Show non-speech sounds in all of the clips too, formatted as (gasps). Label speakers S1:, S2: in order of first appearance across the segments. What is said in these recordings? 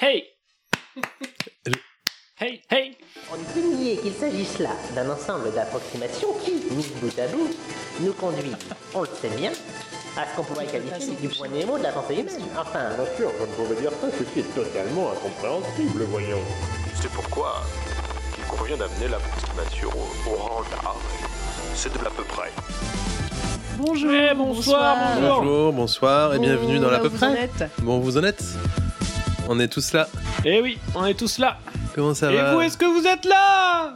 S1: Hey Hey, hey
S2: On ne peut nier qu'il s'agisse là d'un ensemble d'approximations qui, mis bout à bout, nous conduit, on le sait bien, à ce qu'on pourrait qualifier du premier mot de la pensée humaine. Enfin,
S3: Bien sûr, je ne pouvais dire ça, ceci est totalement incompréhensible, voyons.
S4: C'est pourquoi il convient d'amener l'approximation au, au rang d'art. C'est de l'à peu près.
S5: Bonjour.
S1: Eh, bonsoir, bonjour.
S6: Bonjour, bonsoir et bienvenue dans
S5: Bon,
S6: l'à
S5: là
S6: peu
S5: où vous
S6: près.
S5: en êtes
S6: Bon, vous en êtes On est tous là.
S1: Eh oui, on est tous là.
S6: Comment ça
S1: Et
S6: va
S1: vous, est-ce que vous êtes là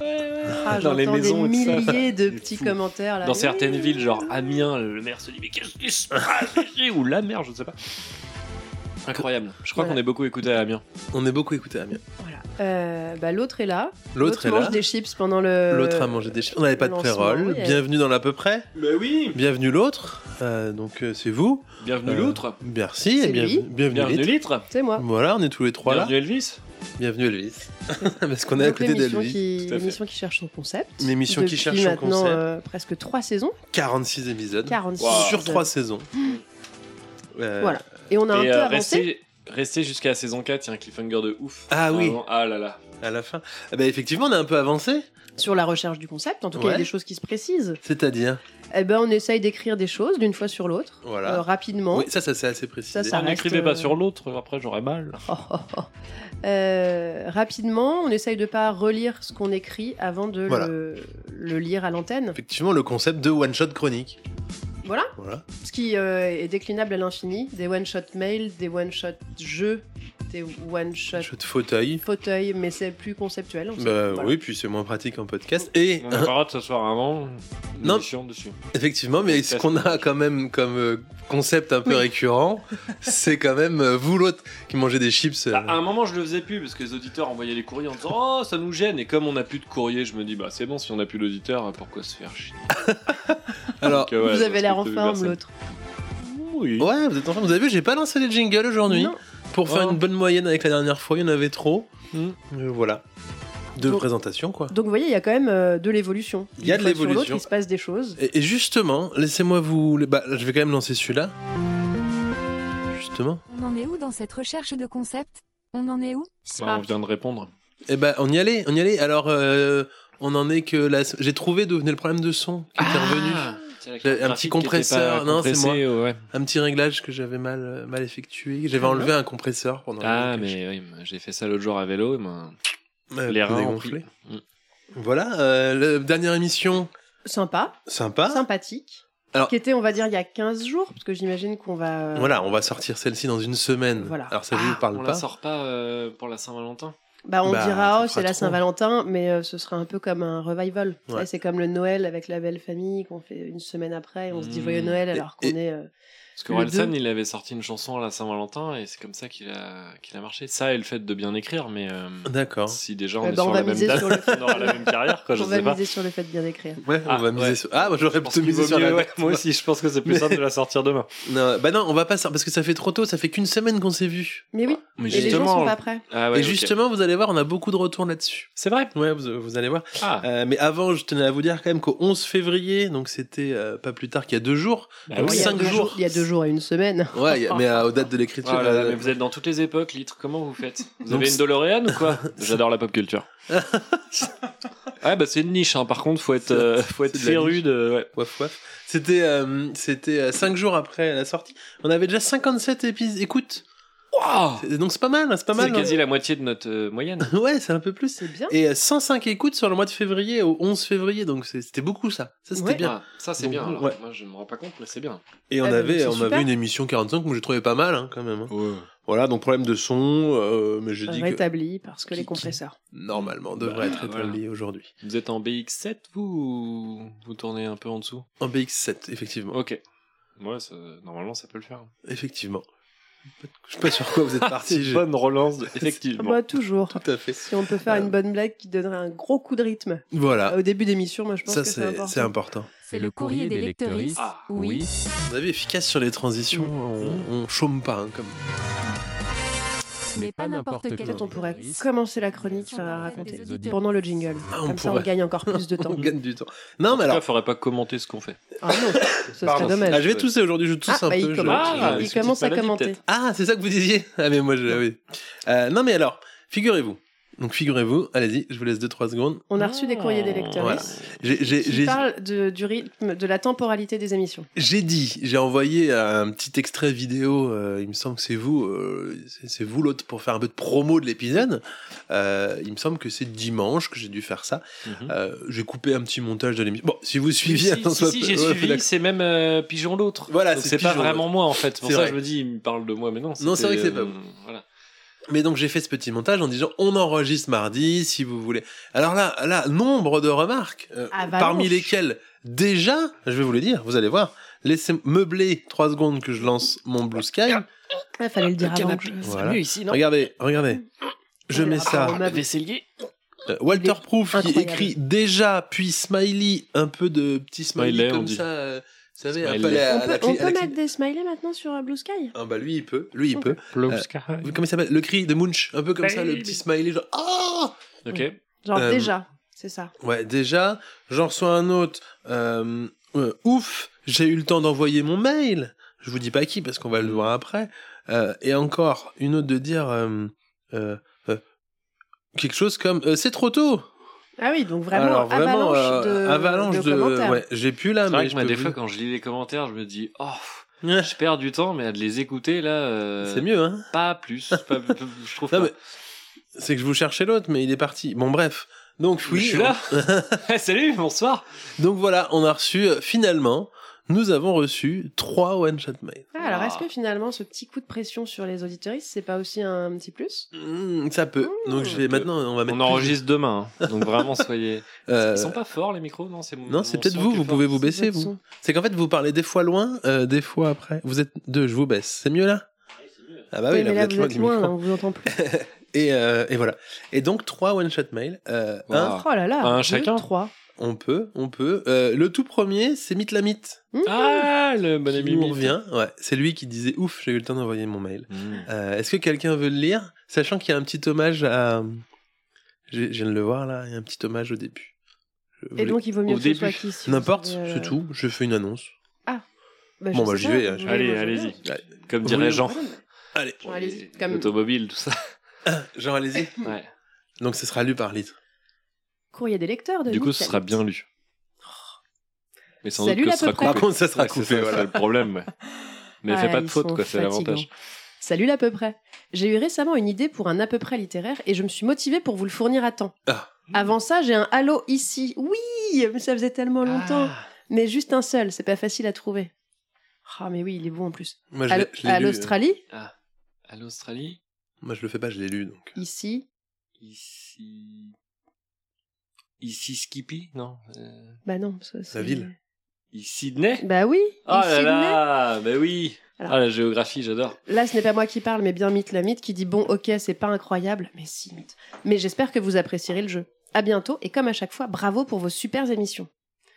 S1: Ouais, ouais.
S5: Ah,
S7: Dans les
S5: j'entends
S7: maisons
S5: des
S7: et tout ça.
S5: milliers de (laughs)
S7: C'est
S5: petits
S7: fou.
S5: commentaires là.
S1: Dans certaines villes, genre Amiens, le maire se dit Mais qu'est-ce qui se (laughs) passe ici Ou la mer, je ne sais pas. Incroyable. Je crois
S5: Voilà.
S1: qu'on est beaucoup écouté à Amiens.
S6: On est beaucoup écouté, Amiens.
S5: Euh, bah, l'autre est là.
S6: L'autre est
S5: mange
S6: là.
S5: des chips pendant le.
S6: L'autre a mangé des chips. On n'avait pas de
S5: lancement,
S6: pré-roll.
S5: oui, euh.
S6: Bienvenue dans l'à peu près.
S7: Bah oui
S6: Bienvenue l'autre. Euh, donc euh, c'est vous.
S1: Bienvenue
S6: Euh,
S1: l'autre.
S6: Merci
S5: C'est
S6: et bien-
S5: lui.
S6: bienvenue.
S1: Bienvenue
S6: Elite.
S1: Litre.
S5: C'est moi.
S6: Voilà, on est tous les trois
S1: Bienvenue Elvis.
S6: là. Bienvenue Elvis. (laughs) Parce qu'on est à
S5: Donc,
S6: côté
S5: l'émission
S6: d'Elvis.
S5: qui-
S1: tout à fait.
S5: l'émission qui cherche son concept.
S6: L'émission qui
S5: Depuis
S6: cherche son
S5: maintenant,
S6: concept.
S5: euh, presque 3 saisons,
S6: 46 épisodes.
S5: 46
S1: Wow.
S6: Sur
S5: épisodes.
S6: 3 saisons. Euh,
S5: Voilà. Et on a un
S1: Et
S5: peu
S1: euh,
S5: avancé.
S1: restez, restez jusqu'à la saison 4, il y a un cliffhanger de ouf.
S6: Ah oui.
S1: Vraiment, Ah là là.
S6: À la fin. Ah bah, effectivement, on a un peu avancé.
S5: sur la recherche du concept. En tout cas, il y a
S6: Ouais.
S5: des choses qui se précisent.
S6: C'est-à-dire.
S5: Eh ben, on essaye d'écrire des choses d'une fois sur l'autre,
S6: Voilà.
S5: euh, rapidement.
S6: Oui, ça, ça c'est assez précis.
S5: Ça, ça-
S1: Ah, N'écrivez
S5: reste, euh,
S1: pas sur l'autre, après j'aurais (laughs) mal.
S5: Oh, oh, oh. (laughs) Euh, rapidement, on essaye de pas relire ce qu'on écrit avant de
S6: Voilà.
S5: le, le lire à l'antenne.
S6: Effectivement, le concept de one-shot chronique.
S5: Voilà,
S6: Voilà.
S5: ce qui euh, est déclinable à l'infini. Des one-shot mail, des one-shot jeux, des one-shot
S6: Shot fauteuil.
S5: fauteuil, mais c'est plus conceptuel. en fait.
S6: Bah
S5: Voilà.
S6: oui, puis c'est moins pratique en podcast. Et
S1: On a pas le droit de s'asseoir avant.
S6: Non.
S1: Non. dessus.
S6: effectivement, mais ce qu'on a quand même comme euh, concept un peu
S5: (laughs)
S6: récurrent, c'est quand même euh, vous l'autre qui mangez des chips. euh,
S1: Bah, à un moment, je le faisais plus parce que les auditeurs envoyaient les courriers en disant Oh, ça nous gêne. Et comme on n'a plus de courrier, je me dis Bah, c'est bon, si on n'a plus d'auditeurs, pourquoi se faire chier
S6: Alors,
S1: Donc, euh, ouais,
S5: Vous avez
S1: parce
S5: l'air
S1: que
S5: en
S1: t'as vu
S5: forme,
S1: personne.
S5: l'autre.
S1: Oui.
S6: ouais, vous êtes enfin, vous avez vu, j'ai pas lancé les jingles aujourd'hui.
S5: Non.
S6: Pour faire
S1: Oh.
S6: une bonne moyenne avec la dernière fois, il y en avait trop.
S1: Mm.
S6: Euh, voilà. Deux
S5: Donc-
S6: présentations, quoi.
S5: Donc vous voyez, il y a quand même euh, de l'évolution.
S6: Il y a
S5: D'une
S6: de
S5: fois sur l'autre,
S6: l'évolution.
S5: Il se passe des choses.
S6: Et, et justement, laissez-moi vous. Bah, je vais quand même lancer celui-là. Justement.
S8: On en est où dans cette recherche de concept On en est où
S1: Bah, on vient de répondre.
S6: Eh ben, on y allait, on y allait. Alors, euh, on en est que la... J'ai trouvé d'où venait le problème de son qui était Ah,
S1: Ah
S6: revenu. J'avais un petit compresseur, non, c'est moi.
S1: Ouais.
S6: Un petit réglage que j'avais mal, euh, mal effectué. J'avais
S5: Ah
S6: enlevé un compresseur pendant
S1: Ah,
S6: le
S1: mais oui, mais j'ai fait ça l'autre jour à vélo. et ben,
S6: euh,
S1: les
S6: pour
S1: reins ont
S6: dégonfler.
S1: pris. Mm.
S6: Voilà, euh, la dernière émission,
S5: Sympa,
S6: sympa.
S5: sympathique.
S6: Ah. Alors-
S5: Qui était, on va dire, il y a 15 jours, parce que j'imagine qu'on va... euh,
S6: Voilà, on va sortir celle-ci dans une semaine.
S5: Voilà.
S6: Alors ça vous parle
S1: Ah, on la
S6: pas
S1: sort pas euh, pour la Saint-Valentin.
S5: Bah, on dira,
S6: Bah, ça
S5: oh,
S6: fera
S5: c'est la
S6: trop.
S5: Saint-Valentin, mais euh, ce sera un peu comme un revival. Tu sais,
S6: Ouais.
S5: C'est comme le Noël avec la belle famille qu'on fait une semaine après, et on se dit
S1: Mmh.
S5: joyeux Noël alors qu'on
S6: Et-
S5: est... euh,
S1: Parce que
S5: Le
S1: Orelsan,
S5: deux.
S1: il avait sorti une chanson à la Saint-Valentin et c'est comme ça qu'il a, qu'il a marché. Ça et le fait de bien écrire, mais euh,
S6: Ah, D'accord.
S1: si déjà on
S5: Eh
S1: est
S5: ben, on
S1: sur
S5: va
S1: la même
S5: miser
S1: date, (laughs)
S5: sur le fait-
S1: on aura la même carrière, quoi, je
S5: on va
S1: sais pas.
S5: miser sur le fait de bien écrire.
S6: Ouais, on
S1: Ah,
S6: va miser
S1: ouais.
S6: sur. Ah, moi (laughs) j'aurais
S1: Je pense
S6: plutôt
S1: qu'il
S6: misé
S1: vaut
S6: sur
S1: mieux,
S6: la
S1: ouais.
S6: date.
S1: Moi aussi, je pense que c'est plus
S6: Mais-
S1: simple de la sortir demain.
S6: Non, bah non, on va pas sortir parce que ça fait trop tôt. Ça fait qu'une semaine qu'on s'est vu.
S5: Mais oui,
S1: Mais
S5: et les gens sont pas prêts.
S1: Ah ouais,
S6: Et
S1: ok.
S6: justement, vous allez voir, on a beaucoup de retours là-dessus.
S1: C'est vrai.
S6: Ouais, vous, vous allez voir.
S1: Ah,
S6: Euh, mais avant, je tenais à vous dire quand même qu'au 11 février, donc c'était euh, pas plus tard qu'il y a deux jours.
S1: bah
S5: Il
S6: donc
S1: oui.
S5: y a
S6: cinq
S5: deux
S6: jours.
S5: Il y a deux jours et une
S6: (laughs)
S5: semaine.
S6: Ouais, il y a- mais euh, aux dates de l'écriture.
S1: Ah là là,
S6: euh,
S1: mais vous êtes dans toutes les époques, Litre. Comment vous faites Vous
S6: Donc,
S1: avez une
S6: c'est-
S1: DeLorean ou quoi (laughs) J'adore la pop culture. (laughs) ouais, bah c'est une niche. hein. Par contre, faut être, euh, faut être
S6: C'est de la
S1: féru de. ouais.
S6: Waf waf. C'était euh, c'était euh, cinq jours après la sortie. On avait déjà 57 épisodes. Écoute,
S1: Waouh
S6: C'est- donc c'est pas mal, hein, c'est pas
S1: C'est
S6: mal. hein.
S1: quasi la moitié de notre euh, moyenne.
S6: (laughs) Ouais, c'est un peu plus.
S5: C'est bien.
S6: Et euh, 105 écoutes sur le mois de février au 11 février, donc c'est- c'était beaucoup ça. Ça c'était
S5: Ouais.
S1: Ah,
S6: bien.
S1: ça c'est
S6: Donc,
S1: bien. alors.
S6: ouais.
S1: Moi, je me rends pas compte, mais c'est bien.
S6: Et on
S5: Ah, bah, donc,
S6: avait
S5: c'est
S6: on
S5: super.
S6: avait une émission 45 que j'ai trouvé pas mal hein, quand même. hein. Voilà, donc problème de son, euh, mais je dis que
S5: Rétabli parce que les
S6: Qui- qui-
S5: compresseurs.
S6: normalement devrait
S1: Bah,
S6: être rétabli aujourd'hui.
S1: Vous êtes en BX7 vous ou vous tournez un peu en dessous
S6: En BX7, effectivement.
S1: Ok. Ouais, ça- normalement ça peut le faire.
S6: Effectivement. Je sais pas sur quoi
S5: (laughs)
S6: vous
S1: (laughs)
S6: êtes parti. (laughs) j'ai-
S1: bonne relance,
S5: Ah
S1: effectivement.
S5: Bah, toujours.
S6: Tout à fait.
S5: Si on peut
S6: Euh.
S5: faire une bonne blague qui donnerait un gros coup de rythme
S6: Voilà.
S5: au début d'émission, moi Ah je pense
S6: Ah. Ça,
S5: que c'est
S6: c'est
S5: important.
S6: c'est important.
S8: C'est le courrier des lectrices.
S1: Ah,
S8: Oui.
S6: Vous avez efficace sur les transitions, on, on chôme pas. hein, comme...
S8: Ce n'est pas n'importe quel
S5: Peut-être on pourrait
S8: terroriste.
S5: commencer la chronique, enfin, à raconter.
S8: Des auditeurs.
S5: Pendant le jingle.
S6: Ah, on
S5: Comme ça, on
S6: pourrait.
S5: gagne encore plus de temps.
S6: (laughs) On gagne du temps. Non, mais alors.
S1: il faudrait pas commenter ce qu'on fait.
S5: Ah non, ce serait
S1: Pardon.
S5: dommage.
S6: Ah, je vais tousser aujourd'hui, je tousse
S5: Ah,
S6: un
S5: bah,
S6: peu.
S5: il
S6: je-
S5: commence,
S1: Ah,
S5: il
S1: c'est une
S5: commence à
S1: petite maladie,
S5: commenter.
S1: peut-être.
S6: Ah, c'est ça que vous disiez Ah, mais moi, je oui. Euh, non, mais alors, figurez-vous. Donc, figurez-vous, allez-y, je vous laisse 2-3 secondes.
S5: On a reçu des courriers des lecteurs
S6: Voilà. J'ai- J'ai
S5: qui
S6: j'ai-
S5: parlent de, du rythme, de la temporalité des émissions.
S6: j'ai dit, j'ai envoyé un petit extrait vidéo, euh, il me semble que c'est vous, euh, c'est- c'est vous l'autre pour faire un peu de promo de l'épisode. Euh, il me semble que c'est dimanche que j'ai dû faire ça.
S1: Mhm.
S6: Euh, j'ai coupé un petit montage de l'émission. Bon, si vous
S1: Si,
S6: suiviez,
S1: si,
S6: attends, soit-
S1: si, j'ai
S6: ouais,
S1: suivi,
S6: d'accord.
S1: c'est même euh, Pigeon l'autre.
S6: Voilà,
S1: Donc
S6: c'est
S1: c'est pas
S6: Pigeon
S1: vraiment moi en fait. C'est Pour
S6: C'est
S1: ça,
S6: vrai.
S1: je me dis, il me parle de moi, mais non.
S6: Non, c'est vrai que
S1: c'était,
S6: c'est pas
S1: euh,
S6: vous.
S1: voilà.
S6: Mais donc j'ai fait ce petit montage en disant on enregistre mardi si vous voulez. Alors là, là nombre de remarques, euh,
S1: Ah, bah
S5: Avalanche.
S6: parmi lesquelles déjà, je vais vous le dire, vous allez voir, laissez meubler trois secondes que je lance mon Blue Sky.
S1: Ah,
S5: Il
S6: Ah,
S5: fallait le dire avant.
S6: Voilà. Regardez, regardez, je mets ça. Euh, Walter Proof qui
S5: Incroyable.
S6: écrit déjà puis smiley, un peu de petit smiley,
S1: Smiley, on
S6: comme
S1: dit.
S6: ça, euh, vous savez, un
S1: Smiley.
S6: peu à la,
S5: On
S6: à la
S5: peut,
S6: clé-
S5: on
S6: à la
S5: peut
S6: clé-
S5: mettre des smileys maintenant sur euh, Blue Sky
S6: Ah bah lui il peut, lui il
S5: Ok.
S6: peut. Euh, Comment il s'appelle Le cri de Munch, un peu
S5: Bah,
S6: comme ça, le petit smiley genre ah.
S1: Ok.
S5: Genre
S6: Euh,
S5: déjà, c'est ça.
S6: Ouais, déjà, j'en reçois un autre. euh, euh, ouf, j'ai eu le temps d'envoyer mon mail. Je vous dis pas qui parce qu'on
S1: Mm.
S6: va le voir après. Euh, et encore une autre de dire euh, euh, euh, quelque chose comme euh, c'est trop tôt.
S5: Ah oui, donc vraiment,
S6: Alors vraiment
S5: avalanche,
S6: euh,
S5: de,
S6: avalanche
S5: de
S6: de,
S5: commentaires.
S6: ouais, j'ai plus là
S1: C'est vrai
S6: mais
S1: que
S6: je
S1: moi,
S6: peux
S1: des
S6: vous-
S1: fois, quand je lis les commentaires, je me dis, oh, pff,
S6: Ouais,
S1: je perds du temps, mais à de les écouter, là, euh,
S6: c'est mieux hein.
S1: pas plus. pas- pas- je trouve
S6: (laughs) Non,
S1: pas.
S6: mais c'est que je vous cherchais l'autre mais il est parti. Bon bref. Donc oui,
S1: je suis là.
S6: (laughs)
S1: Eh, Salut, bonsoir.
S6: Donc voilà, on a reçu euh, finalement, nous avons reçu trois one shot mail.
S5: Ah, alors, est-ce
S1: Ah.
S5: que finalement, ce petit coup de pression sur les auditoristes, c'est pas aussi un petit plus
S6: Mmh, ça peut. Donc je vais
S1: peut.
S6: maintenant, on va mettre.
S1: On
S6: plus-
S1: enregistre demain, hein. donc vraiment soyez.
S6: Euh,
S1: (laughs) Ils sont pas forts les micros, non C'est mon-
S6: Non, c'est
S1: mon
S6: peut-être
S1: son
S6: vous.
S1: qui est
S6: Vous
S1: fort.
S6: pouvez vous
S5: C'est
S6: baisser,
S5: votre
S6: vous.
S5: son.
S6: C'est qu'en fait, vous parlez des fois loin, euh, des fois après. Vous êtes deux, je vous baisse. C'est mieux là. Ah bah oui,
S5: Oui,
S6: là,
S5: mais là,
S6: vous êtes
S5: vous
S6: loin
S5: êtes
S6: du
S5: loin, hein.
S6: micro.
S5: on vous entend plus.
S6: Et, euh, et voilà. Et donc trois one shot mail. Euh,
S1: Wow.
S6: un,
S5: Oh là là,
S1: Bah, Un
S5: deux,
S1: chacun
S5: trois.
S6: on peut, on peut. Euh, le tout premier, c'est Mythe la Mythe.
S1: Ah, le bon
S6: qui
S1: ami.
S6: nous
S1: Mimi.
S6: revient. Ouais, c'est lui qui disait ouf, j'ai eu le temps d'envoyer mon mail.
S1: Mmh.
S6: Euh, Est-ce que quelqu'un veut le lire, sachant qu'il y a un petit hommage à. Je, je viens de le voir là. Il y a un petit hommage au début. Je
S5: Et
S6: voulais-
S5: donc, il vaut mieux
S1: Au
S5: que ce soit
S1: début.
S5: qui si vous
S6: N'importe,
S5: avez, euh,
S6: c'est tout. Je fais une annonce.
S5: Bah, je
S6: Bon, bah,
S5: sais
S6: j'y
S5: pas,
S6: vais,
S5: vous
S6: je-
S5: voulez,
S1: Allez,
S5: moi, je
S1: allez-y.
S5: vais.
S1: Comme dirait
S6: Oui,
S1: Jean.
S6: Allez.
S5: Bon, allez-y, comme-
S1: Automobile, tout ça.
S6: Genre, allez-y.
S1: (coughs) Ouais.
S6: Donc, ce sera lu par litre.
S5: Courrier des lecteurs de
S1: Du coup, ce
S5: Nicolas.
S1: sera bien lu. Mais sans
S5: Salut,
S1: doute que
S5: l'à
S1: ce sera
S5: peu près.
S1: coupé.
S6: Par contre, ça sera
S1: Ouais, Ah, c'est
S6: coupé,
S1: ça,
S6: voilà.
S1: C'est le problème. ouais. Mais
S5: Ah,
S1: fais pas de
S5: ils
S1: faute,
S5: sont
S1: quoi, c'est l'avantage.
S5: fatigants. Salut à peu près. J'ai eu récemment une idée pour un à peu près littéraire et je me suis motivée pour vous le fournir à temps.
S6: Ah.
S5: Avant ça, j'ai un halo ici. Oui, mais ça faisait tellement longtemps.
S1: Ah.
S5: Mais juste un seul, c'est pas facile à trouver. Ah mais oui, il est bon en plus.
S6: Moi, je
S5: À
S6: l'ai- je l'ai
S5: à
S6: lu, euh,
S5: l'Australie,
S1: Ah, À l'Australie
S6: Moi, je le fais pas, je l'ai lu, donc.
S5: ici,
S1: Ici. Ici Skippy Non. euh,
S5: bah non, ça, c'est-
S6: ville.
S1: Ici Sydney
S5: Bah oui.
S1: Oh là
S5: ici, mais-
S1: là Bah oui
S5: Alors.
S1: Ah, la géographie, j'adore.
S5: Là, ce n'est pas moi qui parle, mais bien Mythe la Mythe qui dit bon, ok, c'est pas incroyable, mais si Mythe. Mais j'espère que vous apprécierez le jeu. À bientôt et comme à chaque fois, bravo pour vos super émissions.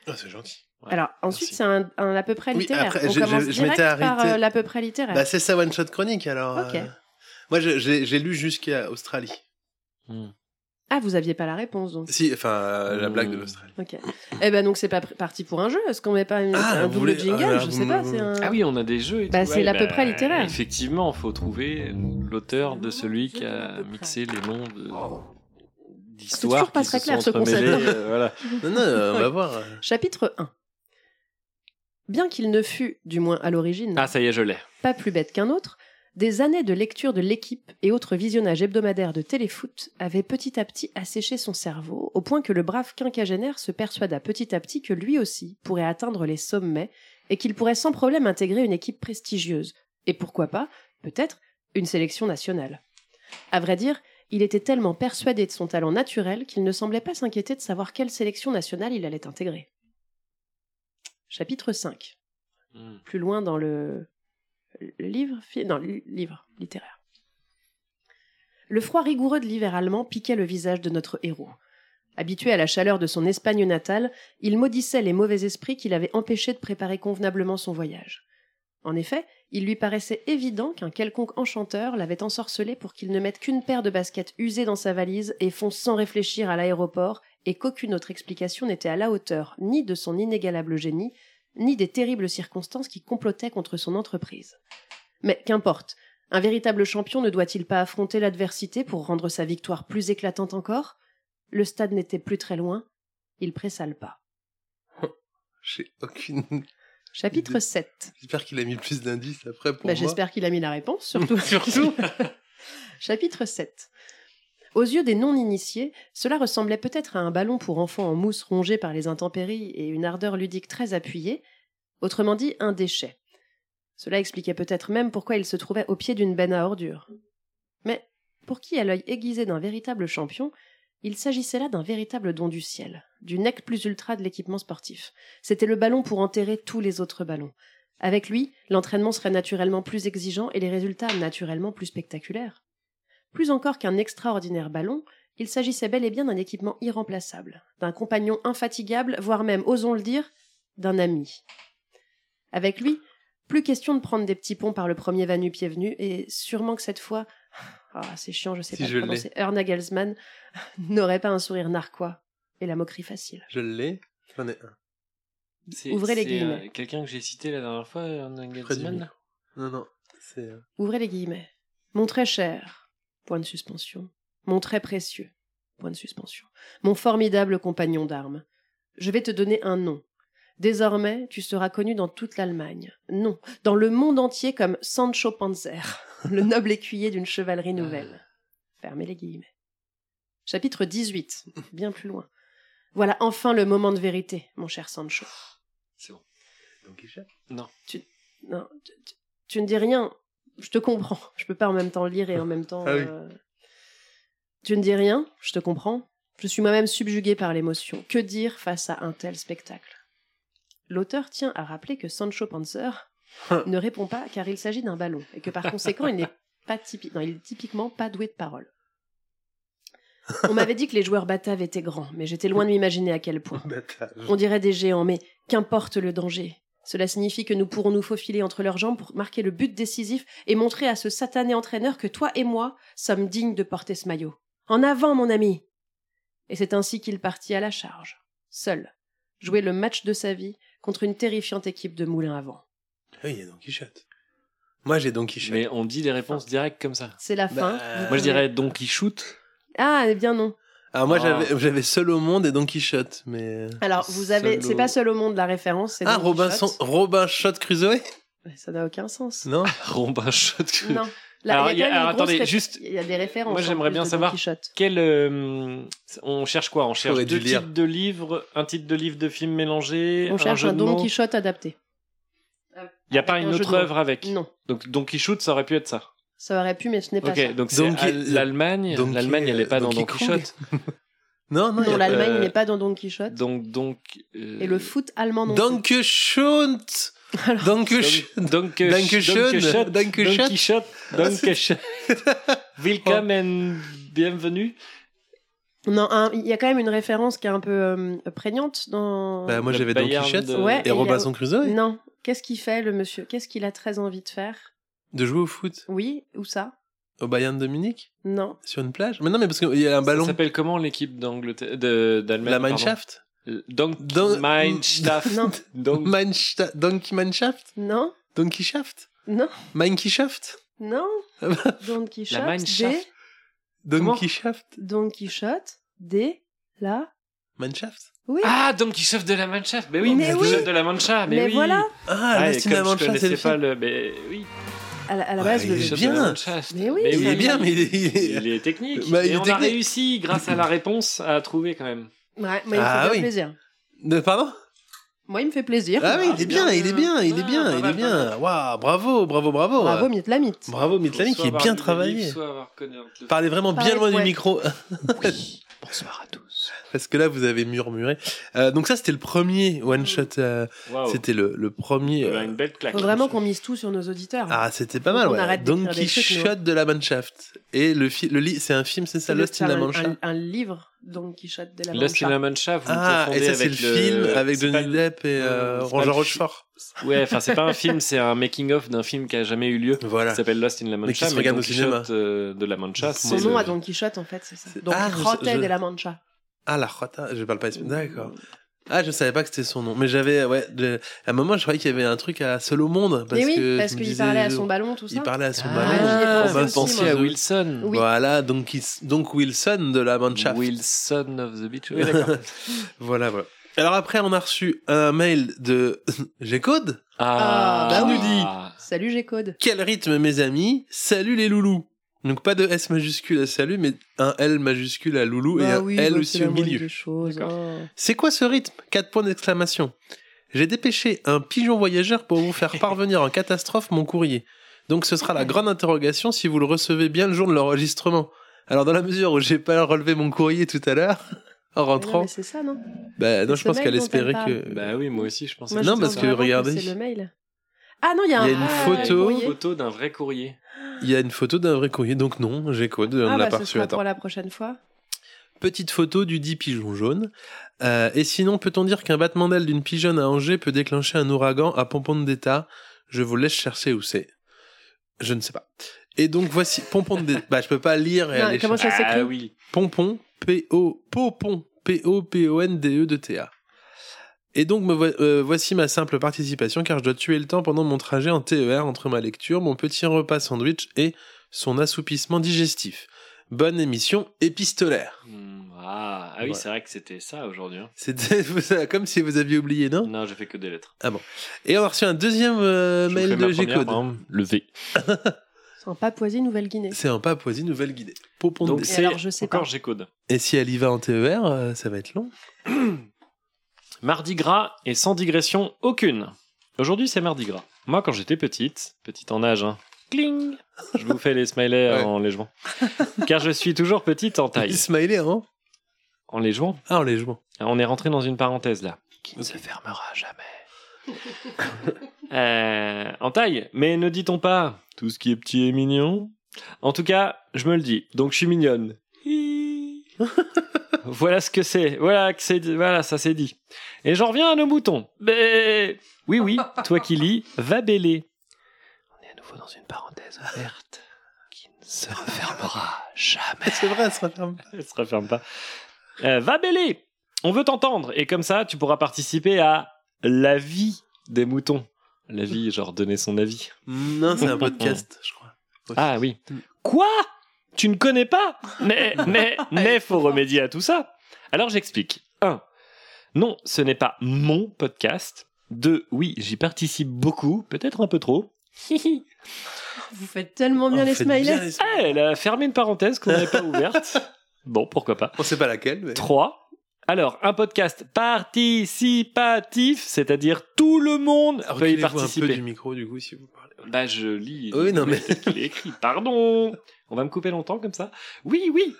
S6: Ah, c'est gentil.
S1: Ouais,
S5: Alors ensuite
S6: merci.
S5: c'est un, un à peu près
S6: Oui,
S5: littéraire.
S6: après,
S5: On
S6: je-
S5: commence
S6: je- je
S5: direct
S6: m'étais
S5: par
S6: arrêté.
S5: euh, l'à peu près littéraire.
S6: Bah, c'est ça, One Shot Chronique, alors.
S5: Ok.
S6: euh, Moi, je- j'ai j'ai lu jusqu'à Australie.
S5: Ah vous aviez pas la réponse donc.
S6: Si, enfin, euh, la
S1: Hmm.
S6: blague de
S5: Mmh.
S6: l'Australie.
S5: Ok. Eh ben donc c'est pas pr- parti pour un jeu. Est-ce qu'on met pas une- un
S6: Ah, vous
S5: double
S6: voulez-
S5: jingle
S6: ah,
S5: Je
S6: vous
S5: sais
S6: me-
S5: pas. C'est un.
S1: Ah oui, on a des jeux et
S5: Bah,
S1: tout.
S5: c'est l'à peu près littéraire.
S1: Effectivement, faut trouver l'auteur de celui qui a mixé les noms de
S5: Ah, C'est
S1: d'histoires
S5: toujours pas
S1: qui
S5: très
S1: se
S5: clair,
S1: sont
S5: ce concept.
S1: entremêlées,
S5: (laughs)
S1: euh, voilà.
S6: Non, non, on va voir.
S5: Chapitre 1 Bien qu'il ne fût, du moins à l'origine,
S1: Ah, ça y est, je l'ai.
S5: pas plus bête qu'un autre, des années de lecture de l'équipe et autres visionnages hebdomadaires de téléfoot avaient petit à petit asséché son cerveau, au point que le brave quinquagénaire se persuada petit à petit que lui aussi pourrait atteindre les sommets et qu'il pourrait sans problème intégrer une équipe prestigieuse, et pourquoi pas, peut-être, une sélection nationale. À vrai dire, il était tellement persuadé de son talent naturel qu'il ne semblait pas s'inquiéter de savoir quelle sélection nationale il allait intégrer. Chapitre 5
S1: Hmm.
S5: plus loin dans le le livre, fi- non, li- livre littéraire. Le froid rigoureux de l'hiver allemand piquait le visage de notre héros. Habitué à la chaleur de son Espagne natale, il maudissait les mauvais esprits qui l'avaient empêché de préparer convenablement son voyage. En effet, Il lui paraissait évident qu'un quelconque enchanteur l'avait ensorcelé pour qu'il ne mette qu'une paire de baskets usées dans sa valise et fonce sans réfléchir à l'aéroport, et qu'aucune autre explication n'était à la hauteur ni de son inégalable génie, ni des terribles circonstances qui complotaient contre son entreprise. Mais qu'importe, un véritable champion ne doit-il pas affronter l'adversité pour rendre sa victoire plus éclatante encore Le stade n'était plus très loin, il pressa le pas.
S6: J'ai aucune.
S5: Chapitre 7.
S6: J'espère qu'il a mis plus d'indices après pour
S5: Bah,
S6: moi.
S5: J'espère qu'il a mis la
S6: (laughs)
S5: réponse, surtout.
S6: Surtout.
S5: (laughs) Chapitre 7. Aux yeux des non-initiés, cela ressemblait peut-être à un ballon pour enfants en mousse rongé par les intempéries et une ardeur ludique très appuyée, autrement dit un déchet. Cela expliquait peut-être même pourquoi il se trouvait au pied d'une benne à ordures. Mais pour qui a l'œil aiguisé d'un véritable champion, il s'agissait là d'un véritable don du ciel, du nec plus ultra de l'équipement sportif. C'était le ballon pour enterrer tous les autres ballons. Avec lui, l'entraînement serait naturellement plus exigeant et les résultats naturellement plus spectaculaires. Plus encore qu'un extraordinaire ballon, il s'agissait bel et bien d'un équipement irremplaçable, d'un compagnon infatigable, voire même, osons le dire, d'un ami. Avec lui, plus question de prendre des petits ponts par le premier vanupier venu, et sûrement que cette fois, ah, c'est chiant, je sais
S6: Si
S5: pas
S6: je
S5: le prononcer, Ernagelsmann n'aurait pas un sourire narquois et la moquerie facile.
S6: Je l'ai. J'en ai un.
S1: C'est-
S5: Ouvrez les
S1: c'est,
S5: guillemets.
S1: euh, Quelqu'un que j'ai cité la dernière fois, un
S6: Près du
S1: Engelsman.
S6: mur. Non, non.
S5: (laughs)
S6: C'est. euh,
S5: Ouvrez les guillemets. Mon très cher, point de suspension. Mon très précieux, point de suspension. Mon formidable compagnon d'armes. Je vais te donner un nom. Désormais, tu seras connu dans toute l'Allemagne. Non, dans le monde entier comme Sancho Panzer, (laughs) le noble écuyer d'une chevalerie nouvelle. Fermez les guillemets. Chapitre 18, bien plus loin. Voilà enfin le moment de vérité, mon cher Sancho.
S1: C'est bon.
S3: Don Quichotte
S5: Non, tu, tu- tu ne dis rien. Je te comprends. Je peux pas en même temps lire et en même temps.
S6: Ah oui.
S5: euh, Tu ne dis rien. Je te comprends. Je suis moi-même subjuguée par l'émotion. Que dire face à un tel spectacle L'auteur tient à rappeler que Sancho Panzer ne répond pas car il s'agit d'un ballon et que par conséquent il n'est pas typi- non, il est typiquement pas doué de parole. On m'avait dit que les joueurs bataves étaient grands, mais j'étais loin de m'imaginer à quel point.
S6: battage.
S5: On dirait des géants, mais qu'importe le danger. Cela signifie que nous pourrons nous faufiler entre leurs jambes pour marquer le but décisif et montrer à ce satané entraîneur que toi et moi sommes dignes de porter ce maillot. En avant, mon ami Et c'est ainsi qu'il partit à la charge, seul, jouer le match de sa vie contre une terrifiante équipe de moulins à vent.
S6: Ah Oui, il y a Don Quichotte. Moi, j'ai Don Quichotte.
S1: Mais on dit les réponses directes comme ça.
S5: C'est la fin.
S6: Bah,
S5: Vous
S1: Moi je
S5: pouvez-
S1: dirais Don shoot. (laughs)
S5: Ah, eh bien non.
S6: Alors moi,
S1: Ah.
S6: j'avais j'avais Seul au monde et Don Quichotte, mais.
S5: Alors, vous avez.
S6: Seul au-
S5: C'est pas seul au monde la référence, c'est
S6: Ah,
S5: Don
S6: Robinson,
S5: Quichotte.
S6: Robin Shot Crusoe
S5: Ouais, Ça n'a aucun sens.
S6: Non
S1: Robin Shot.
S5: Non. Là,
S1: Alors,
S5: il
S1: y
S5: y
S1: a-
S5: a quand même une
S1: alors,
S5: grosse
S1: attendez,
S5: ré-
S1: juste-
S5: Il y a des références.
S1: Moi,
S5: en
S1: j'aimerais
S5: plus
S1: bien
S5: de Don
S1: savoir
S5: Quichotte.
S1: Quel, euh, on cherche quoi On cherche
S6: J'aurais dû
S1: deux
S6: lire.
S1: titres de livres, un titre de livre de film mélangé,
S5: On
S1: un
S5: cherche
S1: jeu
S5: un
S1: de
S5: Don
S1: mots.
S5: Quichotte adapté.
S1: Il n'y a pas
S5: avec
S1: une
S5: un jeu
S1: autre
S5: de mots.
S1: œuvre avec.
S5: Non,
S1: Donc Don Quichotte, ça aurait pu être ça.
S5: ça aurait pu, mais ce n'est pas
S1: Ok,
S5: ça.
S1: donc c'est
S6: Don Qui-
S1: à l'Allemagne.
S6: Don Qui-
S1: L'Allemagne, elle n'est pas
S6: Donkey
S1: dans Don
S6: Kong.
S1: Quichotte.
S6: Non, non, il y
S5: Non,
S6: a
S5: l'Allemagne
S1: euh,
S5: n'est pas dans Don Quichotte.
S1: Donc, donc. euh,
S5: Et le foot allemand non
S6: Don Quichotte
S5: (laughs) Alors-
S6: Don
S1: Don-
S6: Quichotte
S1: Don Quichotte.
S6: Don Quichotte Don
S1: Don
S6: Quichotte Ah,
S1: Quichotte. Don Quichotte.
S6: (laughs)
S1: Welcome and bienvenue.
S5: plus. Non, un- il y a quand même une référence qui est un peu euh, prégnante dans.
S6: Bah, moi,
S1: Le
S6: j'avais Don
S1: Bayern
S6: Quichotte
S1: de-
S5: Ouais.
S1: Ouais.
S5: Et Mmh. il
S6: et
S5: a-
S6: Robinson Crusoe
S5: Non. Qu'est-ce qu'il fait, le monsieur Qu'est-ce qu'il a très envie de faire
S6: de jouer au foot
S5: Oui, ou ça
S6: au Bayern de Munich
S5: Non.
S6: sur une plage. Mais non, mais parce qu'il y a un
S1: Ça
S6: ballon.
S1: s'appelle comment l'équipe d'Angleterre, de- d'Allemagne
S6: La
S1: pardon
S6: Mannschaft
S1: Euh, Don
S6: Don-
S1: Mannschaft.
S6: (laughs)
S5: Non.
S1: Don
S6: Mannschaft Donkey Mannschaft
S5: Non.
S6: Donkey Shaft
S5: Non.
S6: Monkey Shaft (laughs)
S5: Non.
S6: Ah
S5: Don
S1: La
S5: Quichotte. Des...
S1: Mannschaft. Comment
S6: Donkey Shaft
S5: Don Quichotte. Des. La.
S6: Mannschaft
S5: Oui.
S1: Ah, Don Quichotte de la Mancha. Mais oui,
S5: Mais
S1: Don
S5: oui.
S1: Quichotte de la Mancha. Mais,
S5: mais
S1: oui.
S5: voilà.
S6: Ah,
S1: Ah, et
S6: Last in
S1: comme
S6: la
S1: je
S6: Mannschaft, c'est
S1: connaissais
S6: le
S1: pas
S6: film.
S1: le. Mais oui.
S5: À la, à la
S6: Ouais,
S5: base,
S6: il
S5: le.
S6: est
S1: Quichotte
S6: bien.
S1: de la Mannschaft.
S5: Mais oui,
S1: Mais
S6: Il
S5: ça
S6: est
S5: me-
S6: bien, mais il est- il est-
S1: Il est technique.
S6: Bah, il
S1: et
S6: est
S1: on a
S6: technique.
S1: réussi, grâce à la réponse, à trouver quand même.
S5: Ouais, moi, il me
S6: Ah
S5: fait bien
S6: oui.
S5: plaisir.
S6: De- Pardon
S5: Moi, il me fait plaisir.
S6: Ah oui, il est bien, il est bien, il est
S1: Ah,
S6: bien,
S1: pas
S6: il
S1: mal,
S6: est
S1: pas
S6: bien. Waouh, bravo, bravo, bravo.
S5: Bravo, Miette la Mythe.
S6: Bravo,
S1: Faut
S6: Mitlani qui
S1: soit
S6: est
S1: avoir
S6: bien
S1: lu le
S6: travaillé.
S1: livre, soit avoir connu un peu.
S6: Parlez vraiment bien
S5: Parlez
S6: loin du (laughs)
S5: poète.
S6: micro.
S1: Bonsoir à tous.
S6: parce que là vous avez murmuré. Euh, donc ça c'était le premier one shot, euh,
S1: Waouh.
S6: c'était le, le premier.
S1: Euh,
S6: euh,
S1: Une belle claque.
S5: Faut vraiment qu'on mise tout sur nos auditeurs.
S6: Ah c'était pas
S5: Faut
S6: mal.
S5: qu'on
S6: Ouais.
S5: arrête d'écrire
S6: Don
S5: des trucs, nous.
S6: Quichotte de la Mannschaft et le, fi- le lit c'est un film c'est ça
S5: C'est
S6: Lost in
S5: un-
S6: la Mannschaft.
S5: un, un livre, Don Quichotte de la
S1: Lost in La
S5: Mancha.
S1: Mancha, vous
S6: Ah
S1: le
S6: et
S1: confondez
S6: ça c'est le
S1: avec
S6: film avec
S1: c'est
S6: Johnny
S1: pas le-
S6: Depp et euh,
S1: c'est pas
S6: Roger
S1: le fi-
S6: Rochefort.
S1: Ouais, enfin c'est pas un film, c'est un making of d'un film qui a jamais eu lieu.
S6: Voilà.
S1: qui s'appelle Lost in La Mancha,
S6: qui se regarde
S1: Don
S6: au cinéma.
S1: Quichotte, euh, de La Mancha,
S6: Son
S5: Son
S1: c'est
S5: nom
S1: le-
S5: à Don Quichotte, en fait, c'est ça.
S6: C'est-
S5: Don
S6: Ah, je-
S5: Quichotte
S6: je-
S5: de la Mancha.
S6: Ah la Rota, je parle pas espagnol. D'accord. Ah, je savais pas que c'était son nom, mais j'avais ouais. de- À un moment, je croyais qu'il y avait un truc à Seul au monde parce
S5: Mais
S6: que
S5: Eh oui,
S6: je
S5: parce
S6: me
S5: qu'il
S6: disais-
S5: parlait à son ballon, tout ça.
S6: Il parlait à son
S5: Ah, j'y ai
S6: ballon.
S5: pensé
S6: On va
S5: aussi,
S6: penser
S1: Pensez
S5: moi.
S6: à
S1: à
S6: Wilson.
S1: Wilson.
S5: Oui.
S6: Voilà, donc, il- donc Wilson de la Mannschaft.
S1: Wilson of the Beach.
S6: (laughs)
S1: Oui, d'accord.
S6: Voilà, voilà. Alors après, on a reçu un mail de (laughs) G-Code.
S5: Ah, bah
S6: oui.
S5: Salut, G-Code.
S6: Quel rythme, mes amis Salut les loulous Donc pas de S majuscule à salut, mais un L majuscule à loulou
S5: Bah
S6: et un L aussi au milieu.
S5: hein.
S6: C'est quoi ce rythme Quatre points d'exclamation. J'ai dépêché un pigeon voyageur pour vous faire parvenir en catastrophe mon courrier. Donc ce sera la grande interrogation si vous le recevez bien le jour de l'enregistrement. Alors dans la mesure où j'ai pas relevé mon courrier tout à l'heure en rentrant,
S5: C'est ça, non
S6: bah non,
S5: c'est
S6: je pense
S5: ce
S6: qu'elle
S5: mec dont elle
S6: espérait
S5: parle.
S6: que
S1: Bah oui, moi aussi, je pensais.
S5: Moi,
S1: que
S5: je
S6: non,
S5: pense
S6: parce que
S5: vraiment
S6: regardez.
S5: C'est le mail. Ah non, il y a,
S6: Il y a
S5: un-
S6: une
S5: ah,
S6: photo.
S5: courrier.
S1: Une photo d'un vrai courrier.
S6: il y a une photo d'un vrai courrier. Donc non, j'ai code, on
S5: Ah,
S6: l'a hein.
S5: bah,
S6: pas
S5: ce
S6: reçu.
S5: sera
S6: Attends.
S5: pour la prochaine fois.
S6: Petite photo du dit pigeon jaune. Euh, et sinon, peut-on dire qu'un battement d'aile d'une pigeonne à Angers peut déclencher un ouragan à Pompon d'État Je vous laisse chercher où c'est. Je ne sais pas. Et donc voici Pompon d'État. bah, je peux pas lire et
S5: Non,
S6: aller
S5: comment
S6: chercher.
S5: Ça s'écrit
S1: ah oui.
S6: Pompon, P-O, Popon, P-O-P-O-N-D-E de Théa. Et donc, me voi- euh, voici ma simple participation, car je dois tuer le temps pendant mon trajet en TER entre ma lecture, mon petit repas sandwich et son assoupissement digestif. Bonne émission épistolaire.
S1: Hmm, Ah, ah oui,
S6: Voilà.
S1: c'est vrai que c'était ça aujourd'hui. hein.
S6: C'était (laughs) vous- comme si vous aviez oublié,
S5: Oh.
S6: non
S1: Non, j'ai fait que des lettres.
S6: Et on a reçu un deuxième euh,
S1: Mm. Je
S6: mail
S1: vous fais ma
S6: de
S1: première,
S6: G-Code.
S1: hein, Le V.
S5: C'est en Papouasie-Nouvelle-Guinée.
S6: C'est en Papouasie Nouvelle-Guinée. Popon
S1: Donc
S6: de-
S1: c'est
S5: alors, je sais
S1: encore
S5: pas.
S1: G-Code.
S6: Et si elle y va en TER, euh, ça va être long.
S1: Mardi gras et sans digression aucune. Aujourd'hui, c'est mardi gras. Moi, quand j'étais petite, petite en âge, hein, cling Je vous fais les smileys
S6: Ouais.
S1: en les jouant. Car je suis toujours petite en taille.
S6: (laughs) Il smiley, hein
S1: En les jouant
S6: Ah, on les joue.
S1: On est rentré dans une parenthèse là. Qui ne se fermera jamais. (laughs) Euh, en taille, mais ne dit-on pas tout ce qui est petit est mignon En tout cas, je me le dis, donc je suis (laughs) mignonne. voilà ce que c'est, voilà, que c'est, voilà, ça c'est dit. Et j'en reviens à nos moutons. Mais... Oui, oui, toi qui lis, va bêler. On est à nouveau dans une parenthèse ouverte qui ne se refermera jamais.
S6: (laughs) C'est vrai, elle se referme.
S1: (laughs) Elle se referme pas. Euh, va bêler On veut t'entendre et comme ça, tu pourras participer à l'avis des moutons. L'avis, genre donner son avis.
S6: Non, c'est un podcast, je crois.
S1: Ah oui. Quoi Tu ne connais pas (laughs) Mais, mais, mais faut remédier à tout ça. Alors j'explique. 1. Non, ce n'est pas mon podcast. 2. Oui, j'y participe beaucoup, peut-être un peu trop. Hihi.
S5: Vous faites tellement bien
S6: On
S5: les
S6: fait
S5: smileys.
S6: bien les smileys.
S1: Ah, elle a fermé une parenthèse qu'on n'avait pas (laughs) ouverte. Bon, pourquoi pas.
S6: On sait pas laquelle, mais.
S1: 3. Alors, un podcast participatif, c'est-à-dire tout le monde peut y
S6: Reculez-vous un peu
S1: participer.
S6: du micro, du coup, si vous parlez.
S1: Bah, je lis.
S6: Oui, non, mais-
S1: peut-être qu'il est écrit. Pardon On va me couper longtemps comme ça Oui, oui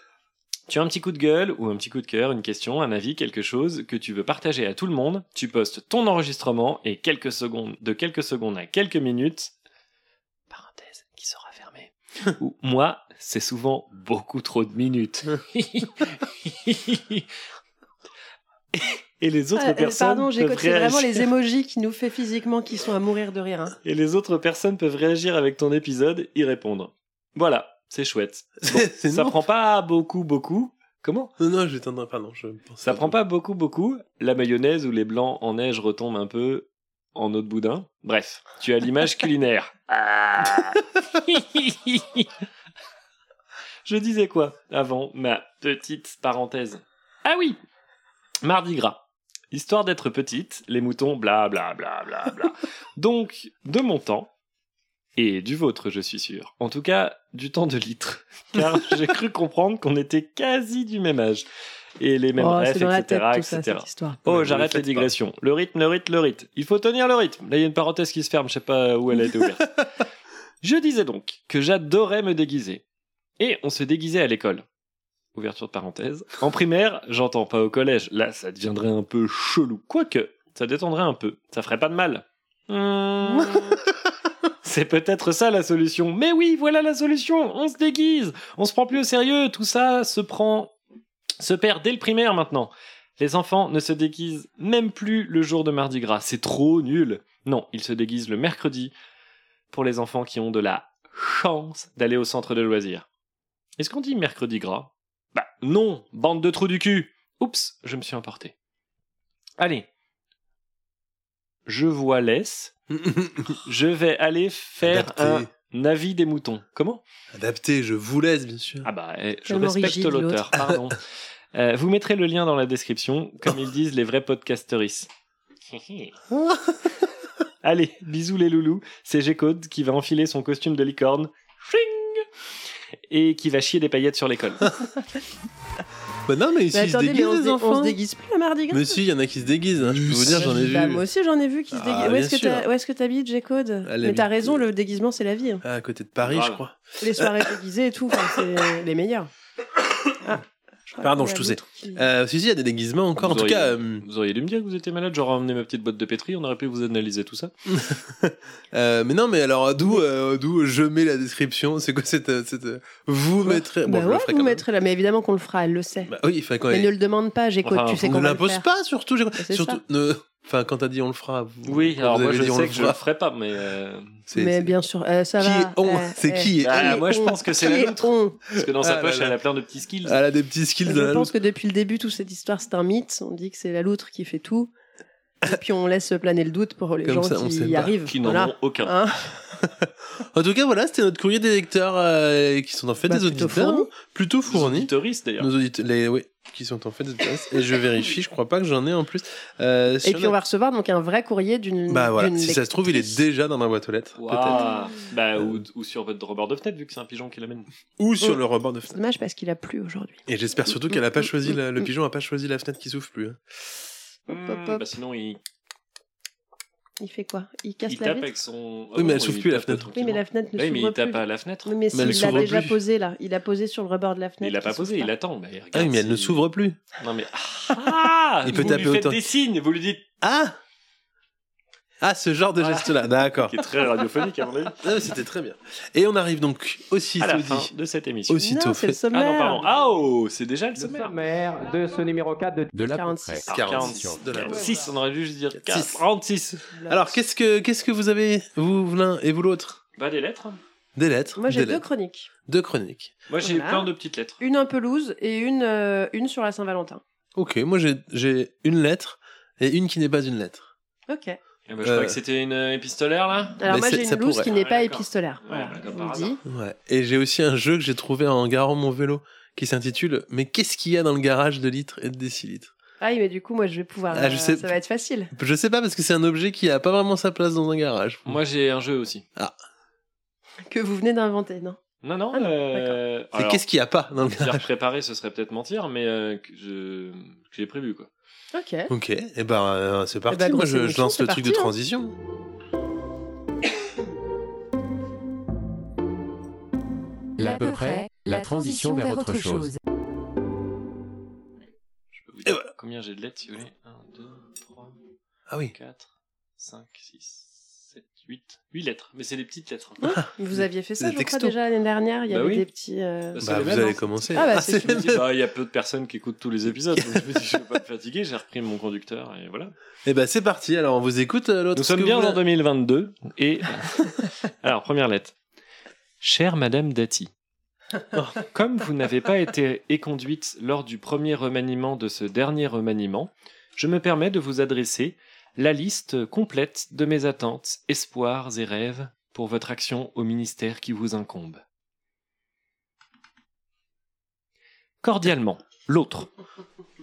S1: Tu as un petit coup de gueule ou un petit coup de cœur, une question, un avis, quelque chose que tu veux partager à tout le monde. Tu postes ton enregistrement et quelques secondes, de quelques secondes à quelques minutes, parenthèse qui sera
S6: (laughs)
S1: fermée. Ou moi, c'est souvent beaucoup trop de
S6: (laughs)
S1: minutes. et les autres
S5: Ah, euh,
S1: personnes.
S5: pardon, j'ai
S1: peuvent
S5: c'est vraiment
S1: réagir.
S5: les émojis qui nous fait physiquement qui sont à mourir de rire. hein.
S1: Et les autres personnes peuvent réagir avec ton épisode, y répondre. Voilà, c'est chouette. (laughs) Bon,
S6: (laughs) C'est
S1: ça
S6: non.
S1: prend pas beaucoup, beaucoup. Comment
S6: Non, non, je vais t'en pardon, je pense.
S1: Ça prend pas beaucoup, beaucoup. La mayonnaise ou les blancs en neige retombent un peu en eau de boudin. Bref, tu as (laughs) l'image culinaire. Ah Je disais quoi avant ma petite parenthèse Ah oui Mardi gras. Histoire d'être petite, les moutons bla bla bla bla bla. Donc, de mon temps, et du vôtre, je suis sûr. En tout cas, du temps de
S5: (laughs)
S1: litre. Car j'ai cru comprendre qu'on était quasi du même âge. Et les mêmes
S5: Oh,
S1: rêves,
S5: c'est dans la
S1: etc.
S5: tête tout ça,
S1: etc.
S5: cette histoire.
S6: Mais vous
S1: Oh,
S6: le
S1: j'arrête les
S6: faites pas.
S1: digressions. Le rythme, le rythme, le rythme. Il faut tenir le rythme. Là, il y a une parenthèse qui se ferme, je sais pas où elle a été
S6: (laughs)
S1: ouverte. je disais donc que j'adorais me déguiser. Et on se déguisait à l'école. ouverture de parenthèse. En primaire, j'entends pas au collège. Là, ça deviendrait un peu chelou. Quoique, ça détendrait un peu. Ça ferait pas de mal.
S6: (laughs)
S1: Mmh. C'est peut-être ça la solution. Mais oui, voilà la solution. On se déguise. On se prend plus au sérieux. Tout ça se prend, se perd dès le primaire maintenant. Les enfants ne se déguisent même plus le jour de Mardi Gras. C'est trop nul. Non, ils se déguisent le mercredi pour les enfants qui ont de la chance d'aller au centre de loisirs. Est-ce qu'on dit mercredi gras Bah non, bande de trous du cul. Oups, je me suis emporté. Allez. Je vois l'Es. Je vais aller faire
S6: Adapté.
S1: un avis des moutons. Comment
S6: (laughs) Adapté, je vous laisse, bien sûr.
S1: ah bah, eh, je
S5: Tellement
S1: respecte
S5: rigide,
S1: l'auteur, pardon. Euh, vous mettrez le lien dans la description, comme ils disent les vrais podcasteris. Allez, bisous les loulous, c'est G-Code qui va enfiler son costume de licorne, ching, et qui va chier des paillettes sur l'école.
S6: Bah non, mais ici,
S5: Mais
S6: ils se
S5: attendez, mais
S6: déguisent,
S5: on, se
S6: les
S5: dé- on se
S6: enfants.
S5: déguise plus à Mardi Gras
S6: Mais si, il y en a qui se déguisent, hein, je peux vous dire, j'en ai
S5: Bah,
S6: vu.
S5: moi aussi, j'en ai vu qui se
S6: Ah,
S5: déguisent. où est-ce
S6: bien
S5: que t'as- où est-ce que t'habites, J-Code
S6: Elle
S5: Mais
S6: habite-
S5: t'as raison, le déguisement, c'est la vie. hein.
S6: Ah, à côté de Paris,
S1: Grave.
S6: je crois.
S5: (laughs) Les soirées déguisées et tout, enfin, c'est les meilleurs. Ah,
S6: Pardon, je toussais.
S5: Bah
S6: Euh, si, si, il y a des déguisements encore.
S1: Vous
S6: (laughs) en tout
S1: auriez-
S6: cas, euh,
S1: Vous auriez dû me dire que vous étiez malade, j'aurais emmené ma petite boîte de pétri, on aurait pu vous analyser tout ça.
S6: euh, mais non, mais alors, d'où, euh, d'où je mets la description C'est quoi cette. euh, cette, euh, vous mettrez. Bon,
S5: bah
S6: je
S5: ouais,
S6: le ferai
S5: vous
S6: quand même.
S5: mettrez là, mais évidemment qu'on le fera, elle le sait.
S6: Bah oui, enfin, quand
S5: Elle
S6: il-
S5: ne le demande pas, Géco,
S1: Enfin,
S5: tu sais
S6: on
S5: qu'on
S6: ne
S5: va le
S6: l'impose
S5: faire.
S6: pas, surtout. j'ai-
S5: C'est
S6: surtout
S5: ça.
S6: ne- Enfin, quand t'as dit on le fera. vous-
S1: Oui,
S6: vous
S1: alors moi
S6: avez
S1: je
S6: dit, on
S1: sais
S6: le
S1: que je
S6: fera.
S1: le ferai pas, mais... euh,
S6: C'est-
S5: Mais bien sûr, euh, ça
S6: Qui
S5: va.
S6: est on
S5: euh,
S6: C'est
S5: euh,
S6: qui est
S1: Ah,
S5: est
S1: moi je
S5: on
S1: pense que c'est
S5: qui
S1: la
S5: est
S1: nôtre,
S5: on
S1: parce que dans
S6: Ah
S1: sa
S6: là
S1: poche
S6: là.
S1: elle a plein de petits skills.
S6: Ah, Elle a des petits skills dans
S5: Je
S6: la
S5: pense que depuis le début, toute cette histoire, c'est un mythe. On dit que c'est la loutre qui fait tout. Et puis on laisse planer le doute pour les
S6: Comme
S5: gens
S6: ça, on
S5: qui
S6: sait
S5: y
S6: pas.
S5: arrivent.
S1: Qui n'en
S5: Voilà.
S1: ont aucun.
S5: Hein
S6: En tout cas, voilà, c'était notre courrier des lecteurs euh, qui sont en fait
S5: Bah,
S6: des
S5: plutôt
S6: auditeurs
S5: fournis.
S6: plutôt
S1: Nos
S6: fournis.
S1: auditeuristes, d'ailleurs.
S6: Nos auditeurs, les, oui, qui sont en fait des auditeurs. Et je vérifie, je crois pas que j'en ai en plus. Euh, si
S5: Et
S6: on
S5: puis
S6: a-
S5: on va recevoir donc un vrai courrier d'une.
S6: Bah voilà,
S5: d'une
S6: si ça se trouve, il est
S5: lectrice.
S6: déjà dans ma boîte aux lettres. peut-être.
S1: Ouah. Bah,
S5: Euh.
S1: ou, ou sur votre rebord de fenêtre, vu que c'est un pigeon qui l'amène.
S6: Ou sur
S5: Mm.
S6: le rebord de fenêtre.
S5: C'est dommage parce qu'il a plu aujourd'hui.
S6: Oh. Et j'espère surtout qu'elle a pas choisi, la- le pigeon a pas choisi la fenêtre qui s'ouvre plus. hein.
S5: Hop, hop, hop.
S1: Bah, sinon, il,
S5: Il fait quoi Il casse
S1: il
S5: la
S1: tape
S5: vitre.
S1: avec son.
S6: Oui, mais
S1: Ah bon,
S6: elle s'ouvre
S1: il
S6: plus, la
S1: tape
S6: fenêtre.
S5: Oui, mais la fenêtre ne
S1: Oui, mais
S5: s'ouvre
S1: il tape
S5: plus.
S1: à la fenêtre.
S5: Oui, mais
S6: elle
S5: s'il l'a
S6: s'ouvre
S5: déjà
S6: plus.
S5: posé là, il a posé sur le rebord de la
S1: Mais
S5: fenêtre.
S1: il l'a pas
S5: s'ouvre
S1: posé, il attend. Bah, il
S6: Ah oui,
S1: regarde
S6: mais elle
S1: si-
S6: ne s'ouvre plus.
S1: Non, mais. Ah
S6: Il peut
S1: vous
S6: taper
S1: lui faites
S6: autant.
S1: des signes, vous lui dites.
S6: Ah Ah, ce genre de
S1: Ah.
S6: geste-là, d'accord.
S1: Qui est très radiophonique, à mon avis.
S6: Ah, mais C'était très bien. Et on arrive donc aussi,
S1: À la
S6: tout
S1: fin
S6: dit,
S1: de cette émission.
S6: aussitôt
S5: Non, c'est le
S6: fait.
S1: Ah non,
S5: sommaire.
S1: pardon. Ah oh, c'est déjà le sommaire.
S7: sommaire de ce numéro 4 de
S8: De la
S5: 46.
S1: Alors,
S6: 46.
S1: 46.
S6: Ah, De la-
S1: 46, on aurait dû juste dire
S6: 46.
S1: 46.
S6: Alors, qu'est-ce que, qu'est-ce que vous avez, vous l'un et vous l'autre
S1: Bah, des lettres.
S6: Des lettres.
S5: Moi j'ai
S6: des
S5: deux
S6: lettres,
S5: chroniques.
S6: deux chroniques.
S1: Moi, j'ai
S5: Voilà.
S1: plein de petites lettres.
S5: Une un peu loose et une, euh, une sur la Saint-Valentin.
S6: Ok, moi j'ai- j'ai une lettre et une qui n'est pas une lettre.
S5: Ok.
S1: Eh ben, je crois
S6: Euh.
S1: que c'était une euh, épistolaire, là.
S5: Alors
S6: Mais
S5: moi
S6: c'est-
S5: j'ai une
S6: ça
S5: loose
S6: pourrait.
S5: qui n'est
S1: Ah,
S5: pas
S1: d'accord.
S5: épistolaire.
S1: Ouais,
S5: Voilà,
S1: bah,
S5: je
S1: comme
S5: vous
S1: par
S5: le
S1: hasard.
S5: dis.
S6: Ouais. Et j'ai aussi un jeu que j'ai trouvé en garant mon vélo qui s'intitule Mais qu'est-ce qu'il y a dans le garage de litres et de décilitres
S5: Ah oui, mais du coup moi je vais pouvoir.
S6: Ah, je
S5: euh,
S6: sais-
S5: Ça va être facile.
S6: Je sais pas parce que c'est un objet qui a pas vraiment sa place dans un garage.
S1: Moi, j'ai un jeu aussi.
S5: Que vous venez d'inventer, non
S1: Non, non.
S5: Ah non,
S1: euh,
S6: C'est
S1: alors,
S6: qu'est-ce qu'il y a pas dans le
S1: Dire
S6: garage
S1: préparé, ce serait peut-être mentir, mais euh, que je- que j'ai prévu quoi.
S5: Ok.
S6: Ok, et ben euh, c'est parti.
S5: Eh ben,
S6: moi
S5: grosse
S6: je, je
S5: émotion,
S6: lance
S5: c'est
S6: le truc de
S5: parti, hein.
S6: transition.
S8: L'à peu près, la transition vers autre chose.
S1: Je peux vous dire
S6: Et voilà.
S1: combien j'ai de lettres si vous voulez. 1, 2, 3,
S6: Ah oui.
S1: 4, 5, 6, 7, 8. 8 lettres, mais c'est des petites lettres. hein.
S5: Vous aviez fait ça,
S6: Des
S5: je
S6: textos.
S5: crois, déjà l'année dernière. Il y
S1: Bah
S5: avait
S1: oui.
S5: des petits. euh,
S1: Parce- C'est
S6: Bah,
S1: les
S6: vous
S1: mêmes,
S6: allez
S1: hein.
S6: commencer.
S5: Ah bah, c'est
S6: (laughs) c'est
S1: Je me
S6: les
S1: dis,
S6: mêmes.
S1: bah, il y a peu de personnes qui écoutent tous les épisodes. donc je me dis, je vais pas me fatiguer, j'ai repris mon conducteur et voilà.
S6: Eh ben c'est parti. Alors on vous écoute euh, l'autre.
S1: Nous
S6: ce
S1: sommes
S6: que
S1: bien
S6: vous-
S1: en 2022 et
S6: (laughs)
S1: alors première lettre. Chère Madame
S6: (laughs)
S1: Dati, comme vous n'avez pas été éconduite lors du premier remaniement de ce dernier remaniement, je me permets de vous adresser la liste complète de mes attentes, espoirs et rêves pour votre action au ministère qui vous incombe. Cordialement, l'autre.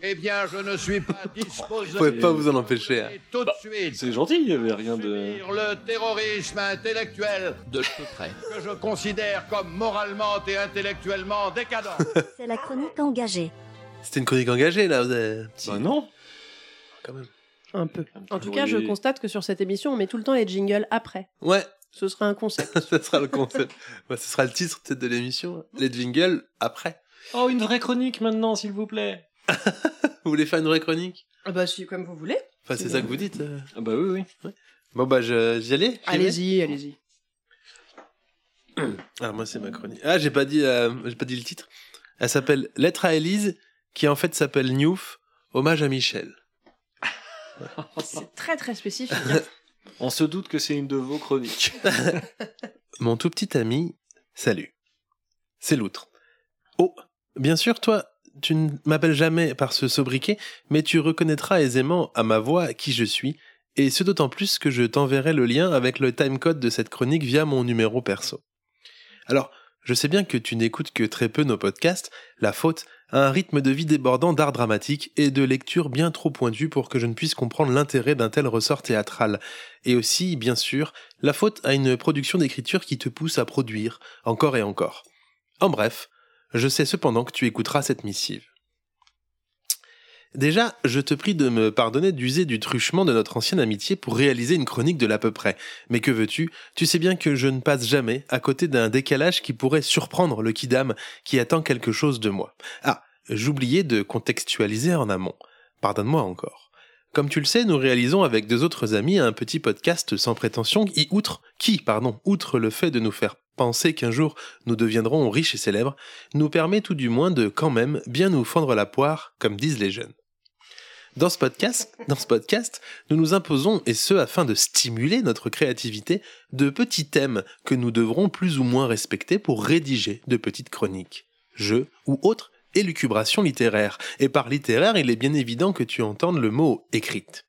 S9: Eh bien, je ne
S6: (laughs)
S9: suis pas disposé.
S6: Vous pouvez pas vous en empêcher, hein.
S9: Et Tout de
S1: Bah,
S9: suite.
S1: C'est gentil, il n'y avait rien de...
S9: Subir le terrorisme intellectuel
S7: De peu près.
S9: que je considère comme moralement et intellectuellement décadent.
S10: C'est la chronique engagée.
S6: C'était une chronique engagée là. Vous avez...
S1: Bah non.
S6: Quand même.
S5: Un peu. En tout cas, je
S1: constate.
S5: constate que sur cette émission, on met tout le temps les jingles après.
S6: Ouais, (laughs)
S5: Ce serait un concept.
S6: ça sera le concept. Bah, ce sera le titre peut-être de l'émission. hein. Les jingles après.
S1: Oh, une vraie chronique maintenant, s'il vous plaît.
S6: Vous voulez faire une vraie chronique
S5: (laughs) Ah bah, si, comme vous voulez.
S6: Enfin, c'est ça que vous dites. euh.
S1: Ah bah oui, oui.
S6: Bon, bah, je- j'y allais j'y vais
S5: Allez-y, allez-y.
S6: Alors moi c'est ma chronique. Ah j'ai pas dit euh, j'ai pas dit le titre. Elle s'appelle Lettre à Élise qui en fait s'appelle Newf, hommage à Michel.
S5: C'est très très spécifique.
S1: On se doute que c'est une de vos chroniques.
S6: Mon tout petit ami, salut. C'est l'outre. Oh, bien sûr toi, tu ne m'appelles jamais par ce sobriquet, mais tu reconnaîtras aisément à ma voix qui je suis et ce d'autant plus que je t'enverrai le lien avec le timecode de cette chronique via mon numéro perso. Alors, je sais bien que tu n'écoutes que très peu nos podcasts, la faute à un rythme de vie débordant d'art dramatique et de lecture bien trop pointue pour que je ne puisse comprendre l'intérêt d'un tel ressort théâtral, et aussi, bien sûr, la faute à une production d'écriture qui te pousse à produire, encore et encore. En bref, je sais cependant que tu écouteras cette missive. Déjà, je te prie de me pardonner d'user du truchement de notre ancienne amitié pour réaliser une chronique de l'à peu près. Mais que veux-tu Tu sais bien que je ne passe jamais à côté d'un décalage qui pourrait surprendre le kidam qui attend quelque chose de moi. Ah, j'oubliais de contextualiser en amont. Pardonne-moi encore. Comme tu le sais, nous réalisons avec deux autres amis un petit podcast sans prétention qui, outre, qui, pardon, outre le fait de nous faire penser qu'un jour nous deviendrons riches et célèbres, nous permet tout du moins de quand même bien nous fendre la poire, comme disent les jeunes. Dans ce podcast, dans ce podcast, nous nous imposons, et ce afin de stimuler notre créativité, de petits thèmes que nous devrons plus ou moins respecter pour rédiger de petites chroniques, jeux ou autres élucubrations littéraires. Et par littéraire, il est bien évident que tu entendes le mot écrite.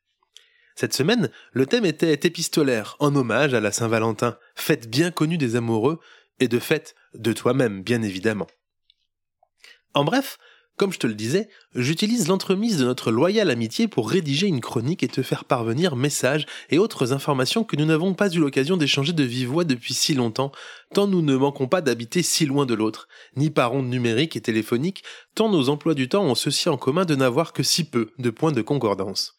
S6: Cette semaine, le thème était épistolaire, en hommage à la Saint-Valentin, fête bien connue des amoureux, et de fait, de toi-même, bien évidemment. En bref, comme je te le disais, j'utilise l'entremise de notre loyale amitié pour rédiger une chronique et te faire parvenir messages et autres informations que nous n'avons pas eu l'occasion d'échanger de vive voix depuis si longtemps, tant nous ne manquons pas d'habiter si loin de l'autre, ni par ondes numériques et téléphoniques, tant nos emplois du temps ont ceci en commun de n'avoir que si peu de points de concordance.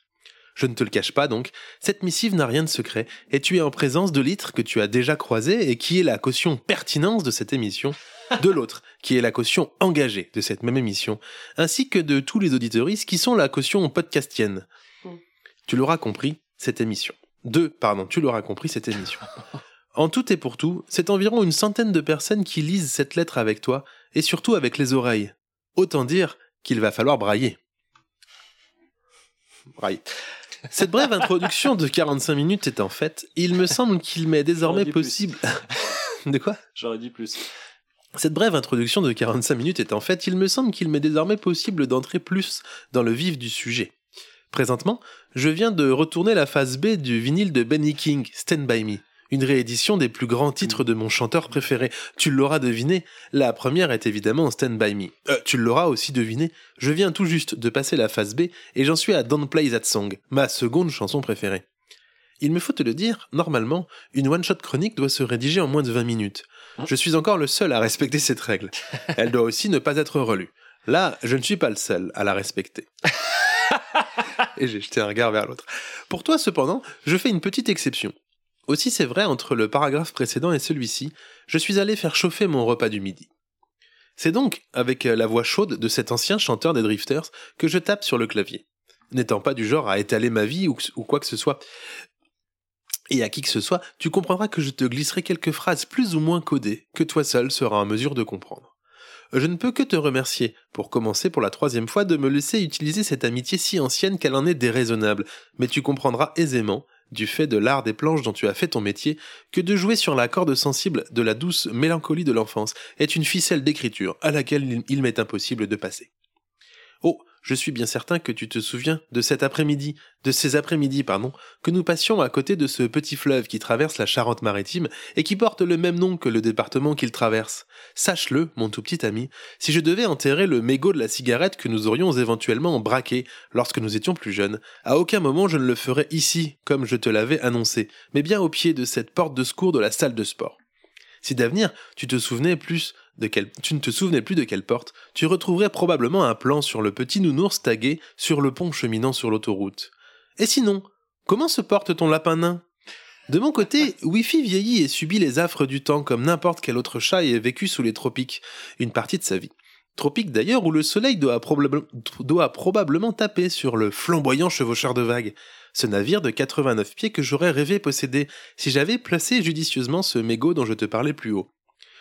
S6: Je ne te le cache pas donc, cette missive n'a rien de secret, et tu es en présence de l'ITRE que tu as déjà croisé et qui est la caution pertinence de cette émission, de l'autre, qui est la caution engagée de cette même émission, ainsi que de tous les auditoristes qui sont la caution podcastienne.
S5: Mm.
S6: Tu l'auras compris, cette émission. Deux, pardon, tu l'auras compris, cette émission. En tout et pour tout, c'est environ une centaine de personnes qui lisent cette lettre avec toi, et surtout avec les oreilles. Autant dire qu'il va falloir brailler. Braille. Cette brève introduction de 45 minutes étant faite, il me semble qu'il m'est désormais
S1: dit plus.
S6: possible... (laughs) de quoi
S1: J'aurais dit plus.
S6: cette brève introduction de 45 minutes est en fait, il me semble qu'il m'est désormais possible d'entrer plus dans le vif du sujet. Présentement, je viens de retourner la phase B du vinyle de Benny King, Stand By Me, une réédition des plus grands titres de mon chanteur préféré. Tu l'auras deviné, la première est évidemment Stand By Me. Euh, tu l'auras aussi deviné, je viens tout juste de passer la phase B et j'en suis à Don't Play That Song, ma seconde chanson préférée. Il me faut te le dire, normalement, une one-shot chronique doit se rédiger en moins de 20 minutes. Ah. Je suis encore le seul à respecter cette règle. Elle doit aussi ne pas être relue. Là, je ne suis pas le seul à la respecter. Et j'ai jeté un regard vers l'autre. Pour toi, cependant, je fais une petite exception. Aussi, c'est vrai, entre le paragraphe précédent et celui-ci, je suis allé faire chauffer mon repas du midi. C'est donc avec euh, la voix chaude de cet ancien chanteur des Drifters que je tape sur le clavier, n'étant pas du genre à étaler ma vie ou, que- ou quoi que ce soit. Et à qui que ce soit, tu comprendras que je te glisserai quelques phrases plus ou moins codées que toi seul seras en mesure de comprendre. Je ne peux que te remercier, pour commencer pour la troisième fois, de me laisser utiliser cette amitié si ancienne qu'elle en est déraisonnable, mais tu comprendras aisément, du fait de l'art des planches dont tu as fait ton métier, que de jouer sur la corde sensible de la douce mélancolie de l'enfance est une ficelle d'écriture à laquelle il- il m'est impossible de passer. Oh, je suis bien certain que tu te souviens de cet après-midi, de ces après-midi, pardon, que nous passions à côté de ce petit fleuve qui traverse la Charente-Maritime et qui porte le même nom que le département qu'il traverse. Sache-le, mon tout petit ami, si je devais enterrer le mégot de la cigarette que nous aurions éventuellement braqué lorsque nous étions plus jeunes, à aucun moment je ne le ferais ici, comme je te l'avais annoncé, mais bien au pied de cette porte de secours de la salle de sport. Si d'avenir tu te souvenais plus de quelle, tu ne te souvenais plus de quelle porte, tu retrouverais probablement un plan sur le petit nounours tagué sur le pont cheminant sur l'autoroute. Et sinon, comment se porte ton lapin nain De mon côté, Wifi vieillit et subit les affres du temps comme n'importe quel autre chat et a vécu sous les tropiques une partie de sa vie. tropique d'ailleurs où le soleil doit, probable- doit probablement taper sur le flamboyant chevaucheur de vagues. Ce navire de 89 pieds que j'aurais rêvé posséder si j'avais placé judicieusement ce mégot dont je te parlais plus haut.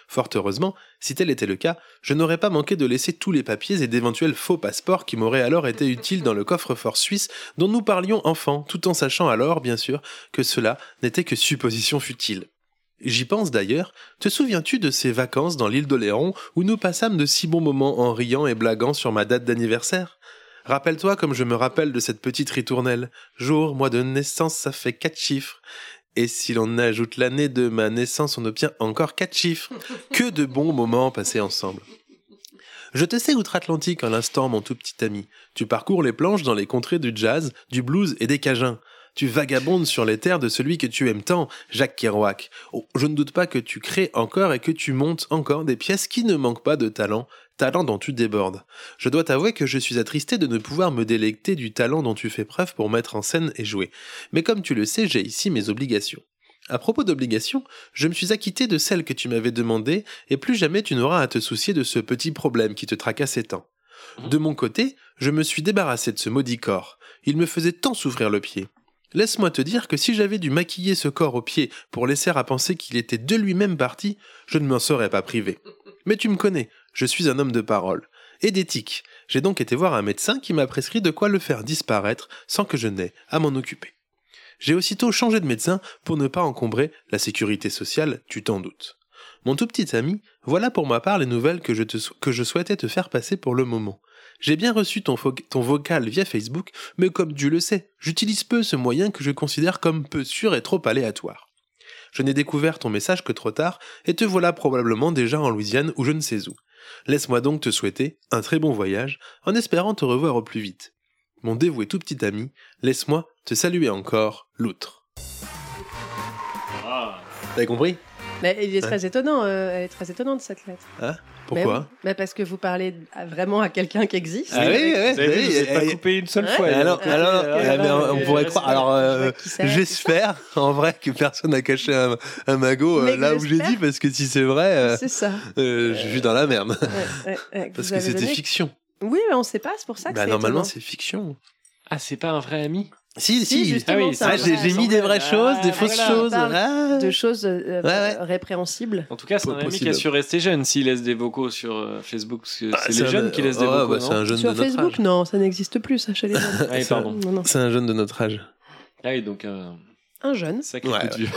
S6: Fort heureusement, si tel était le cas, je n'aurais pas manqué de laisser tous les papiers et d'éventuels faux passeports qui m'auraient alors été utiles dans le coffre-fort suisse dont nous parlions enfant, tout en sachant alors, bien sûr, que cela n'était que supposition futile. J'y pense d'ailleurs, te souviens-tu de ces vacances dans l'île d'Oléron où nous passâmes de si bons moments en riant et blaguant sur ma date d'anniversaire Rappelle-toi comme je me rappelle de cette petite ritournelle. Jour, mois de naissance, ça fait quatre chiffres. Et si l'on ajoute l'année de ma naissance, on obtient encore quatre chiffres. Que de bons moments passés ensemble. Je te sais outre-Atlantique à l'instant, mon tout petit ami. Tu parcours les planches dans les contrées du jazz, du blues et des cajuns. Tu vagabondes sur les terres de celui que tu aimes tant, Jacques Kerouac. Oh, je ne doute pas que tu crées encore et que tu montes encore des pièces qui ne manquent pas de talent, talent dont tu débordes. Je dois t'avouer que je suis attristé de ne pouvoir me délecter du talent dont tu fais preuve pour mettre en scène et jouer. Mais comme tu le sais, j'ai ici mes obligations. À propos d'obligations, je me suis acquitté de celles que tu m'avais demandées et plus jamais tu n'auras à te soucier de ce petit problème qui te tracassait tant. De mon côté, je me suis débarrassé de ce maudit corps. Il me faisait tant souffrir le pied. Laisse-moi te dire que si j'avais dû maquiller ce corps aux pieds pour laisser à penser qu'il était de lui-même parti, je ne m'en serais pas privé. Mais tu me connais, je suis un homme de parole et d'éthique. J'ai donc été voir un médecin qui m'a prescrit de quoi le faire disparaître sans que je n'aie à m'en occuper. J'ai aussitôt changé de médecin pour ne pas encombrer la sécurité sociale, tu t'en doutes. Mon tout petit ami, voilà pour ma part les nouvelles que je, te sou- que je souhaitais te faire passer pour le moment. J'ai bien reçu ton, fo- ton vocal via Facebook, mais comme tu le sais, j'utilise peu ce moyen que je considère comme peu sûr et trop aléatoire. Je n'ai découvert ton message que trop tard, et te voilà probablement déjà en Louisiane ou je ne sais où. Laisse-moi donc te souhaiter un très bon voyage, en espérant te revoir au plus vite. Mon dévoué tout petit ami, laisse-moi te saluer encore, l'outre.
S1: Ah.
S6: T'as compris
S5: (laughs) Mais il est très étonnant, euh, elle est très étonnante cette lettre. mais,
S6: Pourquoi
S5: oui. Mais Parce que vous parlez à- vraiment à quelqu'un qui existe.
S6: Ah oui, oui, oui,
S1: Vous avez vu,
S6: oui,
S1: vous êtes
S6: oui,
S1: pas
S6: oui.
S1: coupé une seule
S5: Ouais.
S1: fois.
S6: Alors,
S5: euh,
S6: alors,
S5: euh,
S6: ah, mais
S5: euh,
S6: on, on pourrait
S5: euh,
S6: croire.
S5: c'est-
S6: Alors, euh,
S5: Ouais, qui ça, qui
S6: j'espère en vrai que personne n'a caché un, un magot euh,
S5: Mais que
S6: là où j'ai
S5: j'espère.
S6: dit, parce que si c'est vrai, euh,
S5: C'est ça.
S6: euh, je vis dans la merde.
S5: Ouais, ouais, ouais,
S6: (laughs) Parce
S5: vous
S6: que
S5: avez
S6: c'était
S5: donné.
S6: fiction.
S5: Oui, mais on ne sait pas, c'est pour ça que
S6: Bah,
S5: c'est
S6: normalement,
S5: étonnant.
S6: c'est fiction.
S1: Ah, c'est pas un vrai ami
S6: Si,
S5: Si,
S6: si.
S5: justement,
S1: Ah oui,
S5: c'est
S1: ça,
S5: un
S6: Ah, j'ai
S5: vrai
S6: j'ai mis des vraies
S1: Ah,
S6: choses, des
S1: voilà.
S6: fausses
S5: On
S6: choses.
S5: parle
S6: Ah.
S5: de choses euh,
S6: Ouais,
S5: répréhensibles.
S1: En tout cas, c'est
S6: Pas
S1: un ami
S6: possible.
S1: qui a su rester jeune s'il laisse des vocaux sur euh, Facebook. parce que
S6: Ah,
S1: c'est les
S6: un-
S1: jeunes qui laissent des
S6: ouais,
S1: vocaux.
S6: bah,
S1: non
S6: C'est un jeune de
S5: Sur
S6: notre
S5: Facebook,
S6: âge.
S5: non, ça n'existe plus, ça, chez les jeunes.
S1: (laughs) Ah oui,
S6: ça-
S1: pardon.
S5: Non, non.
S6: C'est un jeune de notre âge.
S1: Ah oui, donc euh,
S5: Un jeune.
S1: sacré
S6: Ouais,
S1: coup de vieux.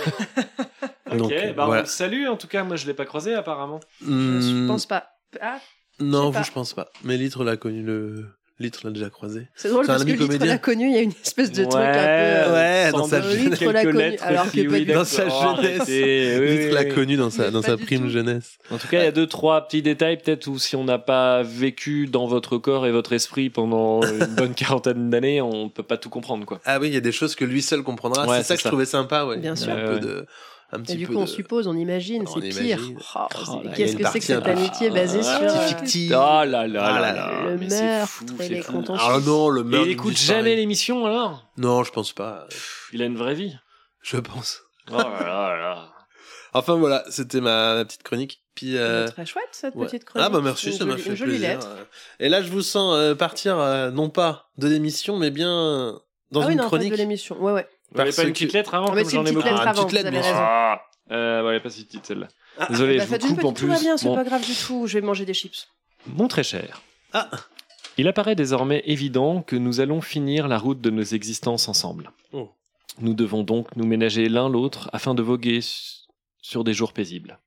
S1: ok,
S6: Donc, euh,
S1: bah, on
S6: voilà.
S1: le salue en tout cas. Moi, je l'ai pas croisé apparemment.
S5: Je
S6: Hmm,
S5: pense pas. Ah,
S6: non,
S5: pas.
S6: vous, je pense pas. Mais Litre l'a connu, le. Litre l'a déjà croisé.
S5: c'est drôle
S6: C'est un
S5: parce que
S6: ami
S5: Litre
S6: comédien.
S5: l'a connu, il y a une espèce de truc un peu.
S1: Ouais,
S5: euh,
S6: Ouais,
S1: sans
S6: dans sa
S1: doute
S6: jeunesse.
S1: quelques
S5: Litre l'a connu,
S1: lettres
S5: alors que
S1: qui,
S5: pas
S1: oui,
S5: du
S6: Dans sa
S1: d'accord,
S6: jeunesse.
S1: arrêtez, oui,
S6: Litre
S1: oui,
S6: l'a
S1: oui.
S6: connu dans
S5: Mais
S6: sa, dans
S5: pas
S6: sa
S5: du
S6: prime
S5: tout.
S6: jeunesse.
S1: En tout cas, il y a deux, trois petits détails peut-être où si on n'a pas vécu dans votre corps et votre esprit pendant une bonne (laughs) quarantaine d'années, on peut pas tout comprendre, quoi.
S6: Ah oui, il y a des choses que lui seul comprendra.
S1: Ouais,
S6: c'est ça
S1: c'est
S6: que
S1: ça.
S6: je trouvais sympa, ouais.
S5: Bien
S6: Il y a
S5: sûr.
S6: Un,
S1: Ouais,
S6: peu de, un petit
S5: Et du
S6: peu
S5: coup, on
S6: de-
S5: suppose, on imagine,
S6: On
S5: c'est pire.
S6: imagine.
S5: Oh,
S1: Oh là là,
S5: Qu'est-ce
S6: il y
S5: que
S6: a une
S5: c'est que cette
S6: partie un peu-
S5: amitié basée
S1: Ah,
S5: sur. euh,
S6: fictif.
S1: Ah là là
S6: Ah
S1: là
S6: là
S1: là,
S5: le
S1: mais c'est
S5: meurtre
S1: fou,
S5: et
S1: c'est
S5: les
S1: fou.
S5: contentieux.
S6: Ah non, le
S1: Et
S6: meurtre
S1: il
S6: du
S1: écoute
S6: disparu.
S1: jamais l'émission alors
S6: Non, je pense pas.
S1: Pff, Il a une vraie vie.
S6: Je pense.
S1: Oh là là là.
S6: Enfin voilà, c'était ma, ma petite chronique. Puis euh,
S5: Très chouette cette
S6: ouais.
S5: petite chronique.
S6: ah bah merci,
S5: Une
S6: ça m'a
S5: jolie-
S6: fait
S5: Une jolie
S6: plaisir.
S5: lettre.
S6: Et là, je vous sens euh, partir euh, non pas de l'émission, mais bien dans
S5: ah
S6: une
S5: oui, non, en fait,
S6: chronique.
S5: de l'émission. Ouais, ouais.
S1: Vous n'avez
S6: Parce
S1: pas une
S6: que-
S1: petite lettre avant
S5: Ah, mais
S1: comme
S5: c'est
S1: Ah, j'en
S5: une
S1: ai
S5: petite
S1: beaucoup.
S5: lettre
S6: Ah, une
S5: avant,
S6: petite lettre,
S5: vous avez
S6: bien sûr.
S5: raison.
S1: Ah euh, ouais, elle est pas si petite celle-là. Désolé,
S5: Bah,
S1: Ah, je vous
S5: faites une
S1: coupe en
S5: petite, tout va
S1: plus.
S5: bien, c'est
S1: Bon.
S5: pas grave du tout. Je vais manger des chips.
S1: Mon très cher.
S6: Ah.
S1: Il apparaît désormais évident que nous allons finir la route de nos existences ensemble.
S6: Oh.
S1: Nous devons donc nous ménager l'un l'autre afin de voguer s- sur des jours paisibles.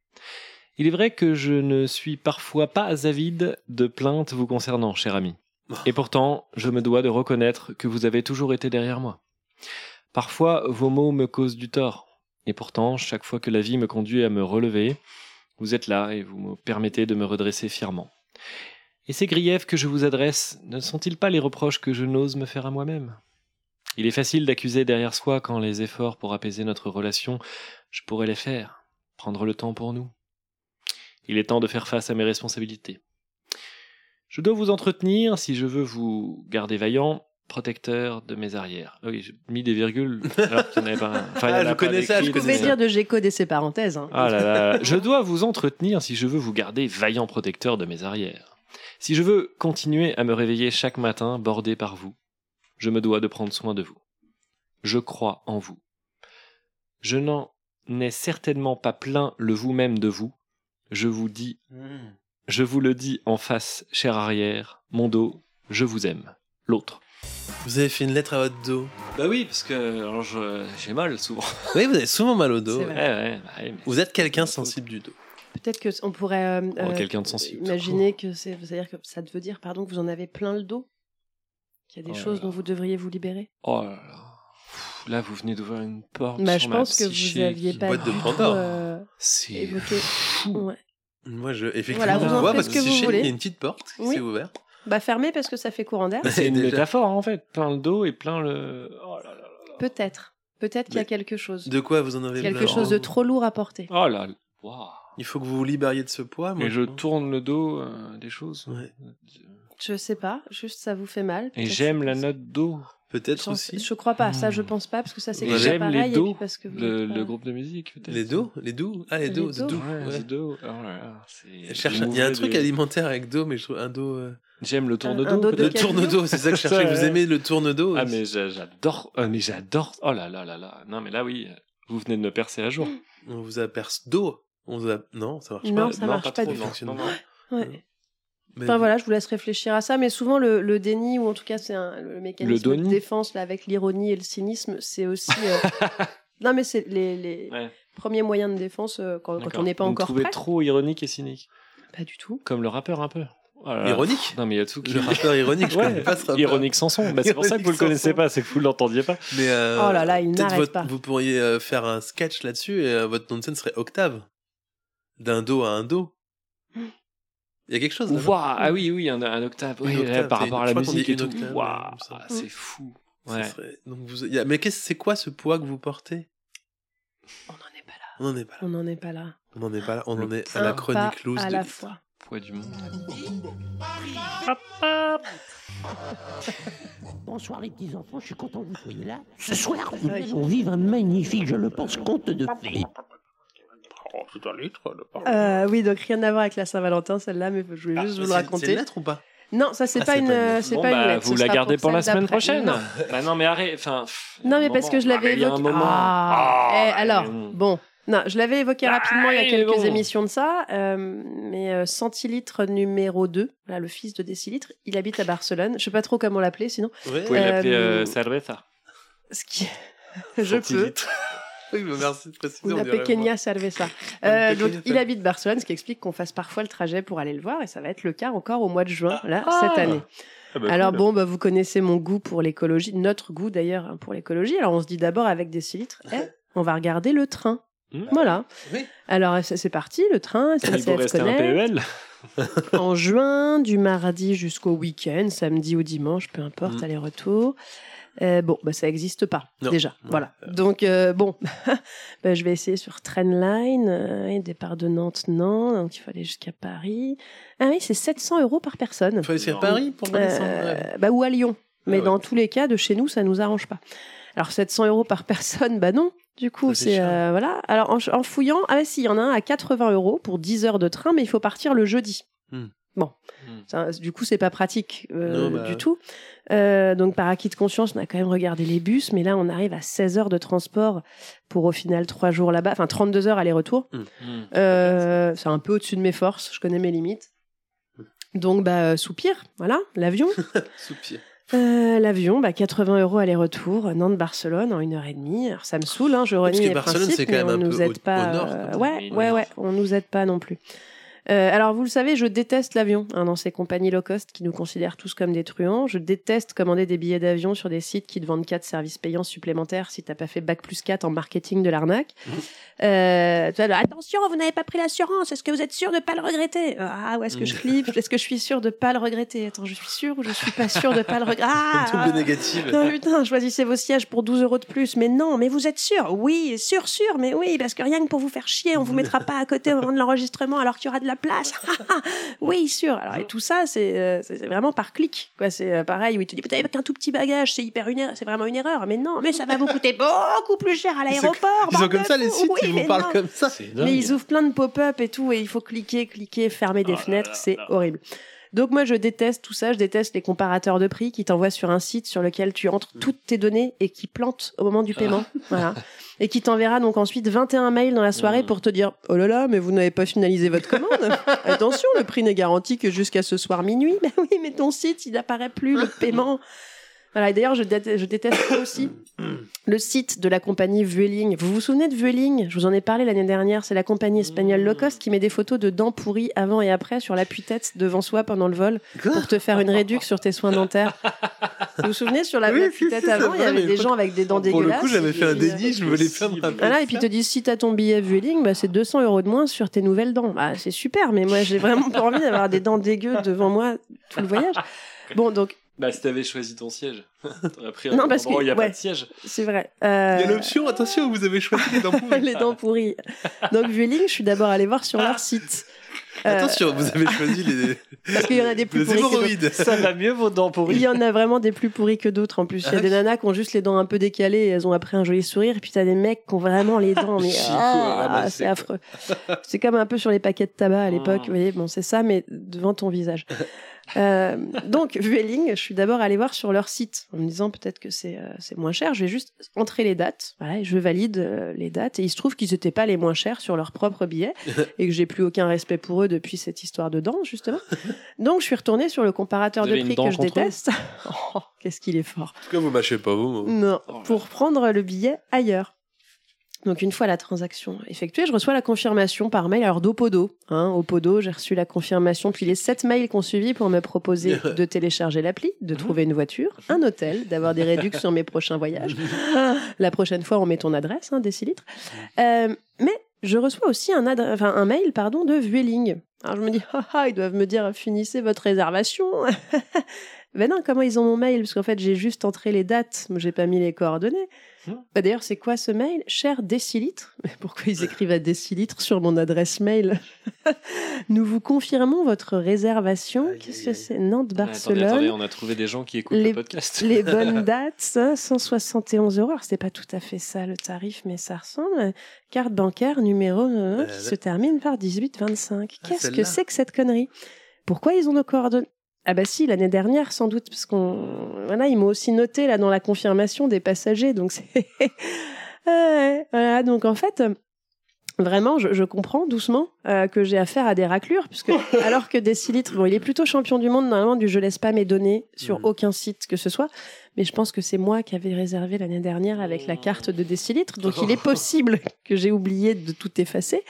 S1: Il est vrai que je ne suis parfois pas avide de plaintes vous concernant, cher ami.
S6: Ah.
S1: Et pourtant, je me dois de reconnaître que vous avez toujours été derrière moi. Parfois, vos mots me causent du tort. Et pourtant, chaque fois que la vie me conduit à me relever, vous êtes là et vous me permettez de me redresser fièrement. Et ces griefs que je vous adresse ne sont-ils pas les reproches que je n'ose me faire à moi-même Il est facile d'accuser derrière soi quand les efforts pour apaiser notre relation, je pourrais les faire, prendre le temps pour nous. Il est temps de faire face à mes responsabilités. Je dois vous entretenir si je veux vous garder vaillant, protecteur de mes arrières. Ah oui, j'ai mis des virgules alors qu'il n'y en avait pas. un. Enfin, il y en a
S6: Ah, je
S1: pas
S6: connais ça, je
S1: d'écrit,
S5: Vous
S6: connais
S1: mais-
S5: pouvez
S6: ça.
S5: dire de Géco dès ses parenthèses. hein.
S1: ah là là, je dois vous entretenir si je veux vous garder vaillant protecteur de mes arrières. Si je veux continuer à me réveiller chaque matin bordé par vous, je me dois de prendre soin de vous. Je crois en vous. Je n'en ai certainement pas plein le vous-même de vous. Je vous dis,
S6: Mmh.
S1: je vous le dis en face, cher arrière, mon dos, je vous aime. L'autre.
S6: Vous avez fait une lettre à votre dos.
S1: Bah oui, parce que j'ai mal souvent.
S6: Oui, vous avez souvent mal au dos.
S5: C'est
S1: Ouais,
S5: vrai.
S1: ouais, bah ouais, mais
S6: Vous êtes quelqu'un sensible du dos.
S5: Peut-être que on pourrait euh,
S1: Oh,
S5: euh,
S1: quelqu'un de sensible.
S5: imaginer que c'est, c'est-à-dire que ça veut dire, pardon, que vous en avez plein le dos, qu'il y a des
S1: Oh là
S5: choses
S1: là.
S5: dont vous devriez vous libérer.
S1: Oh là là. Pff, Là, vous venez d'ouvrir une porte.
S5: Bah,
S1: sur
S5: je
S1: ma
S5: pense que vous
S1: psyché
S5: n'aviez
S1: qui-
S5: pas
S6: boîte de
S5: du tout,
S6: Pandore.
S5: euh,
S6: C'est
S5: évoqué.
S6: fou.
S5: Ouais.
S6: Moi, je, effectivement,
S5: Voilà,
S1: vous
S6: on
S1: en
S6: voit
S1: faites
S6: parce
S1: ce
S6: que,
S5: que
S6: si
S5: vous
S6: chez-
S5: voulez.
S6: il y a une petite porte qui
S5: Oui.
S6: s'est ouverte.
S5: Bah fermé parce que ça fait courant d'air.
S1: Bah, C'est une
S6: (laughs) Déjà.
S1: métaphore, en fait. Plein le dos et plein le. Oh là là.
S5: Peut-être, peut-être qu'il y a
S6: Mais-
S5: quelque chose,
S6: De quoi vous en avez
S5: quelque
S6: plein
S5: chose
S1: hein.
S5: de trop lourd à porter.
S1: Oh là là. Waouh.
S6: Il faut que vous vous libériez de ce poids. moi,
S1: Et je
S6: pense.
S1: tourne le dos euh, des choses.
S6: Ouais.
S5: Je sais pas, juste ça vous fait mal.
S1: Et
S5: peut-être
S1: j'aime
S5: c'est-
S1: la note do,
S6: Peut-être
S5: J'en-
S6: aussi.
S5: Je crois pas, ça je
S1: Hmm.
S5: pense pas parce que ça c'est
S1: Et
S5: que
S1: j'aime les
S5: pareil, et
S1: dos,
S5: puis parce que vous
S1: le,
S5: êtes pas-
S1: le groupe de musique, peut-être.
S6: Les dos Les dos Ah, les
S5: Les
S6: dos. the
S5: dos.
S6: do,
S1: Ouais,
S6: ouais.
S1: the do. Oh là là, c'est-
S6: Je cherche-
S1: le
S6: Il y a un
S1: mouvement
S6: truc
S1: de-
S6: alimentaire avec dos, mais je trouve un dos. euh,
S1: J'aime le tourne-dos.
S5: Un dos de
S1: peut-être.
S6: Le
S5: quel
S6: tourne-dos, c'est ça
S1: (laughs)
S6: que je cherchais.
S1: Ouais.
S6: Vous aimez le tourne-dos
S1: Ah
S6: aussi.
S1: mais j'a- j'adore, ah, mais j'adore. Oh là là là là. Non mais là oui, vous venez de me percer à jour.
S6: On vous aperce dos. On vous a... Non, ça marche
S5: Non,
S6: pas.
S5: ça marche pas
S6: trop,
S5: du
S6: non,
S5: tout.
S6: non, non.
S5: Ouais.
S6: Mais-
S5: Enfin voilà, je vous laisse réfléchir à ça, mais souvent le, le déni, ou en tout cas c'est un- le mécanisme
S1: doni.
S5: de défense là, avec l'ironie et le cynisme, c'est aussi... euh, non mais c'est les, les
S1: Ouais.
S5: premiers moyens de défense euh, quand, quand
S1: D'accord.
S5: on n'est pas
S1: Vous me
S5: encore
S1: trouvez
S5: prêt.
S1: trop ironique et cynique,
S5: Pas du tout.
S1: comme le rappeur un peu. Oh là là.
S6: Ironique
S1: Non mais il y a tout qui.
S6: Le rappeur ironique, je
S1: Euh, Ouais.
S6: connais pas ce rappeur.
S1: Ironique Sanson. Bah, c'est pour ça que vous le
S6: Ironique
S1: connaissez
S6: Sanson.
S1: pas, c'est que vous l'entendiez pas.
S6: Mais euh,
S5: Oh là là, il
S6: peut-être
S5: n'arrête
S6: votre-
S5: pas.
S6: vous pourriez euh, faire un sketch là-dessus et euh, votre nom de scène serait Octave. D'un dos à un dos. Il y a quelque chose là.
S1: Ouah, ah oui oui, un, un octave.
S6: Une
S1: Oui,
S6: octave,
S1: ouais, par
S6: c'est
S1: rapport
S6: une-
S1: à la
S6: je crois qu'on
S1: musique
S6: dit
S1: et
S6: une
S1: tout.
S6: octave,
S1: Ouah,
S6: il me semble.
S1: c'est fou.
S6: Ce
S1: Ouais.
S6: serait- Donc vous... il y a- Mais qu'est-ce- c'est quoi ce poids que vous portez
S5: On n'en est pas là.
S6: On n'en est pas là.
S5: On n'en est pas là.
S6: On n'en est pas là. On en est à
S5: Un pas
S6: la chronique loose.
S5: à
S6: de-
S5: la fois.
S1: Poids du monde.
S2: Bonsoir les petits enfants, je suis content que vous soyez là. Ce soir, nous allons vivre un magnifique, je le pense, conte de fées.
S4: Oh, c'est un litre, le parfum.
S5: Euh, oui, donc rien à voir avec la Saint-Valentin, celle-là, mais je voulais
S6: Ah,
S1: bah,
S5: juste vous
S6: c'est-
S5: le
S6: C'est une
S5: raconter.
S6: lettre ou pas
S5: Non, ça c'est
S6: Ah,
S5: pas
S6: c'est
S5: une,
S6: pas une
S5: euh,
S6: lettre.
S5: c'est
S1: Bon,
S5: pas une
S1: bah,
S5: lettre,
S1: vous
S5: ce
S1: la
S5: sera
S1: gardez pour la
S5: celle
S1: semaine
S5: d'après.
S1: prochaine.
S5: Non.
S1: bah non, mais arrête. Enfin, pff,
S5: Non, mais
S1: un
S5: parce
S1: moment.
S5: que je
S1: Ah,
S5: l'avais
S1: mais Il y a un
S5: évoqué.
S1: moment.
S5: Ah,
S1: Ah,
S5: eh, alors,
S1: mais-
S5: bon. Non, je l'avais évoqué rapidement il y
S1: Ah,
S5: a quelques
S1: bon.
S5: émissions de ça, euh, mais euh, centilitre numéro 2, là, le fils de décilitre, il habite à Barcelone. Je sais pas trop comment l'appeler, sinon.
S1: Vous
S6: Oui,
S1: pouvez
S5: Euh,
S1: l'appeler euh,
S5: hum.
S1: Cerveza.
S5: Ce qui... (laughs) je peux.
S1: Centilitre.
S6: (laughs) oui, mais merci de préciser.
S5: On
S6: on
S5: l'appelait
S6: dirait
S1: (laughs)
S5: Kenya Cerveza.
S6: Un
S5: Euh,
S6: Pequeña
S5: donc, il
S6: Cerveza.
S5: habite Barcelone, ce qui explique qu'on fasse parfois le trajet pour aller le voir, et ça va être le cas encore au mois de juin, là,
S1: Ah.
S5: cette année.
S1: (laughs)
S5: Alors bon, bah, vous connaissez mon goût pour l'écologie, notre goût d'ailleurs hein, pour l'écologie. Alors on se dit d'abord avec des cilindres, on va regarder le train.
S1: Hmm.
S5: Voilà.
S6: Oui.
S5: Alors ça, c'est parti, le train,
S1: Il vous
S5: SNCF
S1: reste un E.
S5: Connect,
S1: PEL.
S5: en juin, du mardi jusqu'au week-end, samedi ou dimanche, peu importe,
S1: Mmh.
S6: Hmm.
S5: aller-retour. Euh, bon, bah, ça n'existe pas
S6: Non.
S5: déjà.
S6: Non.
S5: Voilà. Donc euh, bon, (laughs) bah, je vais essayer sur Trainline, euh, et départ de Nantes, Nantes, donc il faut aller jusqu'à Paris. Ah oui, c'est 700 euros par personne.
S6: Il faut essayer
S1: Non.
S6: Paris pour
S5: Euh,
S6: descendre. ouais.
S5: bah, ou à Lyon. Mais
S6: Ah ouais.
S5: dans tous les cas, de chez nous, ça nous arrange pas. Alors 700 euros par personne, bah non. Du coup,
S6: Ça, c'est
S5: c'est
S6: cher.
S5: euh, voilà. Alors en, ch- en fouillant, ah si, il y en a un à 80 euros pour 10 heures de train, mais il faut partir le jeudi.
S6: Hmm.
S5: Bon,
S1: Hmm.
S5: Ça, du coup, c'est pas pratique euh,
S6: Non, bah,
S5: du
S6: ouais.
S5: tout. Euh, donc par acquis de conscience, on a quand même regardé les bus, mais là, on arrive à 16 heures de transport pour au final 3 jours là-bas, enfin 32 heures aller-retour.
S1: Hum.
S5: Euh, c'est un peu au-dessus de mes forces, je connais mes limites. Donc, bah, euh, soupir, voilà, l'avion.
S6: Soupir.
S5: Euh, l'avion, bah, 80 euros aller-retour, Nantes-Barcelone en une heure et demie. Alors, ça me saoule, hein, je renie
S6: que
S5: les
S6: Barcelone,
S5: principes,
S6: c'est quand
S5: mais
S6: même
S5: on
S6: un
S5: nous
S6: peu
S5: aide
S6: au-
S5: pas.
S6: au nord,
S5: euh,
S6: quand
S5: ouais,
S1: même.
S5: ouais, ouais, on nous aide pas non plus. Euh, alors, vous le savez, je déteste l'avion hein, dans ces compagnies low cost qui nous considèrent tous comme des truands. Je déteste commander des billets d'avion sur des sites qui te vendent 4 services payants supplémentaires si t'as pas fait bac plus 4 en marketing de l'arnaque. Euh, tu vois, le, attention, vous n'avez pas pris l'assurance. Est-ce que vous êtes sûr de pas le regretter Ah, ouais, est-ce que je clique Est-ce que je suis sûr de pas le regretter Attends, je suis sûr ou je suis pas sûr de pas le regretter Ah
S6: Tout négative.
S5: (laughs) non, putain, choisissez vos sièges pour 12 euros de plus. Mais non, mais vous êtes sûr Oui, sûr, sûr, mais oui, parce que rien que pour vous faire chier, on vous mettra pas à côté au moment de l'enregistrement alors qu'il y aura de la place. (laughs) oui, sûr. Alors, et tout ça, c'est euh, c'est- c'est vraiment par clic. quoi. C'est euh, pareil, oui, tu dis, vous n'avez qu'un tout petit bagage, c'est hyper une erreur- c'est vraiment une erreur. Mais non, mais ça va vous coûter beaucoup plus cher à
S6: Ils sont-
S5: l'aéroport.
S6: Ils sont
S5: bande
S6: comme
S5: de
S6: ça les
S5: fous.
S6: sites,
S5: Oui,
S6: ils
S5: mais
S6: vous parlent
S5: non.
S6: comme ça.
S1: C'est dingue.
S5: Mais ils ouvrent plein de pop-up et tout, et il faut cliquer, cliquer, fermer des
S1: Oh là
S5: fenêtres,
S1: là
S5: c'est
S1: là.
S5: horrible. Donc moi, je déteste tout ça. Je déteste les comparateurs de prix qui t'envoient sur un site sur lequel tu entres
S1: Mm.
S5: toutes tes données et qui plante au moment du
S1: Ah.
S5: paiement.
S1: (laughs)
S5: Voilà. Et qui t'enverra donc ensuite 21 mails dans la soirée
S1: Mm.
S5: pour te dire « Oh là là, mais vous n'avez pas finalisé
S1: (laughs)
S5: votre commande. Attention, le prix n'est garanti que jusqu'à ce soir minuit. Ben oui, mais ton site, il n'apparaît plus, le paiement. » Voilà, et d'ailleurs, je déteste, je déteste (coughs) aussi le site de la compagnie Vueling. Vous vous souvenez de Vueling Je vous en ai parlé l'année dernière. C'est la compagnie espagnole low cost qui met des photos de dents pourries avant et après sur l'appui-tête devant soi pendant le vol pour te faire une réduction sur tes soins dentaires. vous vous souvenez sur la
S6: Oui,
S5: la
S6: si, si,
S5: petite tête
S6: c'est
S5: avant, il y
S6: vrai,
S5: avait
S6: mais
S5: des
S6: faut-
S5: gens avec des dents
S6: Pour le
S5: dégueulasses.
S6: coup, j'avais
S5: et
S6: fait un
S5: puis,
S6: déni, je me l'ai fait
S1: Possible.
S6: me rappeler
S5: Voilà, et puis ils
S6: ça.
S5: te disent si t'as ton billet Vueling, bah, c'est 200 euros de moins sur tes nouvelles dents. Bah, c'est super, mais moi j'ai vraiment pas envie d'avoir des dents dégueu devant moi tout le voyage. Bon, donc
S1: Bah, si t'avais choisi ton siège, t'aurais pris un
S5: Non, parce
S1: endroit où
S5: que-
S1: il n'y a pas
S5: ouais.
S1: de siège.
S5: c'est vrai. Euh,
S6: Il y a l'option, attention, vous avez choisi les dents
S5: (laughs)
S6: pourries.
S5: les dents pourries. Donc Vueling, je suis d'abord allée voir sur leur site. Euh,
S6: Attention, vous avez
S5: (laughs)
S6: choisi les,
S5: parce qu'il y en a des plus
S6: les
S5: pourries que d'autres.
S6: hémorroïdes.
S1: Ça va mieux vos dents
S5: Il
S1: pourries.
S5: y en a vraiment des plus pourris que d'autres en plus. Il y a des nanas qui ont juste les dents un peu décalées et elles ont après un joli sourire. Et puis t'as des mecs qui ont vraiment les dents. Mais
S6: Chico
S5: ah,
S6: ramassé,
S5: c'est
S6: quoi.
S5: affreux. C'est comme un peu sur les paquets de tabac à l'époque.
S1: Mm.
S5: Vous voyez, bon, c'est ça, mais devant ton visage. Euh, donc, Vueling, je suis d'abord allée voir sur leur site en me disant peut-être que c'est euh, c'est moins cher. Je vais juste entrer les dates. Voilà, et je valide euh, les dates. Et il se trouve qu'ils n'étaient pas les moins chers sur leur propre billet
S1: (laughs)
S5: et que j'ai plus aucun respect pour eux depuis cette histoire de dents,
S1: (laughs)
S5: justement. Donc, je suis retournée sur le comparateur
S1: Vous
S5: de
S1: avez une
S5: prix
S1: dent
S5: que je
S1: contre eux
S5: déteste. (laughs) Oh, qu'est-ce qu'il est fort.
S6: Pourquoi vous hein. mâchez pas vos mots
S5: Non,
S1: Oh là
S5: pour prendre le billet ailleurs. Donc une fois la transaction effectuée, je reçois la confirmation par mail. Alors d'Opodo, hein, Opodo, j'ai reçu la confirmation, puis les sept mails qu'on suivit pour
S1: (laughs)
S5: me proposer de télécharger l'appli,
S1: Mhm.
S5: de trouver une voiture, un hôtel, d'avoir des réductions sur mes
S1: (laughs)
S5: prochains voyages. La prochaine fois, on met ton adresse, hein, décilitre. Euh, mais je reçois aussi un, adre- enfin, un mail pardon, de Vueling. Alors je me dis, ah, ah, ils doivent me dire, finissez votre réservation. (laughs) Ben non, comment ils ont mon mail Parce qu'en fait, j'ai juste entré les dates, mais j'ai pas mis les coordonnées.
S1: Hmm.
S5: Bah, D'ailleurs, c'est quoi ce mail Cher décilitre Mais pourquoi ils écrivent à décilitre sur mon adresse mail (laughs) Nous vous confirmons votre réservation.
S6: Aïe,
S5: Qu'est-ce
S6: aïe,
S5: que
S6: aïe.
S5: c'est Nantes,
S1: Ah,
S5: Barcelone.
S1: Attendez, attendez, on a trouvé des gens qui écoutent
S5: Les-
S1: le podcast.
S5: Les bonnes dates, hein, ça, 171 euros. Alors, c'est pas tout à fait ça le tarif, mais ça ressemble. Carte bancaire numéro euh,
S6: Euh,
S5: qui
S6: là.
S5: se termine par 1825.
S6: Ah,
S5: Qu'est-ce que
S6: celle-là.
S5: c'est que cette connerie Pourquoi ils ont nos coordonnées Ah bah si, l'année dernière sans doute, parce qu'on voilà, ils m'ont aussi noté là dans la confirmation des passagers, donc c'est (laughs) Ah ouais, voilà. Donc en fait. Vraiment, je, je comprends doucement euh, que j'ai affaire à des raclures,
S6: (laughs)
S5: puisque alors que Décilitre, bon, il est plutôt champion du monde normalement du je laisse pas mes données sur
S6: Mhm.
S5: aucun site que ce soit, mais je pense que c'est moi qui avais réservé l'année dernière avec
S6: Oh.
S5: la carte de décilitre, donc
S6: (laughs)
S5: il est possible que j'ai oublié de tout effacer.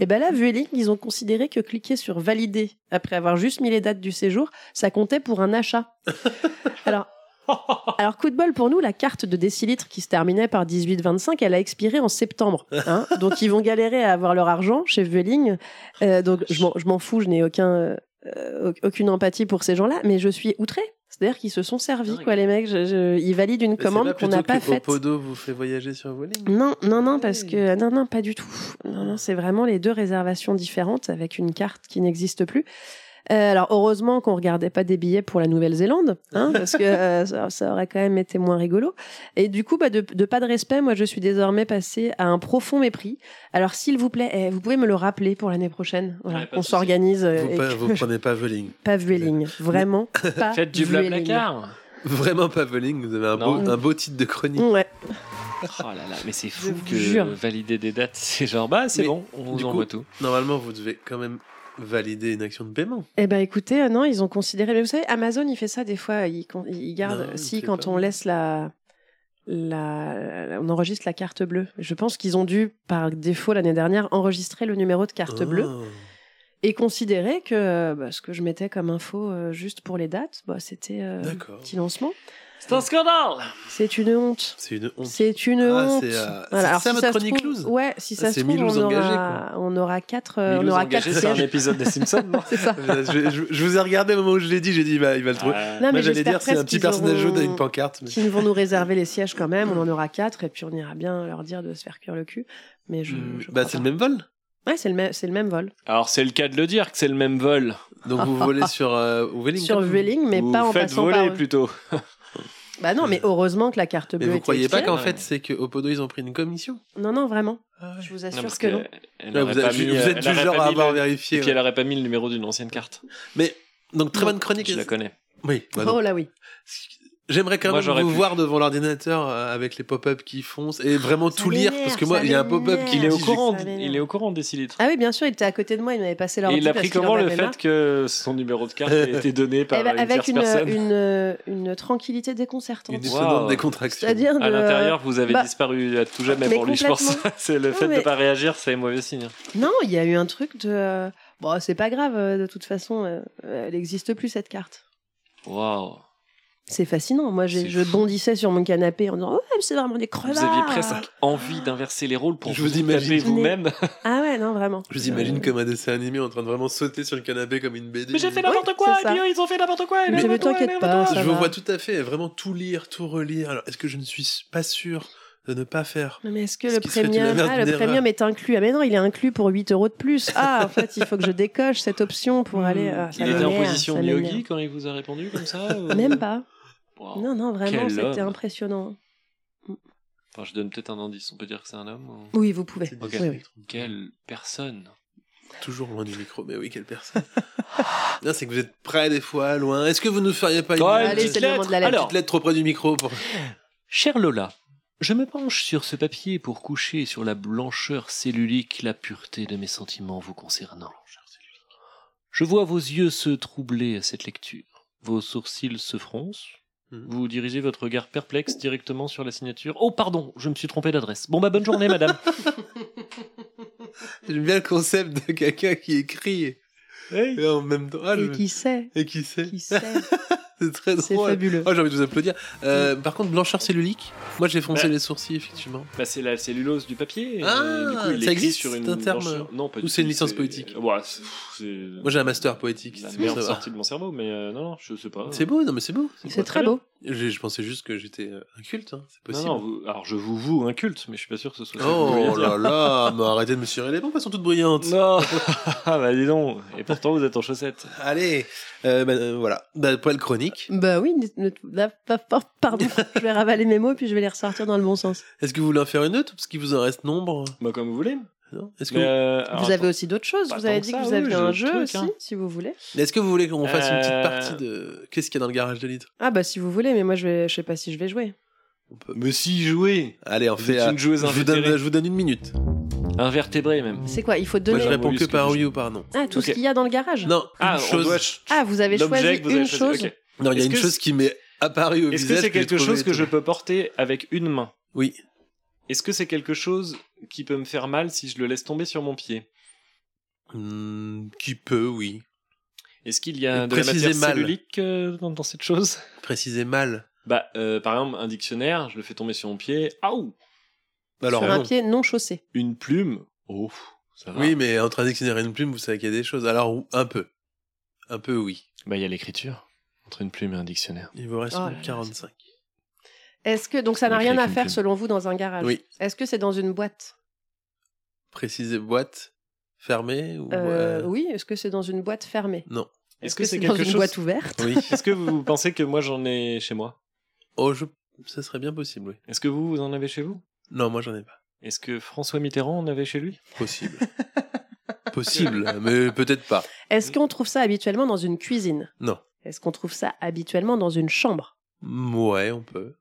S5: Et ben là, Vueling, ils ont considéré que cliquer sur valider après avoir juste mis les dates du séjour, ça comptait pour un
S6: (laughs)
S5: achat. Alors. Alors coup de bol pour nous, la carte de décilitre qui se terminait par 1825, elle a expiré en septembre.
S6: (laughs)
S5: hein. donc ils vont galérer à avoir leur argent chez Vueling. Euh, donc je m'en- je m'en fous, je n'ai aucun, euh, euh, aucune empathie pour ces gens-là, mais je suis outrée. C'est-à-dire qu'ils se sont servis,
S1: Dingue.
S5: quoi, les mecs. Je- je- ils valident une
S6: Mais c'est
S5: commande qu'on
S6: plutôt
S5: n'a
S6: que
S5: pas faite. Mmh.
S6: Opodo vous fait voyager sur Vueling
S5: Non, non, non, parce que non, non, pas du tout. Non, non, c'est vraiment les deux réservations différentes avec une carte qui n'existe plus. Euh, alors heureusement qu'on regardait pas des billets pour la Nouvelle-Zélande, hein, parce que euh, ça, ça aurait quand même été moins rigolo. Et du coup, bah, de, de pas de respect, moi je suis désormais passée à un profond mépris. Alors s'il vous plaît, eh, vous pouvez me le rappeler pour l'année prochaine. Voilà,
S1: Ouais, pas de
S5: on
S1: souci.
S5: s'organise. euh,
S6: Vous,
S5: et
S6: pas-
S5: que-
S6: vous prenez pas Vueling. (laughs)
S5: pas Vueling, vraiment pas.
S1: (laughs) Faites du
S5: Vueling.
S1: blablacar.
S6: Vraiment pas Vueling, vous avez un,
S1: Non.
S6: beau, un beau titre de chronique.
S5: Ouais.
S1: Oh là là, mais c'est fou
S5: vous
S1: que
S5: jure.
S1: valider des dates, (laughs) c'est genre bah c'est
S6: Mais,
S1: bon, on
S6: du
S1: vous
S6: coup-
S1: envoie tout.
S5: Mmh.
S6: Normalement, vous devez quand même valider une action de paiement.
S5: Eh ben écoutez, euh, non, ils ont considéré. Mais vous savez, Amazon, il fait ça des fois. Il, con- il garde.
S6: Non, il
S5: si
S6: fait
S5: quand
S6: pas.
S5: on laisse la, la, la- on enregistre la carte bleue. Je pense qu'ils ont dû par défaut l'année dernière enregistrer le numéro de carte
S6: Ah.
S5: bleue et considérer que euh, bah, ce que je mettais comme info euh, juste pour les dates, bah, c'était euh,
S6: D'accord.
S5: petit lancement.
S1: C'est un scandale.
S5: C'est une honte.
S6: C'est une honte.
S5: C'est une
S6: Ah,
S5: honte.
S6: c'est, euh,
S5: Voilà,
S6: c'est
S5: alors,
S6: ça
S5: si
S6: votre
S5: se
S6: chronique
S5: trouve-
S6: loose
S5: Ouais, si ça
S6: Ah,
S5: se
S6: c'est
S5: trouve, on
S6: Milouz engagé,
S5: aura, on aura quatre, euh, on
S1: Milou
S5: aura
S1: engagé,
S5: quatre
S1: c'est un
S6: (laughs)
S5: sièges.
S1: épisode des (laughs) Simpsons. non
S5: C'est ça. Ah,
S6: je, je- je vous ai regardé au moment où je l'ai dit, j'ai dit, bah, il va le trouver.
S1: Euh,
S5: Non,
S6: Moi,
S5: mais
S6: j'allais
S5: j'espère
S6: dire, c'est un
S5: presque
S6: petit
S5: qu'ils
S6: personnage jaune
S5: auront-
S6: avec une pancarte. mais-
S5: qui vont nous réserver les sièges quand même. On en aura quatre et puis on ira bien leur dire de se faire cuire le cul. Mais je.
S1: Mm,
S6: Hmm,
S5: je
S6: bah,
S5: crois
S6: c'est le
S5: pas.
S6: même vol.
S5: Ouais, c'est le même, c'est le même vol
S1: Alors c'est le cas de le dire que c'est le même vol.
S6: Donc, vous volez sur euh, Vueling.
S5: sur
S6: quand même.
S5: Vueling, mais
S1: Vous
S5: pas en
S1: faites
S5: passant
S1: voler
S5: par.
S1: plutôt.
S5: Bah non, mais heureusement que la carte bleue.
S6: Mais vous
S5: était
S6: croyez pas
S5: expirée.
S6: qu'en fait, c'est que Opodo, ils ont pris une commission
S5: Non, non, vraiment.
S6: Ah ouais.
S5: Je vous
S1: Non,
S5: assure
S1: parce
S5: que, non.
S1: elle
S6: Là,
S1: aurait
S6: vous,
S1: pas
S6: êtes-
S1: mis,
S6: vous
S1: euh,
S6: êtes
S1: elle
S6: du
S1: aurait
S6: genre
S1: pas
S6: à
S1: mis
S6: avoir
S1: le- Et
S6: vérifié.
S1: puis elle aurait pas mis le numéro d'une ancienne carte.
S6: Mais Donc très bonne chronique.
S1: Je la connais.
S6: Oui. bah non.
S5: oh là oui.
S6: J'aimerais quand
S1: Moi,
S6: même
S1: j'aurais
S6: vous
S1: pu.
S6: voir devant l'ordinateur euh, avec les pop-up qui foncent et vraiment
S5: Ça
S6: tout lire
S5: m'énerve,
S6: parce que moi
S5: ça
S6: il y a un pop-up
S5: m'énerve.
S6: qui
S1: Il est au
S6: dit-
S1: courant,
S5: Ça m'énerve.
S1: il est au courant des 6 litres.
S5: Ah oui, bien sûr, il était à côté de moi, il m'avait passé leur
S1: Et il a pris comment le fait que son numéro de (laughs) carte a été donné par Eh ben, une
S5: Eh ben, Avec
S1: tierce
S5: une,
S1: personne
S5: une, euh, une tranquillité déconcertante.
S6: une
S1: Wow.
S6: étonnante décontraction.
S5: C'est-à-dire de.
S1: À l'intérieur, vous avez
S5: Euh, bah,
S1: disparu à tout jamais
S5: mais
S1: pour lui, je pense.
S5: complètement.
S1: (laughs) C'est le
S5: Non,
S1: fait de
S5: mais-
S1: ne pas réagir, c'est mauvais signe.
S5: Non, il y a eu un truc de. euh, Bon, c'est pas grave, euh, de toute façon, euh, euh, elle n'existe plus cette carte.
S1: Waouh.
S5: C'est fascinant. Moi, j'ai-
S1: C'est
S5: je
S1: fou.
S5: bondissais sur mon canapé en disant Oh, c'est vraiment des crevards
S1: Vous aviez presque envie d'inverser les rôles pour
S6: Je vous
S1: vous
S6: imagine.
S1: taper vous-même.
S5: Ah ouais, non, vraiment.
S6: Je vous imagine comme un dessin animé en train de vraiment sauter sur le canapé comme une BD.
S5: Oui, n'importe quoi, c'est et puis ça.
S1: ils ont fait n'importe quoi.
S5: Mais ne t'inquiète pas. ça
S6: je vous
S5: va.
S6: vois tout à fait vraiment tout lire, tout relire. Alors est-ce que je ne suis pas sûr de ne pas faire
S5: Non, mais est-ce que
S6: Ce
S5: le
S6: qui serait une
S5: premium,
S6: merde
S5: ah, le
S6: d'erreur.
S5: premium est inclus Ah mais non, il est inclus pour 8 euros de plus. Ah, en fait, il faut que je décoche cette option pour aller. Ah, ça
S1: Il était en
S5: m'énerve,
S1: position
S5: ça m'énerve.
S1: Miyogi quand il vous a répondu comme ça ou-
S5: Même pas.
S1: Waouh.
S5: Non, non, vraiment,
S1: Quel
S5: c'était
S1: homme.
S5: impressionnant.
S1: Enfin, je donne peut-être un indice. On peut dire que c'est un homme. ou-
S5: Oui, vous pouvez.
S1: Ok.
S5: Oui, oui.
S1: Quelle personne.
S6: Toujours loin du micro, mais oui, quelle personne. (laughs) non, c'est que vous êtes près des fois, loin. Est-ce que vous ne feriez pas une,
S1: Ouais,
S5: Allez,
S6: petite,
S5: c'est le moment de la lettre.
S1: Alors,
S6: petite lettre trop près du micro pour...
S1: Chère Lola, je me penche sur ce papier pour coucher sur la blancheur cellulique la pureté de mes sentiments vous concernant. Je vois vos yeux se troubler à cette lecture. Vos sourcils se froncent.
S6: Mhm.
S1: Vous dirigez votre regard perplexe directement sur la signature. Oh, pardon, je me suis trompé d'adresse. Bon, bah, bonne journée,
S6: (laughs)
S1: madame.
S6: J'aime bien le concept de quelqu'un qui écrit et en même temps... ah, je-
S5: Et qui sait
S6: Et qui sait
S5: Qui sait
S6: C'est très
S5: C'est
S6: drôle.
S5: fabuleux.
S6: Oh, j'ai envie de vous applaudir. Euh,
S5: Mm.
S6: Par contre, blancheur cellulique, moi j'ai foncé
S1: Ouais.
S6: les sourcils, effectivement.
S1: Bah, c'est la cellulose du papier.
S6: Ah,
S1: Euh, du coup, il
S6: ça
S1: écrit
S6: existe,
S1: sur
S6: c'est
S1: une
S6: un terme,
S1: blancheur. Non, pas
S6: ou
S1: du
S6: c'est une
S1: tout,
S6: licence poétique
S1: Ouais, c'est- euh, c'est-
S6: Moi j'ai un master poétique.
S1: la
S6: c'est pour
S1: merde
S6: ça.
S1: sortie de mon cerveau, mais euh, non, non, je sais pas.
S6: C'est beau, non mais c'est beau.
S5: C'est
S1: très
S5: très
S1: bien.
S5: beau.
S6: Je, je pensais juste que j'étais euh, inculte, hein, c'est
S1: Non,
S6: possible.
S1: non, vous- alors je vous voue un culte, mais je suis pas sûr que ce soit. ça que vous
S6: Oh
S1: vouliez dire.
S6: là là, mais arrêtez de me cirer les pompes, elles sont toutes brillantes.
S1: Non (laughs) Ah bah dis donc Et pourtant vous êtes en chaussettes.
S6: Allez, euh, ben, euh, voilà, ben, poil chronique.
S5: Bah oui, ne- ne- la- pa- pa- pardon, (laughs) je vais ravaler mes mots puis je vais les ressortir dans le bon sens.
S6: Est-ce que vous voulez en faire une autre parce qu'il vous en reste nombre
S1: Bah comme vous voulez.
S6: Non Est-ce que,
S1: Mais, euh, alors,
S5: vous avez
S1: attends.
S5: aussi d'autres choses.
S1: Pas
S5: Vous avez
S1: tant
S5: dit
S1: que
S5: que
S1: ça,
S5: vous
S1: oui,
S5: aviez
S1: j'ai
S5: un
S1: d'autres
S5: jeu
S1: trucs,
S5: aussi,
S1: hein.
S5: si vous voulez.
S6: mais est-ce que vous voulez qu'on fasse une petite
S1: Euh,
S6: partie de qu'est-ce qu'il y a dans le garage de litre
S5: Ah bah si vous voulez, mais moi je, vais, je sais pas si je vais jouer.
S6: On peut-
S1: Mais si jouer
S6: Allez, on
S1: Vous
S6: fait.
S1: êtes
S6: à-
S1: une joueuse
S6: je, vous donne,
S1: invétérée.
S6: je vous donne une minute.
S1: Invertébré même.
S5: C'est quoi Il faut
S6: Moi,
S5: donner
S6: je
S1: Moi,
S6: réponds
S1: oui,
S6: que
S1: ce que
S6: par
S1: je-
S6: oui ou par non.
S5: ah, tout
S1: Ok.
S5: ce qu'il y a dans le garage.
S6: Non,
S1: Ah,
S6: une
S1: on
S6: chose.
S1: doit-
S5: Ah, vous avez
S1: L'objet
S5: choisi
S1: que vous avez
S5: une chose.
S1: choisi. ok.
S6: Non, il y a
S1: Est-ce
S6: une
S1: que
S6: chose qui m'est apparue au
S1: Est-ce
S6: visage.
S1: que c'est
S6: j'ai
S1: quelque chose que
S6: trouvé
S1: je peux porter avec une main
S6: Oui.
S1: Est-ce que c'est quelque chose qui peut me faire mal si je le laisse tomber sur mon pied
S6: Hmm, qui peut, oui.
S1: Est-ce qu'il y a
S6: Et
S1: de la matière
S6: précisez mal.
S1: cellulique euh, dans, dans cette chose
S6: Préciser mal.
S1: Bah euh, par exemple un dictionnaire, je le fais tomber sur mon pied. Aouh
S6: Alors,
S5: sur un
S6: non.
S5: pied non chaussé.
S1: Une plume. Oh, ça va.
S6: Oui, mais entre un dictionnaire et une plume, vous savez qu'il y a des choses. Alors, ou- un peu. Un peu, oui.
S1: Bah il y a l'écriture entre une plume et un dictionnaire.
S6: Il vous reste
S5: Oh là là,
S6: 45.
S5: Est-ce que donc ça n'a
S1: Écrit
S5: rien à
S1: avec une
S5: faire
S1: plume.
S5: selon vous dans un garage
S6: Oui.
S5: Est-ce que c'est dans une boîte
S6: Préciser boîte, fermée ou.
S5: Euh,
S6: euh,
S5: Oui. Est-ce que c'est dans une boîte fermée
S1: Est-ce que c'est
S5: dans
S1: quelque
S5: une
S1: chose
S5: boîte ouverte
S6: Oui.
S1: (laughs) Est-ce que vous pensez que moi j'en ai chez moi
S6: Oh, je... ça serait bien possible, oui.
S1: Est-ce que vous, vous en avez chez vous
S6: Non, moi, j'en ai pas.
S1: Est-ce que François Mitterrand en avait chez lui
S6: Possible. possible, mais peut-être pas.
S5: Est-ce qu'on trouve ça habituellement dans une cuisine
S6: Non.
S5: Est-ce qu'on trouve ça habituellement dans une chambre
S6: Ouais, on peut.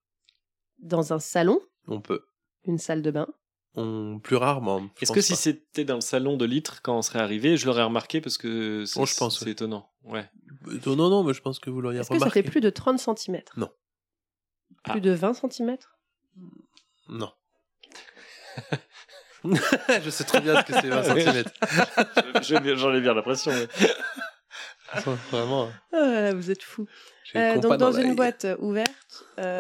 S5: Dans un salon
S6: On peut.
S5: Une salle de bain
S6: On... Plus rarement. je
S1: Est-ce
S6: pense
S1: que si
S6: pas.
S1: c'était dans le salon de litre quand on serait arrivé, je l'aurais remarqué parce que c'est
S6: Oh, je pense,
S1: c'est
S6: ouais.
S1: étonnant. Ouais.
S6: Non, Euh, non, non, mais je pense que vous l'auriez
S5: Est-ce que ça
S6: remarqué.
S5: fait plus de 30 cm
S6: Non.
S5: Plus de 20 cm
S6: Non. je sais très bien ce que c'est 20 cm. Euh,
S1: Je- J'en ai bien l'impression. (laughs) ouais.
S6: Vraiment.
S1: Ah,
S5: Vous êtes fou.
S6: j'ai le compas
S5: Euh, donc dans,
S6: l'œil.
S5: une boîte euh, ouverte.
S6: (laughs)
S5: euh,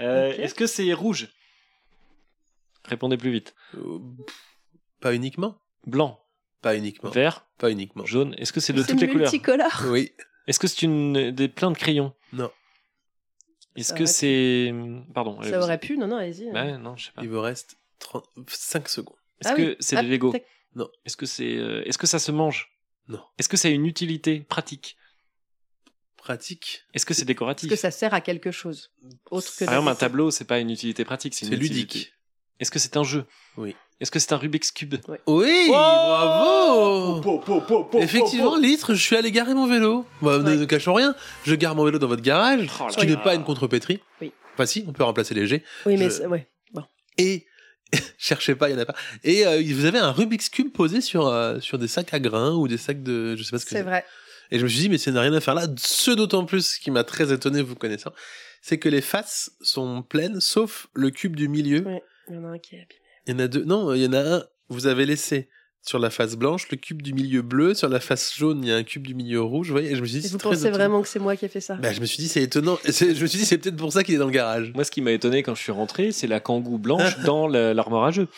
S1: Euh,
S5: Ok.
S1: Est-ce que c'est rouge Répondez plus vite.
S6: Euh, pff, Pas uniquement.
S1: Blanc,
S6: Pas uniquement.
S1: vert,
S6: Pas uniquement.
S1: jaune. Est-ce que c'est de
S5: c'est
S1: toutes les couleurs
S5: multicolore.
S6: (laughs) Oui.
S1: Est-ce que c'est une des pleins de crayons
S6: Non.
S1: Est-ce
S5: Ça
S1: que
S5: aurait pu.
S1: c'est pardon
S5: Ça aurait pu, non, non, allez-y. hein.
S1: Bah, non, je sais pas.
S6: Il vous reste 30 5 secondes.
S1: Est-ce
S5: Ah
S1: que
S5: oui.
S1: c'est
S5: Ah,
S1: des Lego
S5: tac.
S1: Est-ce que c'est euh, est-ce que ça se mange
S6: Non.
S1: Est-ce que ça a une utilité pratique
S6: Pratique.
S1: Est-ce que c'est
S5: Est-ce
S1: décoratif
S5: que ça sert à quelque chose autre que
S1: Par exemple,
S6: Ah,
S5: de-
S1: un tableau, c'est pas une utilité pratique, c'est
S6: C'est
S1: une
S6: ludique.
S1: utilité- Est-ce que c'est un jeu
S6: Oui.
S1: Est-ce que c'est un Rubik's Cube
S6: Oui,
S1: Oh
S6: bravo
S1: Po, po, po, po,
S6: Oh. Effectivement,
S1: po,
S6: litre, je suis allé garer mon vélo. Bah, ne,
S5: Ouais.
S6: ne cachons rien. Je gare mon vélo dans votre garage,
S1: Oh
S6: ce
S1: là
S6: qui n'est
S1: là.
S6: pas une contrepétrie.
S5: Oui.
S6: Enfin, si, on peut remplacer les G.
S5: Oui, mais
S6: Je-
S5: c'est- ouais.
S6: Et, cherchez pas, il y en a pas. Et euh, vous avez un Rubik's Cube posé sur, euh, sur des sacs à grains ou des sacs de. Je sais pas ce que
S5: c'est vrai.
S6: Et je me suis dit, mais ça n'a rien à faire là. Ce d'autant plus qui m'a très étonné, vous connaissant, c'est que les faces sont pleines, sauf le cube du milieu.
S5: Ouais. Il y en a un qui est abîmé.
S6: Il y en a deux. Non, il y en a un. Vous avez laissé sur la face blanche le cube du milieu bleu. Sur la face jaune, il y a un cube du milieu rouge. Vous voyez, et je me suis dit,
S5: Et
S6: c'est
S5: vous
S6: très
S5: pensez
S6: étonnant.
S5: vraiment que c'est moi qui ai fait ça
S6: Bah, je me suis dit, c'est étonnant. Et c'est- Je me suis dit, c'est peut-être pour ça qu'il est dans le garage.
S1: Moi, ce qui m'a étonné quand je suis rentré, c'est la kangou blanche dans la- l'armoire à jeu.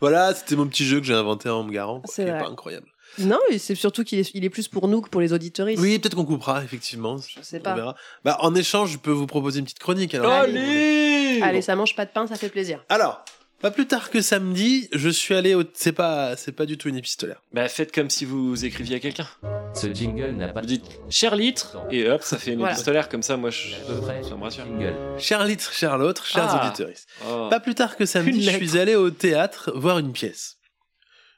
S6: Voilà, c'était mon petit jeu que j'ai inventé en me garant. quoi,
S5: C'est
S6: qui est
S5: vrai.
S6: pas incroyable.
S5: Non, et c'est surtout qu'il est, il est plus pour nous que pour les auditoristes.
S6: Oui, peut-être qu'on coupera, effectivement.
S5: Je sais
S6: On
S5: pas.
S6: verra. Bah, en échange, je peux vous proposer une petite chronique. Alors,
S1: Allez
S5: Allez, ça mange pas de pain, ça fait plaisir.
S6: Alors, pas plus tard que samedi, je suis allé au. C'est pas, c'est pas du tout une épistolaire.
S1: Bah, faites comme si vous écriviez à quelqu'un.
S7: Ce jingle n'a pas
S1: Vous dites « cher litre » et hop, ça fait une
S5: Voilà.
S1: épistolaire, comme ça, moi, je... ça me rassure.
S7: jingle.
S6: Cher litre, cher l'autre, chers
S1: Ah.
S6: auditeurs.
S1: Oh.
S6: Pas plus tard que samedi,
S1: Une
S6: je
S1: lettre.
S6: suis allé au théâtre voir une pièce.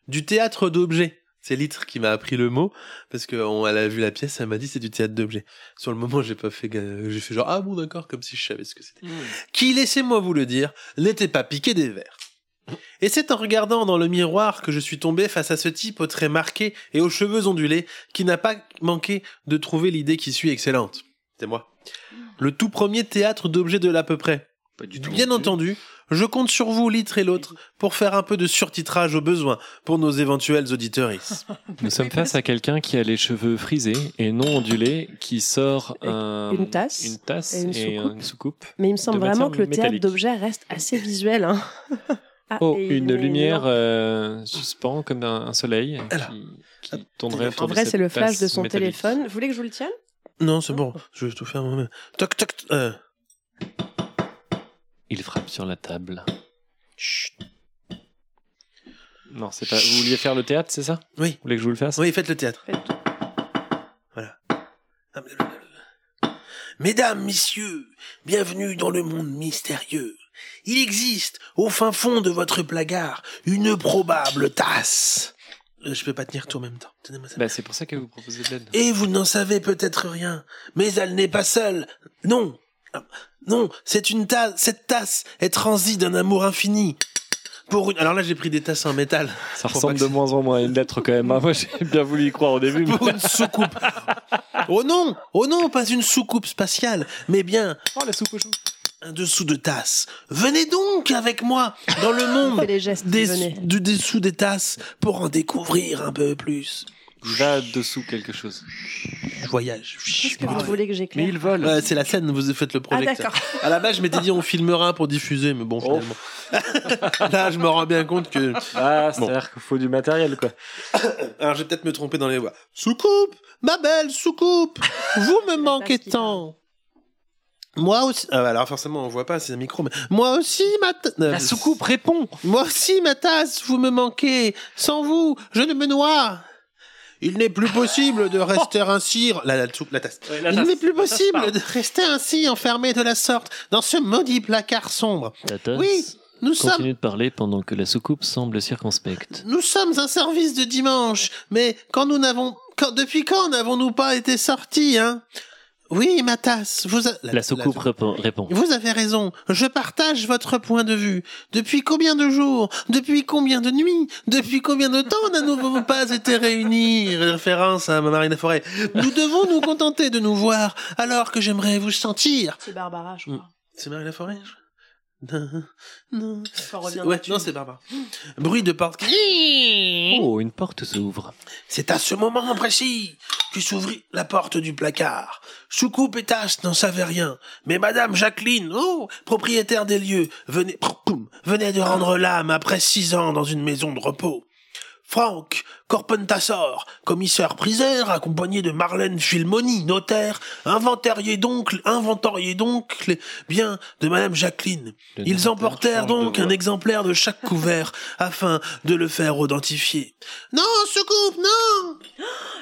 S6: Du théâtre d'objets. C'est Litre qui m'a appris le mot parce que on- elle a vu la pièce, elle m'a dit c'est du théâtre d'objets. Sur le moment, j'ai pas fait, ga- j'ai fait genre ah bon d'accord comme si je savais ce que c'était.
S1: Mm.
S6: Qui laissez-moi vous le dire n'était pas piqué des verres. Et c'est en regardant dans le miroir que je suis tombé face à ce type aux traits marqués et aux cheveux ondulés qui n'a pas manqué de trouver l'idée qui suit excellente. C'est moi. Le tout premier théâtre d'objets de l'à peu près.
S1: Pas du tout.
S6: Bien entendu, je compte sur vous, l'itre et l'autre, pour faire un peu de surtitrage au besoin pour nos éventuels auditeurs. (laughs)
S1: Nous sommes face à quelqu'un qui a les cheveux frisés et non ondulés, qui sort
S5: Et
S1: un-
S5: une tasse
S1: une tasse
S5: et une
S1: et
S5: soucoupe.
S1: une soucoupe.
S5: Mais il me semble
S1: De matière
S5: vraiment que le théâtre
S1: métallique.
S5: d'objets reste assez visuel. hein. Ah,
S1: Oh,
S5: et
S1: une
S5: il est
S1: lumière
S5: énorme.
S1: euh, suspend comme un, un soleil
S6: Alors.
S1: qui,
S6: Ah,
S1: qui tournerait autour
S5: En
S1: de
S5: vrai,
S1: cette
S5: c'est le flash
S1: tasse
S5: de son
S1: métallique.
S5: téléphone. Vous voulez que je vous le tienne
S6: Non, c'est bon, je vais tout faire moi-même. Toc, toc, t- euh,
S1: Il frappe sur la table. Chut. Non, c'est pas. Vous vouliez faire le théâtre, c'est ça
S6: Oui.
S1: Vous voulez que je vous le fasse
S6: Oui, faites le théâtre.
S5: Faites
S6: Voilà. Mesdames, messieurs, bienvenue dans le monde mystérieux. Il existe, au fin fond de votre placard, une probable tasse. Euh, Je peux pas tenir tout en même temps. Tenez-moi ça.
S1: Bah, c'est pour ça que vous proposez de l'aide.
S6: Et vous n'en savez peut-être rien, mais elle n'est pas seule. Non, non, c'est une tasse. Cette tasse est transie d'un amour infini. Pour une... Alors là, j'ai pris des tasses en
S1: (laughs)
S6: métal.
S1: Ça
S6: Faut pas
S1: ressemble
S6: que
S1: de
S6: ça-
S1: moins en moins à une lettre quand même. hein. Moi, j'ai bien voulu y croire au début. mais-
S6: Pour une soucoupe. Oh non, oh non, pas une soucoupe spatiale, mais bien
S1: Oh, la soupe au chou
S6: un dessous de tasse. Venez donc avec moi dans le
S5: Fais
S6: monde
S5: les gestes.
S6: des,
S5: venez.
S6: du dessous des tasses pour en découvrir un peu plus.
S1: Va dessous quelque chose.
S6: Je voyage.
S5: Qu'est-ce que vous voulez que
S1: Mais
S5: j'éclaire
S1: il vole.
S6: Ouais, c'est la scène, vous faites le
S5: Ah
S6: projecteur.
S5: d'accord.
S6: À la base, je m'étais dit on filmera pour diffuser, mais bon,
S1: Oh.
S6: finalement. Là, je me rends bien compte que.
S1: Ah,
S6: Bon.
S1: c'est-à-dire qu'il faut du matériel, quoi.
S6: Alors, je vais peut-être me tromper dans les voix. Soucoupe Ma belle soucoupe Vous me manquez
S5: tasse qui
S6: tant Moi aussi. Ah, alors, forcément, on voit pas, c'est un micro, mais. Moi aussi, ma. ta- euh,
S1: La soucoupe répond
S6: Moi aussi, ma tasse, vous me manquez. Sans vous, je ne me noie. Il n'est plus possible de rester ainsi. La, la, sou- la tasse.
S1: Oh. Ouais, la
S6: Il
S1: tasse.
S6: n'est plus
S1: La tasse,
S6: possible
S1: pardon.
S6: de rester ainsi enfermé de la sorte dans ce maudit placard sombre. Oui, nous sommes
S1: de parler pendant que la soucoupe semble circonspecte.
S6: Nous sommes un service de dimanche, mais quand nous n'avons, quand- depuis quand n'avons-nous pas été sortis, hein Oui, ma tasse, vous, a- la-
S1: répond. répond.
S6: vous avez raison. Je partage votre point de vue. Depuis combien de jours, depuis combien de nuits, depuis combien de temps n'avons-nous (laughs) pas été réunis Référence à ma marine forêt. Nous devons nous contenter de nous voir, alors que j'aimerais vous sentir.
S5: C'est Barbara, je crois.
S6: C'est marine forêt Non, non.
S5: Ça revient
S6: Ouais,
S5: là-dessus.
S6: non, c'est Barbara. Bruit de porte.
S1: Oh, une porte s'ouvre.
S6: C'est à ce moment précis que s'ouvrit la porte du placard. Soucoupe et Tasse n'en savaient rien, mais Madame Jacqueline, oh, propriétaire des lieux, venait, proum, venait de rendre l'âme après six ans dans une maison de repos. Franck, Corpentassor, commissaire priseur, accompagné de Marlène Filmoni, notaire, inventarié donc, inventorié donc les biens de Madame Jacqueline. Ils emportèrent donc un exemplaire de chaque couvert afin de le faire identifier. Non, secoupe, non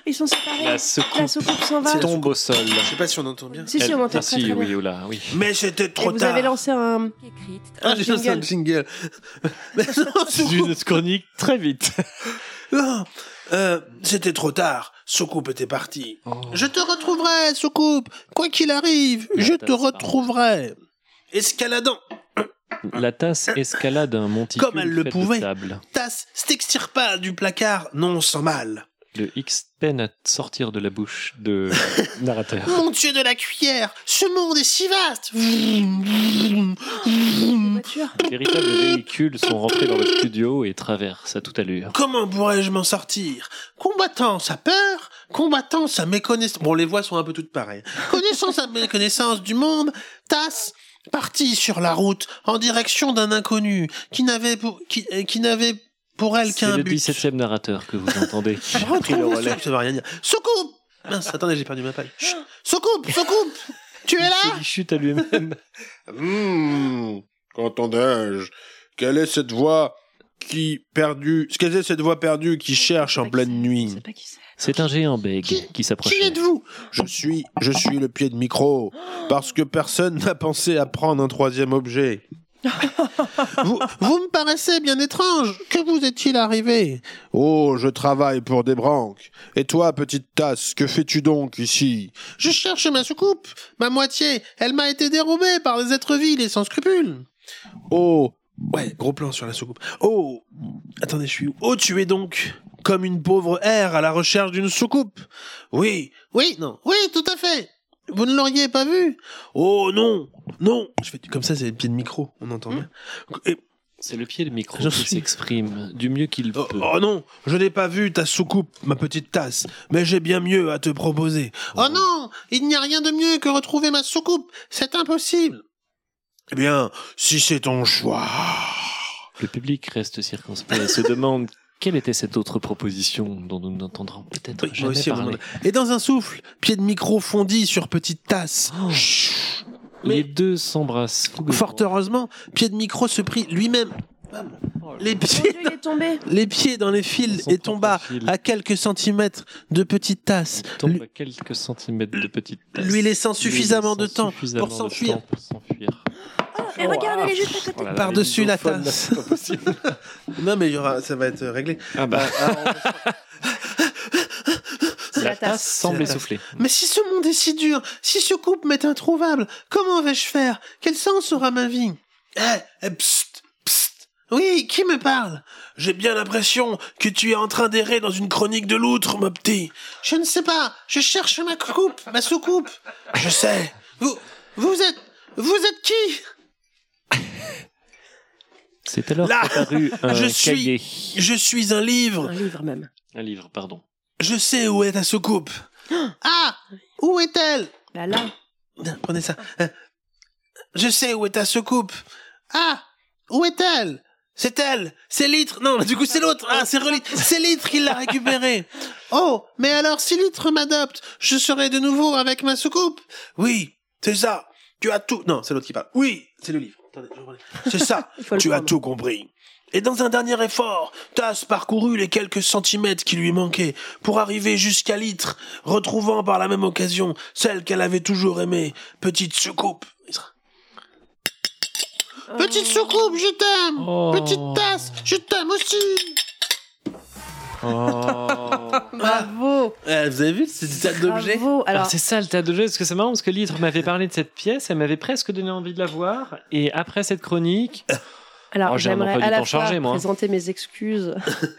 S5: Ils sont séparés.
S1: La
S5: La
S1: secoupe,
S5: soucoupe, s'en va.
S6: C'est la-
S1: tombe au sol.
S6: Je sais pas si on entend bien.
S5: Si, si, on entend
S1: Ah,
S5: très,
S1: si,
S5: très bien.
S1: oui, oh là,
S6: (laughs)
S1: oui.
S6: Mais c'était
S5: Et
S6: trop
S5: vous
S6: tard.
S5: avez lancé un...
S6: Ah,
S5: un
S6: j'ai lancé un
S5: jingle.
S6: jingle. Mais non,
S1: C'est
S6: secoupe,
S1: une chronique très
S6: (laughs)
S1: vite.
S6: non. Euh, c'était trop tard. Soucoupe était parti. Oh. Je te retrouverai, Soucoupe. Quoi qu'il arrive,
S1: La
S6: je
S1: tasse,
S6: te
S1: pardon.
S6: retrouverai. Escaladant,
S1: La tasse escalade un monticule
S6: Comme elle le
S1: fait de
S6: pouvait.
S1: table.
S6: tasse, s'extire pas du placard, non sans mal.
S1: Le X peine à sortir de la bouche
S6: (laughs)
S1: de narrateur.
S6: Mon dieu de la cuillère, ce monde est si (laughs) vaste.
S5: Une voiture
S1: De véritables véhicules sont rentrés dans le studio et traversent à toute allure.
S6: Comment pourrais-je m'en sortir Combattant sa peur, combattant sa méconnaissance. Bon, les voix sont un peu toutes pareilles. (laughs) Connaissant sa méconnaissance du monde, Tasse partit sur la route en direction d'un inconnu qui n'avait pour, qui, euh, qui n'avait pour elle
S1: C'est
S6: qu'un
S1: le
S6: but.
S1: 17 e narrateur que vous
S6: (laughs)
S1: entendez.
S6: Retrouve le souffle, ça veut rien dire. Soucoupe Mince, attendez, j'ai perdu ma page. Chut. Soucoupe, soucoupe Tu es là
S1: Il chute à lui-même.
S3: Hum, qu'entendais-je Quelle est cette voix qui perdue Quelle est cette voix perdue qui cherche en pleine
S5: Je
S3: nuit
S5: sais pas qui c'est.
S1: C'est un géant bègue qui s'approche.
S6: Qui êtes-vous
S3: Je suis, je suis le pied de micro, parce que personne n'a pensé à prendre un troisième objet.
S6: (laughs) vous, vous me paraissez bien étrange. Que vous est-il arrivé
S3: Oh, je travaille pour des branques. Et toi, petite tasse, que fais-tu donc ici
S6: Je cherche ma soucoupe, ma moitié. Elle m'a été dérobée par des êtres vils et sans scrupules. Oh, ouais, gros plan sur la soucoupe. Oh, attendez, je suis où Oh, tu es donc comme une pauvre ère à la recherche d'une soucoupe. Oui, oui, non, oui, tout à fait. Vous ne l'auriez pas vu Oh non, non. Je fais comme ça, c'est le pied de micro, on entend bien. Et-
S1: C'est le pied de micro
S6: J'en
S1: qui
S6: suis-
S1: s'exprime du mieux qu'il
S6: Oh,
S1: peut.
S6: oh non, je n'ai pas vu ta soucoupe, ma petite tasse, mais j'ai bien mieux à te proposer. Oh non, il n'y a rien de mieux que retrouver ma soucoupe, c'est impossible. Eh bien, si c'est ton choix.
S1: Le public reste circonspect et se
S6: (laughs)
S1: demande quelle était cette autre proposition dont nous n'entendrons peut-être
S6: Oui, moi
S1: jamais
S6: aussi, à un moment
S1: parler.
S6: Et dans un souffle, pied de micro fondit sur petite tasse. Chut.
S1: Oh. Les deux s'embrassent. fougueusement.
S6: Fort heureusement, pied de micro se prit lui-même les
S5: Mon
S6: pieds,
S5: Oh, Dieu, il est
S6: (laughs)
S5: tombé.
S6: les pieds dans les
S1: Dans
S6: fils
S1: son
S6: et tomba
S1: propre fil.
S6: à quelques centimètres de petite tasse.
S1: Il tombe
S6: Lui-
S1: à quelques centimètres de petite tasse.
S6: lui laissant
S1: Lui
S6: suffisamment
S1: laissant
S6: de temps
S1: suffisamment
S6: pour
S1: de
S6: s'enfuir.
S1: temps pour s'enfuir.
S5: Et regarde, elle est juste à côté.
S1: Oh là là,
S6: Par-dessus
S1: les
S6: la
S1: misophones, là, c'est
S6: tasse.
S1: pas
S6: (laughs)
S1: possible.
S6: Non mais il y aura, ça va être réglé.
S1: Ah bah,
S5: C'est
S1: la tasse
S6: C'est
S1: semble
S6: la
S1: essoufflée.
S6: Mais si ce monde est si dur, si ce couple m'est introuvable, comment vais-je faire Quel sens aura ma vie Eh, eh, psst, psst. Oui, qui me parle J'ai bien l'impression que tu es en train d'errer dans une chronique de l'outre, mon petit. Je ne sais pas, je cherche ma coupe, ma soucoupe. Je sais. Vous, vous êtes, vous êtes qui
S1: C'est alors
S6: Là,
S1: apparu un
S6: je suis-
S1: cahier.
S6: Je suis un livre.
S5: Un livre même.
S1: Un livre, pardon.
S6: Je sais où est ta soucoupe. Ah, où est-elle
S5: Bah là,
S6: Prenez ça. Euh, Je sais où est ta soucoupe. Ah Où est-elle C'est elle C'est Litre Non, du coup c'est l'autre Ah, c'est Relitre C'est Litre qui l'a récupérée Oh Mais alors si Litre m'adopte, je serai de nouveau avec ma soucoupe Oui, c'est ça Tu as tout... Non, c'est l'autre qui parle. Oui, c'est le livre. Attendez, je relis. C'est ça
S5: (laughs) il faut le
S6: tu as
S5: prendre.
S6: tout compris. Et dans un dernier effort, Tass parcourut les quelques centimètres qui lui manquaient pour arriver jusqu'à Litre, retrouvant par la même occasion celle qu'elle avait toujours aimée, Petite Soucoupe. Il sera-
S5: Oh.
S6: Petite Soucoupe, je t'aime
S1: Oh.
S6: Petite Tasse, je t'aime aussi Oh.
S5: Bravo.
S6: Eh, Vous avez vu, c'est tas
S5: Bravo.
S6: Ah,
S1: Alors,
S5: Alors,
S1: Ah, c'est ça le tas de jeux, parce que c'est marrant, parce que Litre m'avait parlé de cette pièce, elle m'avait presque donné envie de la voir, et après cette chronique,
S5: alors
S1: Oh, j'ai un
S5: j'aimerais
S1: emploi du
S5: à la
S1: temps
S5: fois
S1: chargé, moi.
S5: présenter mes
S6: (laughs)
S5: excuses (laughs)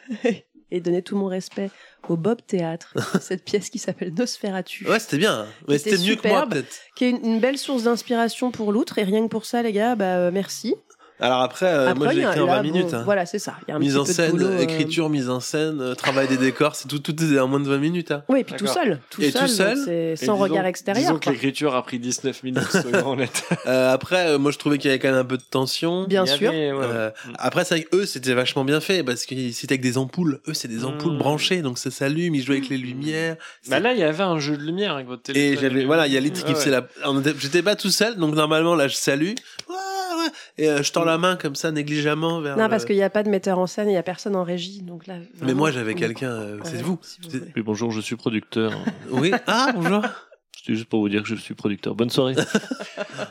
S5: et donner tout mon respect au Bob
S6: (laughs)
S5: Théâtre, cette pièce qui s'appelle Nosferatu,
S6: Ouais, c'était bien.
S5: Mais C'était c'était mieux que moi, superbe.
S6: peut-être.
S5: qui est une, une belle source d'inspiration pour l'outre. Et rien que pour ça, les gars, bah euh, merci.
S6: Alors après, euh, moi
S5: il
S6: j'ai
S5: y a-
S6: écrit en
S5: là,
S6: 20
S5: bon,
S6: minutes. hein.
S5: Voilà, c'est ça. Il y a un
S6: Mise
S5: petit
S6: en
S5: peu de
S6: scène,
S5: boulot, euh,
S6: écriture, mise en scène, euh, travail des décors, c'est tout, tout est en moins de 20 minutes. hein.
S5: Oui, et puis tout
S1: D'accord.
S5: seul. Tout
S6: Et
S5: seul,
S6: tout seul,
S5: donc c'est
S1: Et
S5: sans
S1: disons-
S5: regard extérieur.
S1: Disons que
S5: quoi.
S1: l'écriture a pris 19 minutes, soyons
S5: (laughs)
S1: honnêtes.
S6: Euh, après, euh, moi je trouvais qu'il y avait quand même un peu de tension.
S5: Bien
S1: Il y
S5: sûr.
S1: avait, ouais, ouais.
S6: Euh, après, c'est vrai que eux, c'était vachement bien fait parce que c'était avec des ampoules. Eux, c'est des ampoules
S1: Mm.
S6: branchées, donc ça s'allume. Ils jouent avec les lumières.
S1: Bah là, il y avait un jeu de lumière avec votre téléphone.
S6: Et j'avais, voilà, il y a Liti qui
S1: Ah Ouais,
S6: faisait la. on était- J'étais pas tout seul, donc normalement là, je salue. Ouais, ouais. Et euh, je tends la main comme ça négligemment vers.
S5: Non,
S6: le-
S5: parce qu'il n'y a pas de metteur en scène, il n'y a personne en régie. Donc là,
S6: Mais
S5: vraiment,
S6: moi, j'avais quelqu'un.
S5: on-
S6: euh,
S5: Ouais,
S6: c'est vous.
S5: si
S6: C'est-
S5: voulez.
S1: Oui, bonjour, je suis
S5: (laughs)
S1: producteur.
S6: Oui. Ah bonjour.
S1: C'était juste pour vous dire que je suis producteur. Bonne soirée.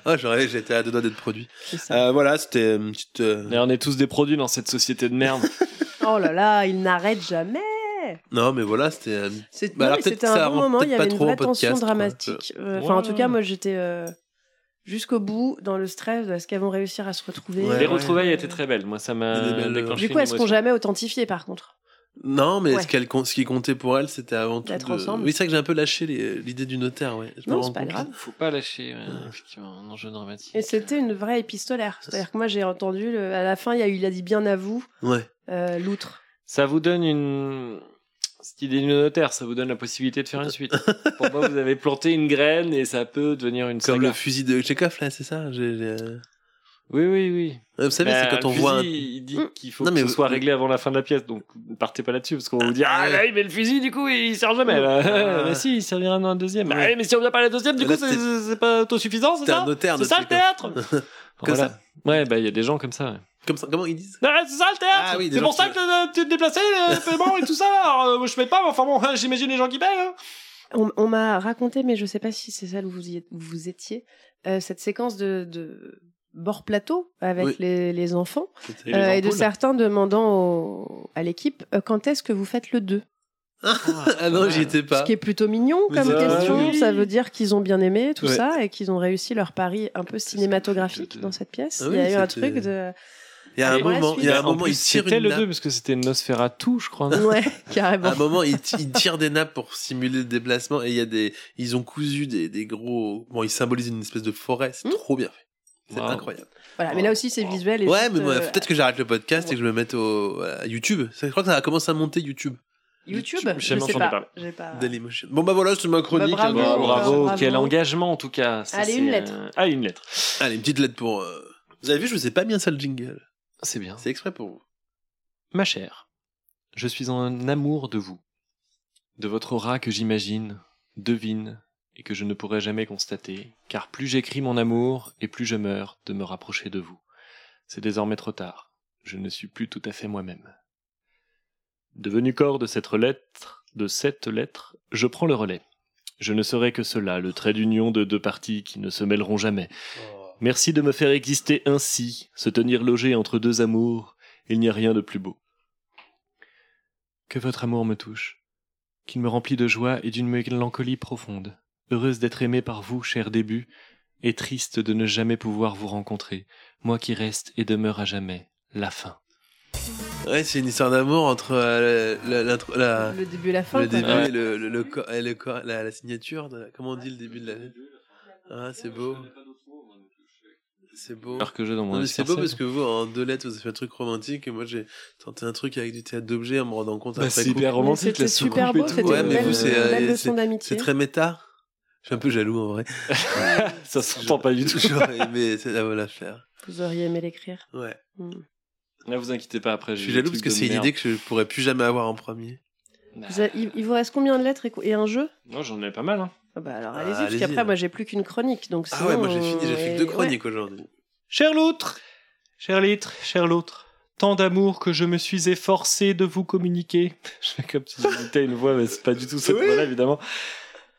S6: Ah, j'aurais, j'étais à deux doigts d'être produit.
S5: C'est ça.
S6: Euh, voilà, c'était une petite. euh,
S1: (laughs) Mais on est tous des produits dans cette société de merde.
S5: Oh là là, il n'arrête jamais.
S6: Non, mais voilà, c'était. euh,
S5: C'est- non,
S6: Bah alors
S5: mais
S6: peut-être
S5: C'était
S6: que ça
S5: un bon
S6: rentre
S5: moment, il
S6: peut-être
S5: y
S6: pas
S5: avait une
S6: trop
S5: vraie
S6: au podcast,
S5: tension
S6: quoi.
S5: dramatique. Euh, Enfin, en tout
S1: Ouais.
S5: cas, moi, j'étais euh, jusqu'au bout dans le stress de est-ce qu'elles vont réussir à se retrouver.
S6: Ouais,
S1: Les
S6: ouais.
S1: retrouvailles étaient très belles. Moi, ça
S6: Des
S1: m'a
S6: belles-
S1: déclenché
S5: Du coup,
S1: une
S5: elles seront
S1: émotion.
S5: jamais authentifiées, par contre.
S6: Non, mais
S5: Ouais.
S6: ce, qu'elle, con- ce qui comptait pour elle, c'était avant tout.
S5: D'être
S6: de-
S5: ensemble.
S6: Oui, c'est vrai que j'ai un peu lâché les- l'idée du notaire, ouais. Je me
S5: Non,
S6: rends
S5: c'est pas
S6: compte.
S5: grave.
S1: Faut pas lâcher, ouais, effectivement, un enjeu dramatique.
S5: Et c'était une vraie épistolaire. C'est-à-dire que moi, j'ai entendu, le- à la fin, il, y a, eu- il a dit bien à vous,
S6: Ouais.
S5: euh, l'outre.
S1: Ça vous donne une. Cette idée du notaire, ça vous donne la possibilité de faire une (laughs) suite. Pour moi, vous avez planté une graine et ça peut devenir une
S6: Comme
S1: saga.
S6: le fusil de Chekhov, là, c'est ça j'ai- j'ai, euh,
S1: Oui, oui, oui.
S6: Vous savez,
S1: Bah,
S6: c'est quand on
S1: le
S6: voit. un-
S1: fusil, Il dit qu'il faut
S6: Non, mais
S1: que ce
S6: vous-
S1: soit réglé avant la fin de la pièce, donc ne partez pas là-dessus, parce qu'on va vous dire
S6: Ah,
S1: Ah,
S6: ouais.
S1: là, il met le fusil, du coup, il sert jamais. (laughs)
S6: Ah.
S1: Là. mais si, il servira dans un deuxième.
S6: Ouais.
S1: Ah, mais si on vient pas à la deuxième, du
S6: Là,
S1: coup, c'est-
S6: t'es-
S1: c'est c'est pas autosuffisant, c'est
S6: T'es
S1: ça
S6: un notaire
S1: C'est
S6: de
S1: ça le
S6: Chekhov.
S1: théâtre
S6: (laughs) Comme
S1: Voilà.
S6: ça.
S1: Ouais, bah, il y a des gens comme ça. ouais.
S6: Comme ça. Comment ils disent
S1: Ah, c'est ça le théâtre
S6: Ah oui, des
S1: C'est pour
S6: gens
S1: ça
S6: qui-
S1: que euh, tu te déplaçais, (laughs) les paiements et tout ça. Alors, euh, moi, je paye pas, mais enfin bon, (laughs) j'imagine les gens qui payent. hein.
S5: On, on m'a raconté, mais je sais pas si c'est celle où vous, y êtes- où vous étiez, euh, cette séquence de, de bord plateau avec
S6: Oui.
S5: les, les enfants
S6: C'était-
S5: euh, et de certains demandant au- à l'équipe euh, quand est-ce que vous faites le 2
S6: Ah non, j'y étais pas.
S5: Ce qui est plutôt mignon
S6: Mais
S5: comme
S6: c'est-
S5: question.
S1: oui.
S5: Ça veut dire qu'ils ont bien aimé tout
S6: Ouais.
S5: ça et qu'ils ont réussi leur pari un peu cinématographique
S1: C'était-
S5: dans cette pièce.
S6: Ah
S5: il y a
S6: oui,
S5: eu un
S6: c'était-
S5: truc de.
S6: Il y a un
S5: Et voilà,
S6: moment, il y a un
S1: En
S6: moment,
S1: plus,
S6: il tire
S1: C'était
S6: une
S1: le
S6: nappe.
S1: 2, parce que c'était Nosferatu, je crois. non
S5: Ouais, (laughs)
S6: À
S1: (laughs)
S5: carrément.
S6: un moment, ils ti- ils tirent des nappes pour simuler le déplacement et il y a des, ils ont cousu des, des gros, bon, ils symbolisent une espèce de forêt. C'est
S5: Hmm.
S6: trop bien fait. C'est
S1: Wow.
S6: incroyable.
S5: Voilà, mais là aussi c'est visuel. Et
S6: Ouais,
S5: juste,
S6: mais moi,
S5: euh,
S6: peut-être que j'arrête le podcast et que je me mette au, à YouTube. Ça, Je crois que ça a commencé à monter YouTube.
S5: YouTube,
S1: J'ai
S5: je
S1: jamais
S5: sais
S1: entendu
S5: pas.
S1: parler.
S5: J'ai pas.
S6: Dailymotion. Bon, bah voilà, c'est ma chronique.
S5: Ah. Bah, bravo,
S6: hein.
S1: Bravo, bravo,
S5: bravo.
S1: quel engagement en tout cas. Ça,
S5: Allez,
S1: c'est,
S5: une lettre.
S1: euh, Allez, une lettre.
S6: Allez, une petite lettre pour. euh, Vous avez vu, je vous ai pas mis un seul jingle.
S1: C'est bien.
S6: C'est exprès pour vous.
S1: Ma chère, je suis en amour de vous, de votre aura que j'imagine, devine et que je ne pourrai jamais constater, car plus j'écris mon amour et plus je meurs de me rapprocher de vous. C'est désormais trop tard, je ne suis plus tout à fait moi-même. Devenu corps de cette lettre, de cette lettre, je prends le relais. Je ne serai que cela, le trait d'union de deux parties qui ne se mêleront jamais. Merci de me faire exister ainsi, se tenir logé entre deux amours, il n'y a rien de plus beau. Que votre amour me touche, qu'il me remplit de joie et d'une mélancolie profonde, heureuse d'être aimée par vous, cher début, et triste de ne jamais pouvoir vous rencontrer, moi qui reste et demeure à jamais la fin.
S6: Ouais, c'est une histoire d'amour entre euh, la- l'intro- la-
S5: Le début et la fin.
S6: le
S5: quoi.
S6: début
S1: Ah Ouais.
S6: et le, le- le co- et le co- la, la signature. De la- comment on dit le début de la lettre Ah, c'est beau. C'est beau.
S1: Alors que je dans mon
S6: Non, mais c'est beau parce que vous, en deux lettres, vous avez fait un truc romantique et moi j'ai tenté un truc avec du théâtre d'objets en me rendant
S1: Bah,
S6: compte après coup.
S5: Mais C'était super beau, c'était
S6: Ouais,
S5: une
S6: mais
S5: belle,
S6: vous, c'est,
S5: une
S6: euh,
S5: belle
S6: c'est-
S5: leçon d'amitié.
S6: C'est très méta. Je suis un peu jaloux en vrai.
S1: Ça s'entend (laughs) pas du tout.
S6: J'aurais aimé c'est- la voilà, faire.
S5: Vous auriez aimé l'écrire.
S6: Ouais.
S5: Mm.
S1: Ne vous inquiétez pas après.
S6: Je suis jaloux parce que
S1: hein.
S6: c'est une idée que je pourrais plus jamais avoir en premier.
S5: Vous avez- Il il vous reste combien de lettres et, co- et un jeu
S1: Bah, Non, j'en ai pas mal. Hein.
S5: Ah Bah alors
S6: Ah,
S5: allez-y, parce
S6: allez-y.
S5: qu'après moi j'ai plus qu'une chronique, donc
S6: Ah
S5: sinon,
S6: ouais, moi j'ai fini, j'ai fait
S5: euh,
S6: que deux
S5: ouais.
S6: chroniques aujourd'hui.
S1: Cher l'autre, cher l'ître, cher l'autre, tant d'amour que je me suis efforcé de vous communiquer. (laughs) Je fais comme si j'imitais une voix, mais c'est pas du tout cette
S6: Oui.
S1: voix-là, évidemment.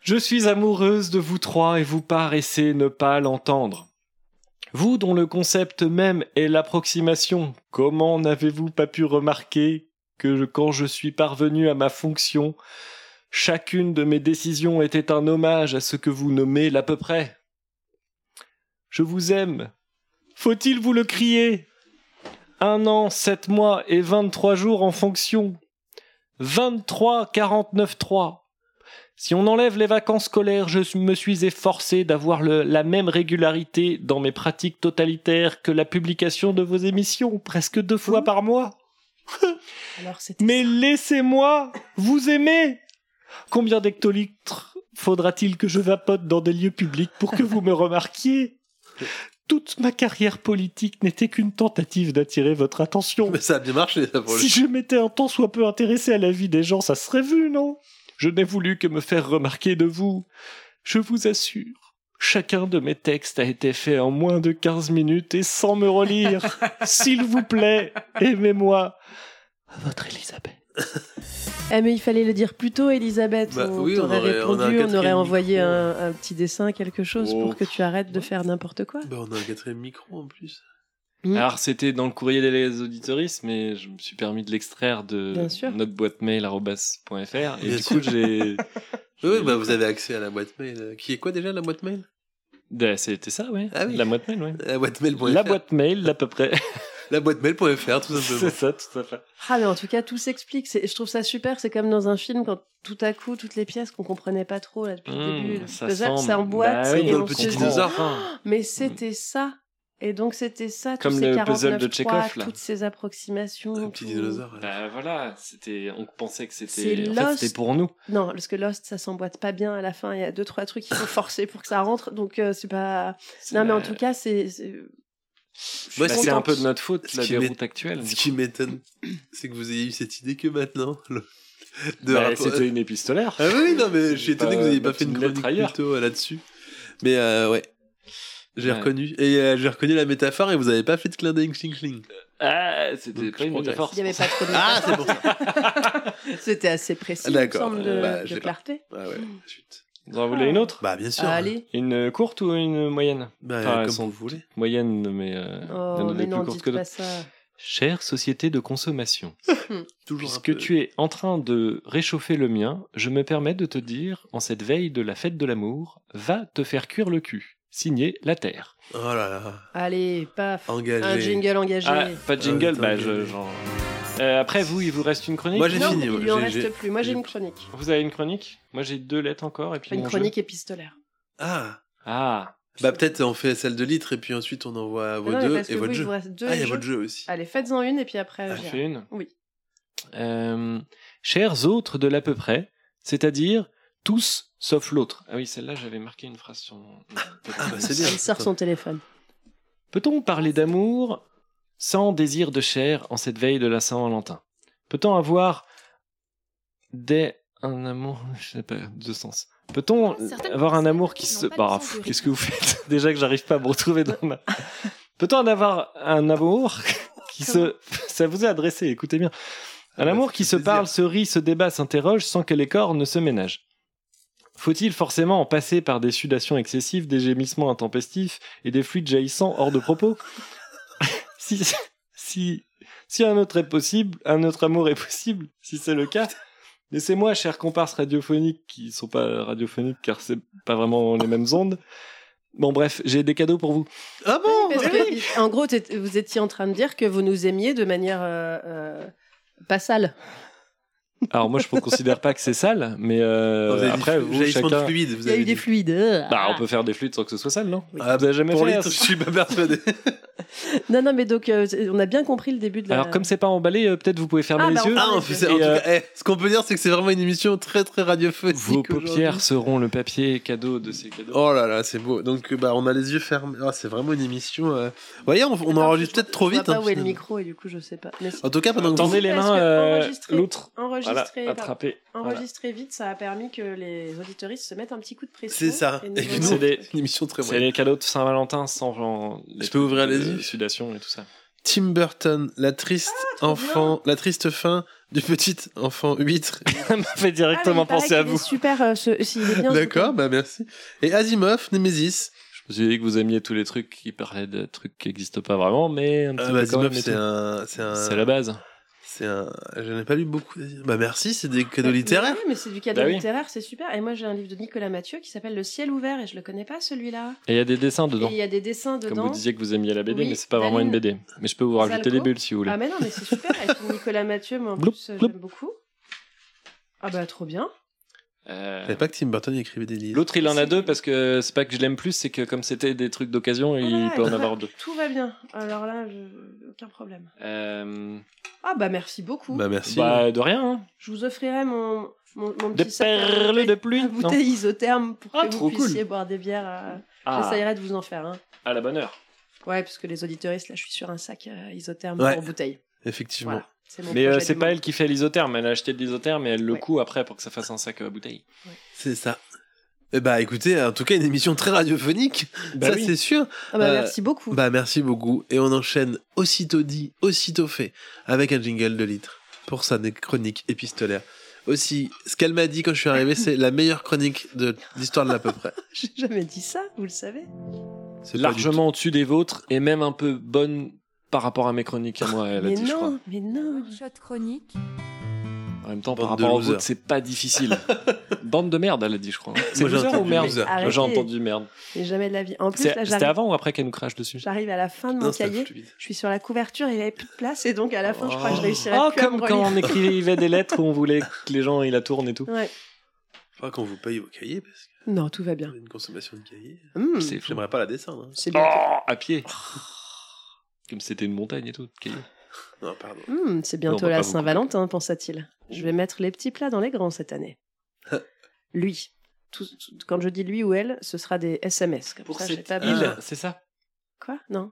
S1: Je suis amoureuse de vous trois et vous paraissez ne pas l'entendre. Vous dont le concept même est l'approximation, comment n'avez-vous pas pu remarquer que je- quand je suis parvenu à ma fonction, chacune de mes décisions était un hommage à ce que vous nommez l'à peu près Je vous aime, faut-il vous le crier Un an, sept mois et 23 jours en fonction. 23 49 3. Si on enlève les vacances scolaires, je me suis efforcé d'avoir le- la même régularité dans mes pratiques totalitaires que la publication de vos émissions, presque deux fois par mois.
S5: Alors c'était
S1: Mais laissez-moi vous aimer Combien d'hectolitres faudra-t-il que je vapote dans des lieux publics pour que vous me remarquiez Toute ma carrière politique n'était qu'une tentative d'attirer votre attention.
S6: Mais ça a bien marché, ça, pour le
S1: Si je m'étais un tant soit peu intéressé à la vie des gens, ça serait vu, non Je n'ai voulu que me faire remarquer de vous. Je vous assure, chacun de mes textes a été fait en moins de 15 minutes et sans me relire. S'il vous plaît, aimez-moi. Votre Elisabeth.
S5: Ah mais il fallait le dire plus tôt, Elisabeth.
S6: Bah
S5: on
S6: oui, on
S5: t'aurait
S6: aurait- on a
S5: répondu, on,
S6: un quatrième
S5: aurait
S6: micro.
S5: envoyé un, un petit dessin, quelque chose
S3: Oh.
S5: pour que tu arrêtes de faire n'importe quoi.
S6: Bah, on a un quatrième micro en plus.
S5: Mm.
S1: Alors, c'était dans le courrier des auditoristes, mais je me suis permis de l'extraire de
S5: Bien sûr.
S1: notre boîte mail arobase.fr, Et
S6: Bien
S1: du coup, j'ai. (laughs)
S6: Oui, oui, bah, vous avez accès à la boîte mail. euh, Qui est quoi déjà la boîte mail
S1: Ben, C'était ça, ouais.
S6: Ah oui.
S1: La boîte mail, ouais.
S6: La boîte mail.fr.
S1: La boîte mail, à peu
S6: (laughs)
S1: près.
S6: La boîte mail.fr, tout
S1: C'est
S6: simplement.
S1: ça, tout à fait.
S5: Ah mais en tout cas tout s'explique. C'est- Je trouve ça super. C'est comme dans un film quand tout à coup toutes les pièces qu'on comprenait pas trop là depuis le
S1: Mmh,
S5: début, le
S1: ça
S5: puzzle
S1: semble-
S5: s'emboîte
S1: Bah oui,
S5: et
S6: Dans le
S5: on
S6: petit
S5: se dit,
S6: dinosaure.
S5: Mais c'était ça. Et donc c'était ça. tous
S1: Mmh. Comme
S5: ces
S1: le
S5: 49,
S1: puzzle de Tchekhov,
S5: trois,
S1: là.
S5: Toutes ces approximations.
S6: Un petit
S5: tout.
S6: dinosaure. euh. là.
S1: Bah voilà, c'était, on pensait que
S5: C'est
S1: c'était, en fait,
S5: Lost.
S1: c'était pour nous.
S5: Non, parce que Lost, ça s'emboîte pas bien à la fin. Il y a deux, trois trucs qui sont
S1: (laughs)
S5: forcés pour que ça rentre. Donc, euh, c'est pas.
S1: C'est
S5: Non, mais en
S1: la-
S5: tout cas, c'est. c'est- je suis
S6: Moi,
S1: bah,
S6: c'est
S1: c'est un
S5: contente.
S1: peu de notre faute,
S6: Ce
S1: la
S6: qui m'é-
S1: déroute actuelle.
S6: Ce qui m'étonne, c'est que vous ayez eu cette idée que maintenant. le- de
S1: Bah,
S6: rapport-
S1: c'était une épistolaire.
S6: Ah oui, non, mais je suis étonné
S1: Pas-
S6: que vous n'ayez
S1: pas
S6: pas fait une
S1: une lettre
S6: chronique
S1: ailleurs.
S6: plutôt euh, là-dessus. Mais euh, ouais. J'ai
S1: Ouais.
S6: reconnu. Et euh, j'ai reconnu la métaphore et vous n'avez pas fait de clin d'œil xing xing.
S1: Ah, c'était
S6: Donc,
S1: pas
S6: je
S1: une
S6: progresse.
S1: métaphore.
S5: Il y avait pas trop de.
S6: Ah, c'est bon ça.
S5: C'était assez précis, il me
S6: D'accord.
S5: semble, de,
S6: (laughs) Bah,
S5: de
S6: j'ai pas-
S5: clarté.
S6: Ah ouais, chut.
S1: Vous en voulez une autre
S6: Bah, bien sûr.
S5: Ah, allez.
S1: Une courte ou une moyenne
S6: Bah,
S1: Enfin,
S6: comme
S1: Ah, sans-
S6: vous voulez.
S1: Moyenne, mais euh, il y en
S5: Oh,
S1: a
S5: mais
S1: des
S5: non,
S1: plus courtes
S5: dites
S1: que
S5: pas
S1: d'autres.
S5: ça.
S1: Chère société de consommation,
S6: Toujours un
S1: puisque
S6: peu-
S1: tu es en train de réchauffer le mien, je me permets de te dire, en cette veille de la fête de l'amour, va te faire cuire le cul. Signé La Terre.
S6: Oh là là.
S5: Allez, paf.
S6: Engagé.
S5: Un jingle engagé.
S1: Ah, pas de jingle,
S6: Euh,
S1: bah
S6: attends,
S1: je,
S6: j'ai-
S1: j'en- Euh, après vous, il vous reste une chronique
S6: Moi, j'ai
S5: non,
S6: fini,
S5: il
S6: ouais,
S5: lui en
S6: j'ai-
S5: reste
S6: j'ai-
S5: plus. Moi, j'ai
S6: j'ai-
S5: une chronique.
S1: Vous avez une chronique Moi j'ai deux lettres encore et puis
S5: Une
S1: mon
S5: chronique épistolaire.
S6: Ah.
S1: jeu. Ah,
S6: Bah, peut-être on fait celle de litre et puis ensuite on envoie vos
S5: Non, mais
S6: deux
S5: parce
S6: et
S5: que
S6: votre
S5: vous, il
S6: jeu.
S5: vous reste deux
S6: Ah, il y a
S5: jeux.
S6: votre jeu Ah, aussi.
S5: Allez, faites-en une et puis après.
S1: j'en
S5: j'irai.
S1: fais une.
S5: Oui.
S1: Euh, chers autres de l'à peu près, c'est-à-dire tous sauf l'autre. Ah oui, celle-là j'avais marqué une phrase sur mon.
S6: Ah, bah, c'est bien.
S5: Elle sort son téléphone.
S1: Peut-on parler d'amour sans désir de chair en cette veille de la Saint-Valentin Peut-on avoir des un amour, (laughs) je sais pas, de sens Peut-on
S11: Certaines
S1: avoir un
S11: personnes
S1: amour qui se...
S11: n'ont pas le
S1: Bah,
S11: sens
S1: pff,
S11: du
S1: Qu'est-ce
S11: rythme.
S1: que vous faites (laughs) Déjà que j'arrive pas à me retrouver dans ma... Peut-on en avoir un amour (laughs) qui se... Ça vous est adressé, écoutez bien.
S6: Ah
S1: Un
S6: bah,
S1: amour
S6: ça
S1: qui
S6: fait
S1: se
S6: plaisir.
S1: parle, se rit, se débat, s'interroge sans que les corps ne se ménagent. Faut-il forcément en passer par des sudations excessives, des gémissements intempestifs et des fluides jaillissants hors de propos (laughs) si, si, si un autre est possible, un autre amour est possible, si c'est le cas, laissez-moi, chers comparses radiophoniques, qui sont pas radiophoniques car c'est pas vraiment les mêmes ondes. Bon, bref, j'ai des cadeaux pour vous.
S6: Ah bon
S5: Parce que, en gros, t'étais- vous étiez en train de dire que vous nous aimiez de manière euh, euh, pas sale.
S1: Alors, moi, je ne considère pas que c'est sale, mais euh,
S6: Non, vous avez dit
S1: après,
S6: flu-
S1: vous,
S6: jaillissement de
S1: chacun.
S6: fluide, vous
S5: Il y a
S6: avez
S5: eu des
S6: dit.
S5: fluides. euh,
S1: Bah,
S5: ah.
S1: on peut faire des flûtes sans que ce soit sale, non
S6: Ah,
S1: Vous avez jamais
S6: Pour
S1: fait
S6: litre,
S1: ça
S6: je suis pas persuadé.
S5: Non, non, mais donc, euh, c'est- on a bien compris le début de la.
S1: Alors, comme c'est pas emballé, euh, peut-être vous pouvez fermer
S5: Ah,
S1: les
S5: bah, on
S1: yeux.
S5: ferme
S6: Ah, en
S5: les
S6: fait,
S5: yeux.
S6: c'est- en tout
S1: Et, euh,
S6: cas, eh, ce qu'on peut dire, c'est que c'est vraiment une émission très très radiophonique.
S1: Vos
S6: aujourd'hui.
S1: paupières seront le papier cadeau de ces cadeaux.
S6: Oh là là, c'est beau. Donc, bah, on a les yeux fermés. Ah, c'est vraiment une émission. euh, Vous voyez, on, on
S5: Attends,
S6: enregistre
S5: je-
S6: peut-être trop
S5: Je
S6: vite.
S5: vois pas
S6: hein,
S5: où est le
S6: finalement.
S5: micro et du coup, je sais pas. Mais si-
S6: En tout cas, pendant que vous-
S1: Tendez les
S5: Parce
S1: mains,
S5: que
S1: euh,
S5: enregistrer-
S1: l'autre. Voilà,
S5: enregistrer, pardon.
S1: attrapez. Voilà.
S5: enregistrer vite, ça a permis que les auditoristes se mettent un petit coup de pression.
S6: C'est ça.
S5: et nous
S6: Et que
S5: voyons-
S1: C'est
S6: nous,
S1: des-
S6: une émission très
S1: C'est
S6: moyenne.
S1: les cadeaux de Saint-Valentin sans genre, les
S6: Je peux ouvrir
S1: trucs
S6: les
S1: de
S6: yeux
S1: sudation et tout ça.
S6: Tim Burton, la triste
S5: Ah,
S6: enfant, la triste fin du petit enfant huître.
S1: Ça m'a fait
S5: Ah, mais
S1: directement
S5: il paraît
S1: penser à
S5: qu'il est
S1: vous.
S5: super. euh, ce- s'il est
S6: (laughs)
S5: bien, ce
S6: D'accord, bah merci. Et Asimov, Nemesis.
S1: Je me suis dit que vous aimiez tous les trucs qui parlaient de trucs qui n'existent pas vraiment, mais un petit
S6: Ah, bah,
S1: peu quand
S6: Asimov,
S1: même et
S6: c'est
S1: tout.
S6: un, c'est un,
S1: C'est la base.
S6: c'est un. Je n'ai pas lu beaucoup. d'Asimov. Bah merci, c'est des cadeaux
S5: Mais-
S6: littéraires.
S5: mais oui, mais c'est du cadeau
S1: Bah oui.
S5: littéraire, c'est super. Et moi, j'ai un livre de Nicolas Mathieu qui s'appelle Le ciel ouvert et je le connais pas celui-là.
S1: Et il y a des dessins
S5: Et
S1: dedans.
S5: il y a des dessins
S1: Comme
S5: dedans.
S1: vous disiez que vous aimiez la BD,
S5: Oui,
S1: mais c'est pas vraiment une
S5: Daline.
S1: BD. Mais je peux vous rajouter
S5: Zalco.
S1: les bulles si vous voulez.
S5: Ah mais non, mais c'est super. Et puis Nicolas Mathieu, moi en
S1: Bloup,
S5: plus, euh,
S1: bloup.
S5: j'aime beaucoup. Ah bah trop bien.
S1: Euh,
S6: Je savais pas que Tim Burton écrivait des livres.
S1: L'autre, il en a deux parce que c'est pas que je l'aime plus, c'est que comme c'était des trucs d'occasion, il
S5: Voilà,
S1: peut en
S5: tout va-
S1: avoir deux.
S5: Tout va bien. Alors là, je- aucun problème.
S1: (laughs) Euh,
S5: Ah bah merci beaucoup.
S6: Bah merci.
S1: bah, de rien. hein.
S5: je vous offrirai mon, mon, mon
S1: Des
S5: petit sac à
S1: perles de
S5: bouteilles-
S1: pluie.
S5: à
S1: Non.
S5: bouteilles isothermes pour
S1: Ah,
S5: que
S1: trop
S5: vous
S1: cool.
S5: puissiez boire des bières. euh,
S1: Ah,
S5: J'essayerai de vous en faire. Hein.
S1: à la bonne heure.
S5: Ouais, parce que les auditoristes, là, je suis sur un sac euh, isotherme
S6: Ouais.
S5: pour bouteille.
S6: Effectivement.
S5: Voilà. C'est mon
S1: Mais euh,
S5: projet
S1: c'est
S5: du
S1: pas
S5: moment.
S1: elle qui fait l'isotherme, elle a acheté de l'isotherme et elle le
S5: Ouais.
S1: coud après pour que ça fasse un sac à bouteille.
S6: C'est ça. Eh bah écoutez, en tout cas, une émission très radiophonique, ça c'est sûr.
S5: Ah bah,
S6: Euh,
S5: merci beaucoup.
S6: Bah merci beaucoup. Et on enchaîne aussitôt dit, aussitôt fait, avec un jingle de litre pour sa né- chronique épistolaire. Aussi, ce qu'elle m'a dit quand je
S5: (laughs)
S6: suis arrivé, c'est la meilleure chronique de l'histoire de l'à peu près.
S5: J'ai jamais dit ça, vous le savez.
S6: C'est pas du tout-
S1: Largement au-dessus des vôtres et même un peu bonne par rapport à mes chroniques à moi, elle a
S5: mais
S1: dit, je crois.
S5: non, mais non.
S8: Shot chronique.
S1: En même temps, par
S6: Bande de
S1: rapport aux
S6: losers.
S1: autres, c'est pas difficile. Bande de merde, elle a dit, je crois. C'est
S6: Moi, j'ai
S1: loser ou
S6: entendu
S1: merde
S6: loser.
S5: Arrêtez.
S1: J'ai entendu merde.
S5: Mais jamais de la vie. En plus,
S1: C'est-
S5: là,
S1: C'était
S5: j'arrive,
S1: avant ou après qu'elle nous crache dessus
S5: j'arrive à la fin de mon
S6: Non, c'est
S5: cahier.
S6: fluide.
S5: Je suis sur la couverture, il n'y avait plus de place. Et donc, à la fin, je crois que je réussirais
S1: Oh,
S5: plus à
S1: comme
S5: me
S1: quand
S5: relire.
S1: on écrivait des lettres où on voulait que les gens ils la tournent et tout.
S5: Ouais.
S6: Faudra qu'on vous paye vos cahiers parce que
S5: Non, tout va bien.
S6: vous avez une consommation de cahiers.
S5: Hmm,
S1: C'est fou.
S6: J'aimerais pas la descendre. hein.
S5: c'est
S1: Oh,
S5: bientôt.
S1: à pied. Comme c'était une montagne et tout. quel-
S6: Non, pardon.
S5: Hmm, c'est
S1: Oh. Non, on
S5: bientôt
S1: va pas
S5: la
S1: vous
S5: Saint-Valentin, pensa-t-il. Je vais mettre les petits plats dans les grands
S1: (laughs)
S5: cette année. lui. Tout- tout- quand je dis lui ou elle, ce sera des SMS. Comme ça, j'ai
S1: cette
S5: pas
S1: île,
S5: besoin-
S1: c'est ça
S5: Quoi Non.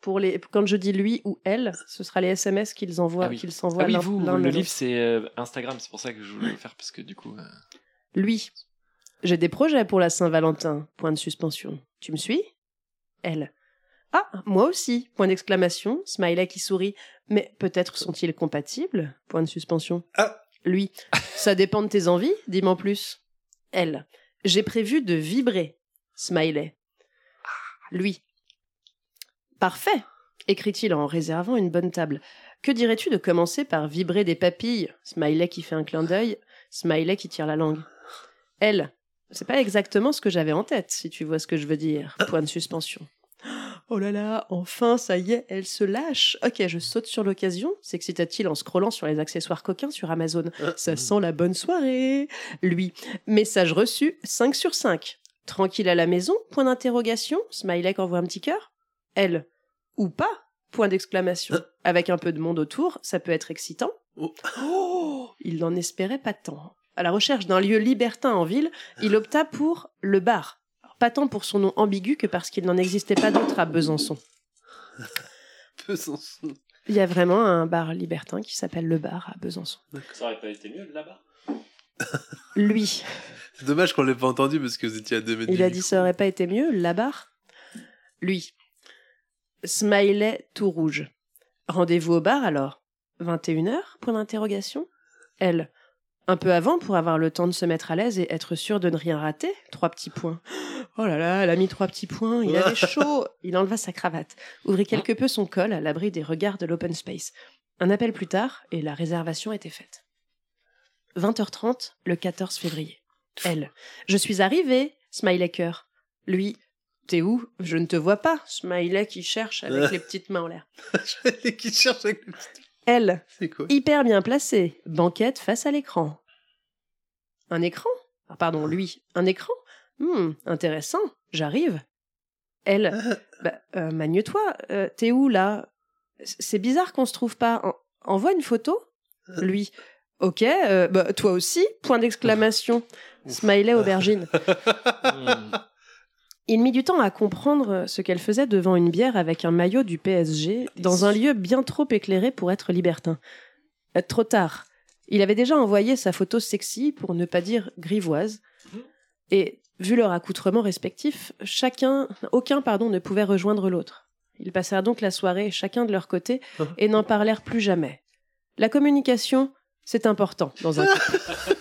S5: Pour les, quand je dis lui ou elle, ce sera les SMS qu'ils envoient,
S1: Ah oui.
S5: qu'ils
S1: Ah
S5: s'envoient
S1: oui,
S5: l'un-
S1: vous,
S5: l'un à
S1: le
S5: l'autre.
S1: livre c'est euh, Instagram, c'est pour ça que je voulais le faire parce que du coup. euh,
S5: Lui. J'ai des projets pour la Saint-Valentin. Point de suspension. Tu me suis Elle. Ah, moi aussi. Point d'exclamation. Smiley qui sourit. Mais peut-être sont-ils compatibles Point de suspension.
S6: Ah.
S5: Lui. Ça dépend de tes envies. Dis-moi en plus. Elle. J'ai prévu de vibrer. Smiley. Lui. Parfait, écrit-il en réservant une bonne table. Que dirais-tu de commencer par vibrer des papilles Smiley qui fait un clin d'œil. Smiley qui tire la langue. Elle, c'est pas exactement ce que j'avais en tête, si tu vois ce que je veux dire. Point de suspension. Oh là là, enfin, ça y est, elle se lâche. Ok, je saute sur l'occasion, s'excita-t-il en scrollant sur les accessoires coquins sur Amazon. Ça sent la bonne soirée. Lui, message reçu, 5 sur 5. Tranquille à la maison, point d'interrogation, Smiley envoie un petit cœur. Elle, ou pas, point d'exclamation. Avec un peu de monde autour, ça peut être excitant.
S6: Oh.
S5: Oh, il n'en espérait pas tant. À la recherche d'un lieu libertin en ville, il opta pour le bar. Alors, Pas tant pour son nom ambigu que parce qu'il n'en existait pas d'autre à Besançon.
S6: Peu sans son.
S5: Il y a vraiment un bar libertin qui s'appelle le bar à Besançon.
S1: Ça aurait pas été mieux là-bas.
S5: Lui,
S6: C'est dommage qu'on l'ait pas entendu parce que vous étiez à deux mètres.
S5: Il
S6: du
S5: a dit
S6: micro.
S5: ça aurait pas été mieux, la barre Lui. Smiley tout rouge. Rendez-vous au bar alors 21h Point d'interrogation. Elle. Un peu avant pour avoir le temps de se mettre à l'aise et être sûr de ne rien rater. Trois petits points. (gasps) Oh là là, elle a mis trois petits points. Il avait chaud. Il enleva sa cravate, ouvrit quelque peu son col à l'abri des regards de l'open space. Un appel plus tard et la réservation était faite. 20h30, le 14 février. Elle. Je suis arrivé, smiley cœur. Lui, t'es où Je ne te vois pas, smiley qui cherche avec les petites mains en l'air.
S6: (laughs) Et qui cherche avec le petit-
S5: Elle,
S6: C'est quoi
S5: hyper bien placée, banquette face à l'écran. Un écran Ah, Pardon, lui, un écran Hmm, intéressant, j'arrive. Elle, bah, euh, magne-toi, euh, t'es où là C- C'est bizarre qu'on se trouve pas. En- envoie une photo Lui, ok, euh, bah, toi aussi Point d'exclamation. Smiley aubergine.
S1: Hmm.
S5: Il mit du temps à comprendre ce qu'elle faisait devant une bière avec un maillot du PSG, dans un lieu bien trop éclairé pour être libertin. Euh, Trop tard. Il avait déjà envoyé sa photo sexy, pour ne pas dire grivoise, et, vu leur accoutrement respectif, chacun, aucun pardon, ne pouvait rejoindre l'autre. Ils passèrent donc la soirée chacun de leur côté et n'en parlèrent plus jamais. La communication, c'est important dans
S6: (laughs)
S5: un couple.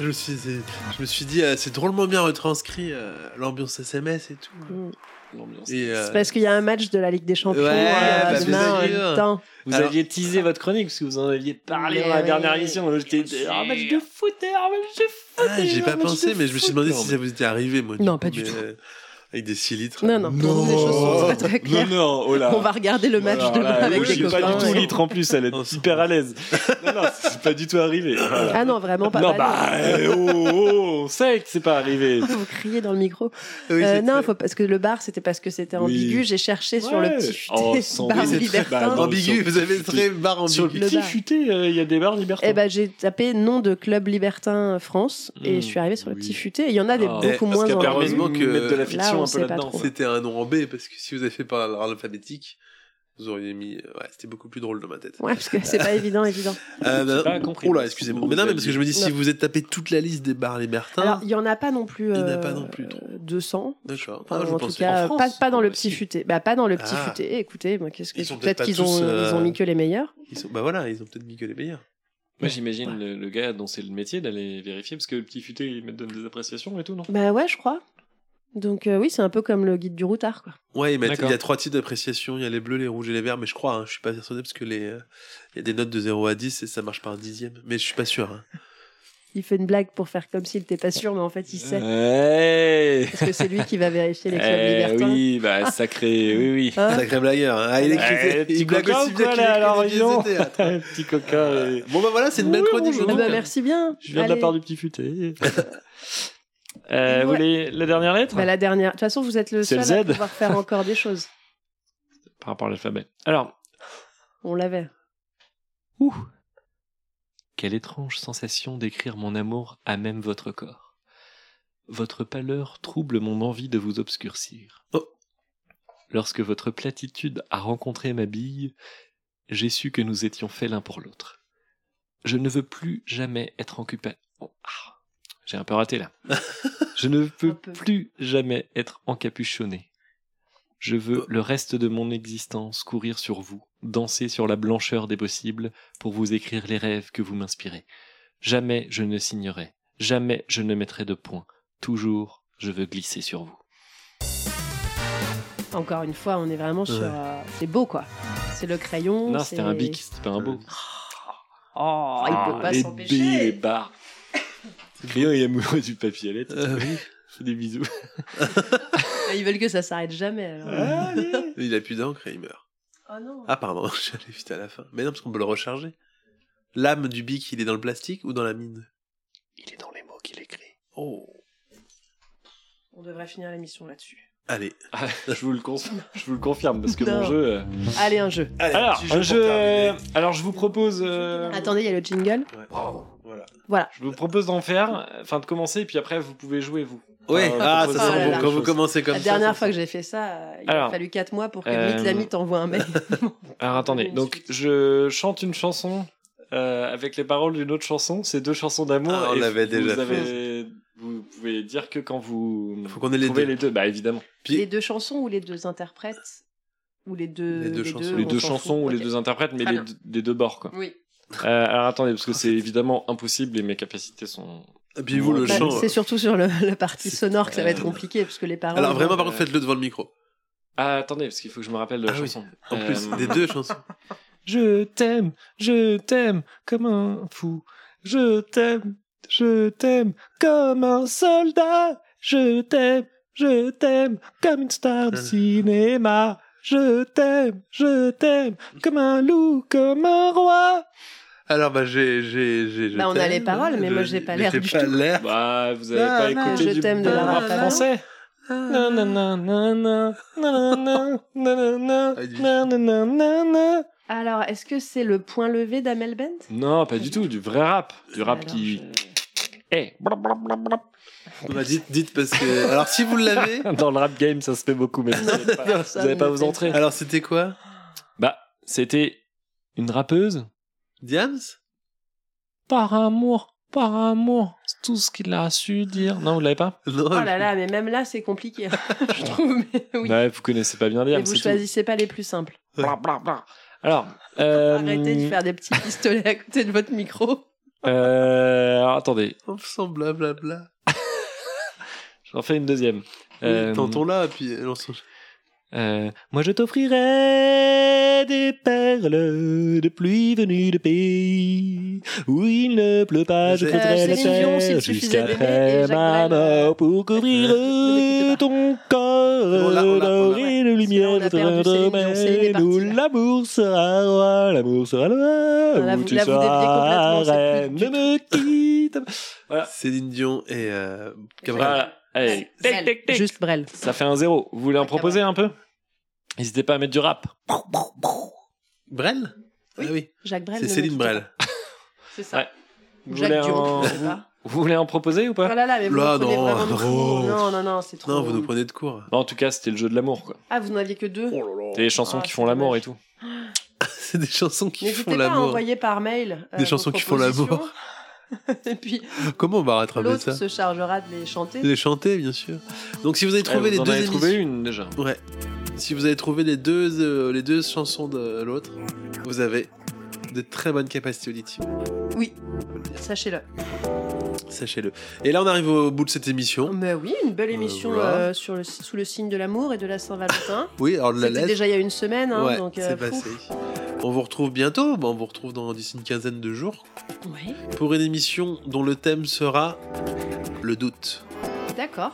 S6: Je me suis, c'est- je me suis dit, euh, c'est drôlement bien retranscrit euh, l'ambiance SMS et tout.
S5: Mm.
S1: L'ambiance.
S6: Et, euh,
S5: C'est parce qu'il y a un match de la Ligue des Champions
S6: Ouais,
S5: euh,
S1: bah,
S5: demain en
S6: bien sûr.
S5: même temps.
S1: Vous
S6: Alors-
S1: aviez teasé votre chronique parce que vous en aviez parlé
S5: Mais
S1: dans la
S5: oui,
S1: dernière émission. Moi, J'étais
S5: bien
S1: Ah,
S5: sûr.
S1: match de foot, ah, match de foot.
S6: Ah, j'ai
S1: ah,
S6: pas
S1: match de
S6: pensé, mais je me suis
S1: foot.
S6: demandé
S1: Non,
S6: si ça vous était arrivé, moi. du
S5: Non,
S6: coup,
S5: pas du
S6: mais,
S5: tout.
S6: euh, Avec des 6 litres.
S5: Non, non, pour nous, les choses sont très très claires.
S1: Non, non, oh là.
S5: On va regarder le match
S1: Alors
S5: demain
S1: là,
S5: avec
S1: oui,
S5: les
S1: j'ai pas
S5: copains.
S1: du tout
S5: et-
S1: litre en plus, elle est hyper à l'aise. Non, non, c'est pas du tout arrivé. Voilà.
S5: Ah non, vraiment pas.
S1: non,
S5: mal.
S1: bah, eh, oh, oh, on sait que c'est pas arrivé.
S5: Vous criez dans le micro.
S6: Oui,
S5: Euh,
S6: c'est
S5: non,
S6: très-
S5: faut, parce que le bar, c'était parce que c'était
S1: Oui.
S5: ambigu. J'ai cherché sur
S1: Ouais.
S5: le petit (laughs) futé
S1: Oh, sans-
S5: bar
S1: oui, c'est très-
S5: libertin.
S1: bah, non.
S6: Ambigu, vous avez très barre
S1: Sur le
S6: ambigu.
S5: Le
S1: petit
S5: bar.
S1: futé, euh, il y a des bars libertins.
S5: Eh ben, j'ai tapé nom de club libertin France
S1: Mm,
S5: et je suis arrivée sur le
S1: oui.
S5: petit futé. Et Il y en a des
S1: Ah.
S5: beaucoup
S6: Eh, parce
S5: moins
S6: qu'il y a
S5: en
S6: permis-
S5: ligne.
S1: Heureusement
S6: heureusement
S1: que
S6: que-
S1: mettre de l'affiction
S5: Là, on
S1: un
S5: sait
S1: peu
S5: pas
S1: là-dedans.
S5: trop.
S6: C'était un nom en B, parce que si vous avez fait par l'ordre alphabétique, vous auriez mis. euh, Ouais, c'était beaucoup plus drôle dans ma tête.
S5: Ouais, parce que
S1: (laughs)
S5: c'est pas évident, évident.
S1: J'ai
S6: Euh, bah,
S1: pas compris.
S6: Oula, excusez-moi. Mais non, mais parce que je me dis, si
S5: Non.
S6: vous êtes tapé toute la liste des bars libertins.
S5: Alors, il y en a pas non plus.
S6: Hein Il y en a
S5: euh,
S6: pas non plus trop.
S5: 200.
S6: D'accord.
S5: Enfin,
S6: Ah, je
S5: en tout
S6: pensais
S5: cas,
S6: en France.
S5: pas, pas dans le
S6: Ah,
S5: petit
S6: si.
S5: futé. Bah, pas dans le petit
S6: Ah.
S5: futé. Écoutez, moi, qu'est-ce que
S6: Ils ont peut-être
S5: peut-être
S6: pas
S5: qu'ils ont,
S6: tous, euh,
S5: ils ont mis que les meilleurs.
S6: Ils sont- Bah voilà, ils ont peut-être mis que les meilleurs.
S1: Moi, j'imagine le, le gars dont c'est le métier d'aller vérifier, parce que le petit futé, il me donne des appréciations et tout, non
S5: Bah ouais, je crois. Donc euh, oui, c'est un peu comme le guide du routard, quoi.
S6: Ouais, mais il
S1: D'accord.
S6: y a trois types d'appréciation. Il y a les bleus, les rouges et les verts. Mais je crois, hein, je suis pas persuadé parce que les, euh, il y a des notes de 0 à 10 et ça marche par un dixième. Mais je suis pas sûr. hein.
S5: Il fait une blague pour faire comme s'il n'était pas sûr, mais en fait, il sait.
S1: Ouais.
S5: Parce que c'est lui qui va vérifier les clubs
S1: Euh. Eh
S5: libertins. Ah.
S1: oui, bah sacré, oui, oui.
S5: Hein
S6: Sacré blagueur. hein. Ah, il écrit,
S1: Eh, petit
S6: il blague
S1: coquin
S6: aussi
S1: ou
S6: bien
S1: quoi,
S6: qu'il
S1: là,
S6: écrit
S1: alors,
S6: des
S1: dis
S6: pièces de
S1: donc
S6: théâtre.
S1: (laughs) Petit coquin. et-
S6: Bon bah voilà, c'est une belle
S1: Oui,
S6: chronique.
S1: bonjour.
S5: Ah
S6: donc.
S5: bah, merci bien.
S1: Je viens de
S5: Allez.
S1: la part du petit futé. (laughs) Euh, Vous
S5: Ouais.
S1: voulez la dernière lettre
S5: Bah, la dernière. De toute façon, vous êtes le
S1: C'est
S5: seul
S1: le Z.
S5: à
S1: (laughs)
S5: pouvoir faire encore des choses.
S1: Par rapport à l'alphabet. Alors,
S5: On l'avait.
S1: ouh, quelle étrange sensation d'écrire mon amour à même votre corps. Votre pâleur trouble mon envie de vous obscurcir.
S6: Oh.
S1: Lorsque votre platitude a rencontré ma bille, j'ai su que nous étions faits l'un pour l'autre. Je ne veux plus jamais être occupé. Oh, ah, j'ai un peu raté là. Je ne veux
S5: Un peu.
S1: plus jamais être encapuchonné. Je veux le reste de mon existence courir sur vous, danser sur la blancheur des possibles pour vous écrire les rêves que vous m'inspirez. Jamais je ne signerai, jamais je ne mettrai de point. Toujours, je veux glisser sur vous.
S5: Encore une fois, on est vraiment sur.
S6: Ouais.
S5: euh, C'est beau, quoi. C'est le crayon.
S1: Non,
S5: Oh, c'est-
S1: c'était un bic, c'était pas un beau.
S5: Oh, il peut pas
S1: Ah, les billes, les (laughs)
S5: s'empêcher.
S1: barres. Rien est amoureux du papier à lettres.
S6: Euh, oui.
S1: Des bisous.
S5: Ah, Ils veulent que ça s'arrête jamais. alors. Ah, bah,
S1: Allez.
S6: Il a plus d'encre et il meurt.
S5: Oh non.
S6: Ah pardon, (laughs) j'allais vite à la fin. Mais non, parce qu'on peut le recharger. L'âme du bic, il est dans le plastique ou dans la mine
S1: Il est dans les mots qu'il écrit.
S6: Oh.
S5: On devrait finir l'émission là-dessus.
S6: Allez.
S1: Ah, je, vous le confirme, je vous le confirme, parce que
S5: Non.
S1: mon jeu. euh,
S5: Allez, un jeu.
S6: Allez,
S1: Alors,
S6: Euh, petit
S1: un
S6: pour
S1: jeu,
S6: terminer.
S1: euh, alors je vous propose, euh,
S5: Attendez, il y a le jingle.
S6: Ouais. Voilà.
S1: je vous propose d'en faire, euh, enfin de commencer, et puis après vous pouvez jouer vous.
S6: Ouais.
S1: Enfin,
S6: Ah,
S1: on
S6: ça
S1: propose
S5: Oh
S6: sent
S5: là
S1: vraiment
S6: bon
S5: là.
S6: quand vous
S1: chose.
S6: commencez comme
S5: La
S6: ça.
S5: dernière
S6: ça
S5: fois
S6: sent-
S5: que j'ai fait ça, euh, il a
S1: Alors.
S5: fallu 4 mois pour que
S1: Euh,
S5: Mitlami t'envoie un mail.
S1: Alors attendez, donc je chante une chanson euh, avec les paroles d'une autre chanson, c'est deux chansons d'amour.
S6: Ah, on
S1: et
S6: l'avait
S1: vous
S6: déjà
S1: avez- Vous pouvez dire que quand vous
S6: Faut qu'on ait les
S1: trouvez
S6: deux.
S1: les deux, bah évidemment.
S6: Puis-
S5: Les deux chansons ou les deux interprètes Ou les deux.
S6: Les deux chansons. Euh,
S1: les
S5: on
S1: deux
S5: s'en
S1: chansons
S5: fout.
S1: ou les
S5: Ok.
S1: deux interprètes, mais
S5: Très
S1: les
S5: bien.
S1: deux- des deux bords quoi.
S5: Oui.
S1: Euh, alors attendez, parce que c'est évidemment impossible et mes capacités sont.
S6: Et puis vous, le
S1: Bah,
S5: Bah,
S6: chant.
S5: c'est hein. surtout sur le, (laughs) la partie
S6: c'est-
S5: sonore que ça va être
S1: euh,
S5: compliqué, parce que les paroles.
S6: Alors vraiment, par
S1: euh,
S6: contre, faites-le devant le micro.
S1: Ah attendez, parce qu'il faut que je me rappelle de la
S6: Ah oui,
S1: chanson.
S6: En plus,
S1: Euh,
S6: des deux chansons.
S1: Je t'aime, je t'aime comme un fou. Je t'aime, je t'aime comme un soldat. Je t'aime, je t'aime comme une star du
S6: Euh.
S1: cinéma. Je t'aime, je t'aime comme un loup, comme un roi.
S6: Alors bah j'ai j'ai j'ai. je
S5: Bah, on a
S6: t'aime,
S5: les paroles, mais moi,
S6: je-
S5: j'ai pas
S6: mais
S5: l'air
S6: j'ai
S5: du
S6: pas
S5: tout.
S6: l'air.
S1: Bah, vous avez
S6: Ah,
S1: pas
S6: non,
S1: écouté
S5: je
S1: du
S5: t'aime
S1: bon
S5: de la
S1: rap
S5: Rafa.
S1: français Nanana, nanana, nanana,
S6: Ah,
S1: nanana, nanana, nanana.
S5: Alors, est-ce que c'est le point levé d'Amel Bent
S1: Non, Ah, pas du tout, du vrai rap. Du rap qui. Eh,
S6: Bah, dites dites parce que. Alors si
S1: (laughs)
S6: vous l'avez.
S1: Dans le rap game, ça se fait beaucoup, mais (laughs) vous n'allez pas, vous allez pas vous entrer.
S6: Alors c'était quoi?
S1: Bah, c'était une rappeuse.
S6: Diams?
S1: Par amour, par amour, c'est tout ce qu'il a su dire. Non, vous l'avez pas
S6: Non.
S5: Oh là là, mais même là, c'est compliqué, hein, (laughs) je trouve. Mais oui.
S1: Ouais, Bah, vous connaissez pas bien
S5: Et
S1: dire.
S5: vous choisissez pas les plus simples.
S1: Alors, euh,
S5: (laughs) Arrêtez de faire des petits pistolets à côté de votre micro.
S1: euh, alors, attendez,
S6: On sent blablabla.
S1: j'en fais une deuxième.
S6: Oui,
S1: Euh,
S6: Tentons là puis on s'en-
S1: Euh, moi je t'offrirai des perles de pluie venues de pays où il ne pleut pas. Je
S6: Euh,
S1: creuserai la
S5: Céline Dion, s'il
S1: terre
S5: suffisait d'aimer, et
S1: jusqu'après
S5: Jacques
S1: ma
S5: Brel.
S1: mort pour couvrir
S5: Ne l'écoutez pas.
S1: ton corps
S6: On l'a, on l'a, on l'a,
S1: doré
S5: ouais.
S1: de
S5: Parce
S1: lumière.
S5: que là, on a perdu Céline Dion, c'est- il est
S1: de
S5: parti,
S1: Où
S5: là.
S1: l'amour sera roi, l'amour sera loi,
S5: Ah, là,
S1: où
S5: vous-
S1: tu
S5: là, vous déviez
S1: seras
S5: complètement, c'est
S1: reine.
S5: plus
S1: Ne me quitte. Ah.
S6: Céline Dion et euh, Cabrel.
S1: Voilà. Allez, tic, tic, tic.
S5: Juste Brel.
S1: Ça fait un zéro. Vous voulez en proposer un peu N'hésitez pas à mettre du rap.
S6: Brel
S5: Oui.
S6: Ah oui,
S5: Jacques Brel.
S6: c'est
S5: ne
S6: Céline
S5: m'écoutez
S6: Brel.
S5: pas. C'est ça.
S1: Ouais. Vous
S5: Ou
S1: voulez,
S5: Jacques
S1: en...
S5: Durand, je sais pas.
S1: (laughs) vous voulez en proposer ou pas
S5: Ah là là, mais vous
S6: Là,
S5: nous prenez
S6: non,
S5: vraiment de
S6: oh.
S5: court. Non, non, non, c'est trop.
S6: Non, vous nous prenez de court. (laughs)
S1: Bah, En tout cas, c'était le jeu de l'amour. quoi.
S5: Ah, vous n'en aviez que deux.
S1: T'as les chansons
S5: Ah,
S1: qui
S5: c'est
S1: font l'amour et
S5: dommage.
S1: tout.
S6: c'est des chansons qui font
S5: N'hésitez pas à
S6: l'amour.
S5: envoyer par mail. euh,
S6: Des chansons
S5: vos
S6: qui font l'amour.
S5: propositions. (laughs) Et puis
S6: Comment on va rattraper
S5: l'autre
S6: ça
S5: se chargera de les chanter.
S6: Les chanter, bien sûr. Donc si vous avez trouvé
S1: Eh,
S6: les
S1: vous en
S6: deux
S1: avez
S6: émissions-
S1: trouvé une déjà.
S6: Ouais. Si vous avez trouvé les deux, euh, les deux chansons de l'autre, vous avez de très bonnes capacités auditives.
S5: Sachez-le.
S6: Sachez-le. Et là, on arrive au bout de cette émission.
S5: Mais oui, une belle
S6: Euh,
S5: émission
S6: voilà.
S5: euh, sur le, sous le signe de l'amour et de la Saint-Valentin.
S6: Oui, alors de (laughs) la
S5: C'était
S6: lettre.
S5: déjà il y a une semaine, hein,
S6: ouais,
S5: donc.
S6: c'est passé. On vous retrouve bientôt. Bon, on vous retrouve dans d'ici une quinzaine de jours
S5: Oui,
S6: pour une émission dont le thème sera le doute.
S5: d'accord.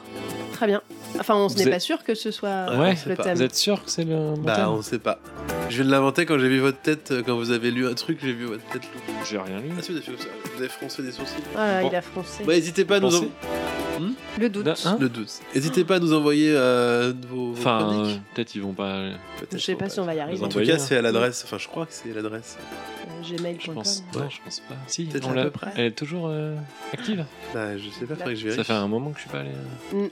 S5: Très bien. Enfin, on
S6: Vous
S5: n'est
S6: êtes-
S5: pas sûr que ce soit
S1: Ouais,
S5: euh,
S6: je sais
S5: le
S6: pas.
S5: thème.
S1: Vous êtes sûr que c'est le bon
S6: bah,
S1: terme
S6: on sait pas. Je viens de l'inventer quand j'ai vu votre tête, euh, quand vous avez lu un truc, j'ai vu votre tête. louper.
S1: J'ai rien lu.
S6: Ah si, vous avez fait comme ça. Vous avez froncé des sourcils.
S5: Ah là,
S1: Bon.
S5: il a froncé.
S6: Bah, n'hésitez pas à nous, en-
S1: Pensez
S5: Le doute.
S1: Non, hein
S6: Le doute. N'hésitez pas à nous envoyer euh, vos, vos
S1: Enfin,
S6: chroniques.
S1: euh, peut-être ils vont pas.
S5: Je
S6: Peut-être
S5: sais pas
S6: pas.
S5: si on va y arriver.
S6: En tout
S1: Envoyer,
S6: cas,
S1: hein.
S6: c'est à l'adresse. Enfin, je crois que c'est l'adresse.
S5: Euh,
S1: Je
S5: Gmail.com.
S1: pense.
S6: Ouais.
S1: Non, je pense pas. Si,
S6: Peut-être
S1: on
S6: à
S1: l'a-
S6: peu près.
S1: Elle est toujours euh, active.
S6: Bah, je sais pas, faudrait que je
S1: Ça
S6: vérifie.
S1: fait un moment que je suis pas allé. euh.
S5: Mm.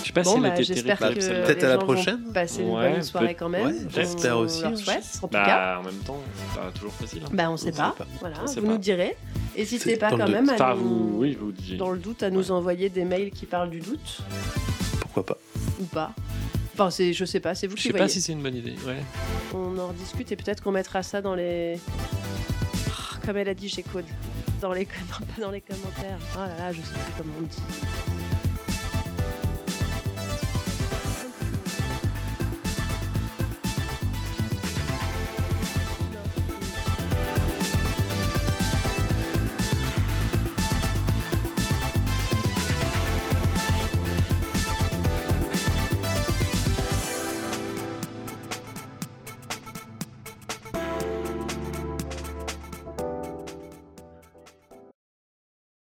S1: Je sais pas
S5: Bon,
S1: si elle
S5: bah,
S1: était
S5: j'espère
S1: terrible,
S5: que
S1: celle-là.
S6: Peut-être à
S5: les
S6: la
S5: gens
S6: prochaine.
S5: vont passer une
S1: Ouais,
S5: bonne soirée quand même.
S6: ouais, j'espère
S5: On
S6: aussi,
S5: leur
S6: hein.
S5: souhaite, en tout cas.
S1: Bah, en même temps, c'est pas toujours facile. hein.
S5: Bah, on sait
S6: sait
S5: pas.
S6: pas.
S5: Voilà,
S1: On sait
S5: vous
S1: pas.
S5: nous direz. N'hésitez
S6: C'est
S5: pas
S6: dans le
S5: quand
S6: doute.
S5: même à
S1: Enfin,
S5: nous,
S1: vous, oui, vous dites.
S5: dans le doute, à nous
S1: Ouais.
S5: envoyer des mails qui parlent du doute
S6: Pourquoi pas
S5: ou pas. Enfin, c'est, je sais pas, c'est vous
S1: Je
S5: qui
S1: sais pas
S5: voyez.
S1: si c'est une bonne idée. Ouais.
S5: On en rediscute et peut-être qu'on mettra ça dans les. (laughs) Ah, Comme elle a dit chez Code. Dans les, non, pas dans les commentaires. Oh là là, je sais plus comment on dit.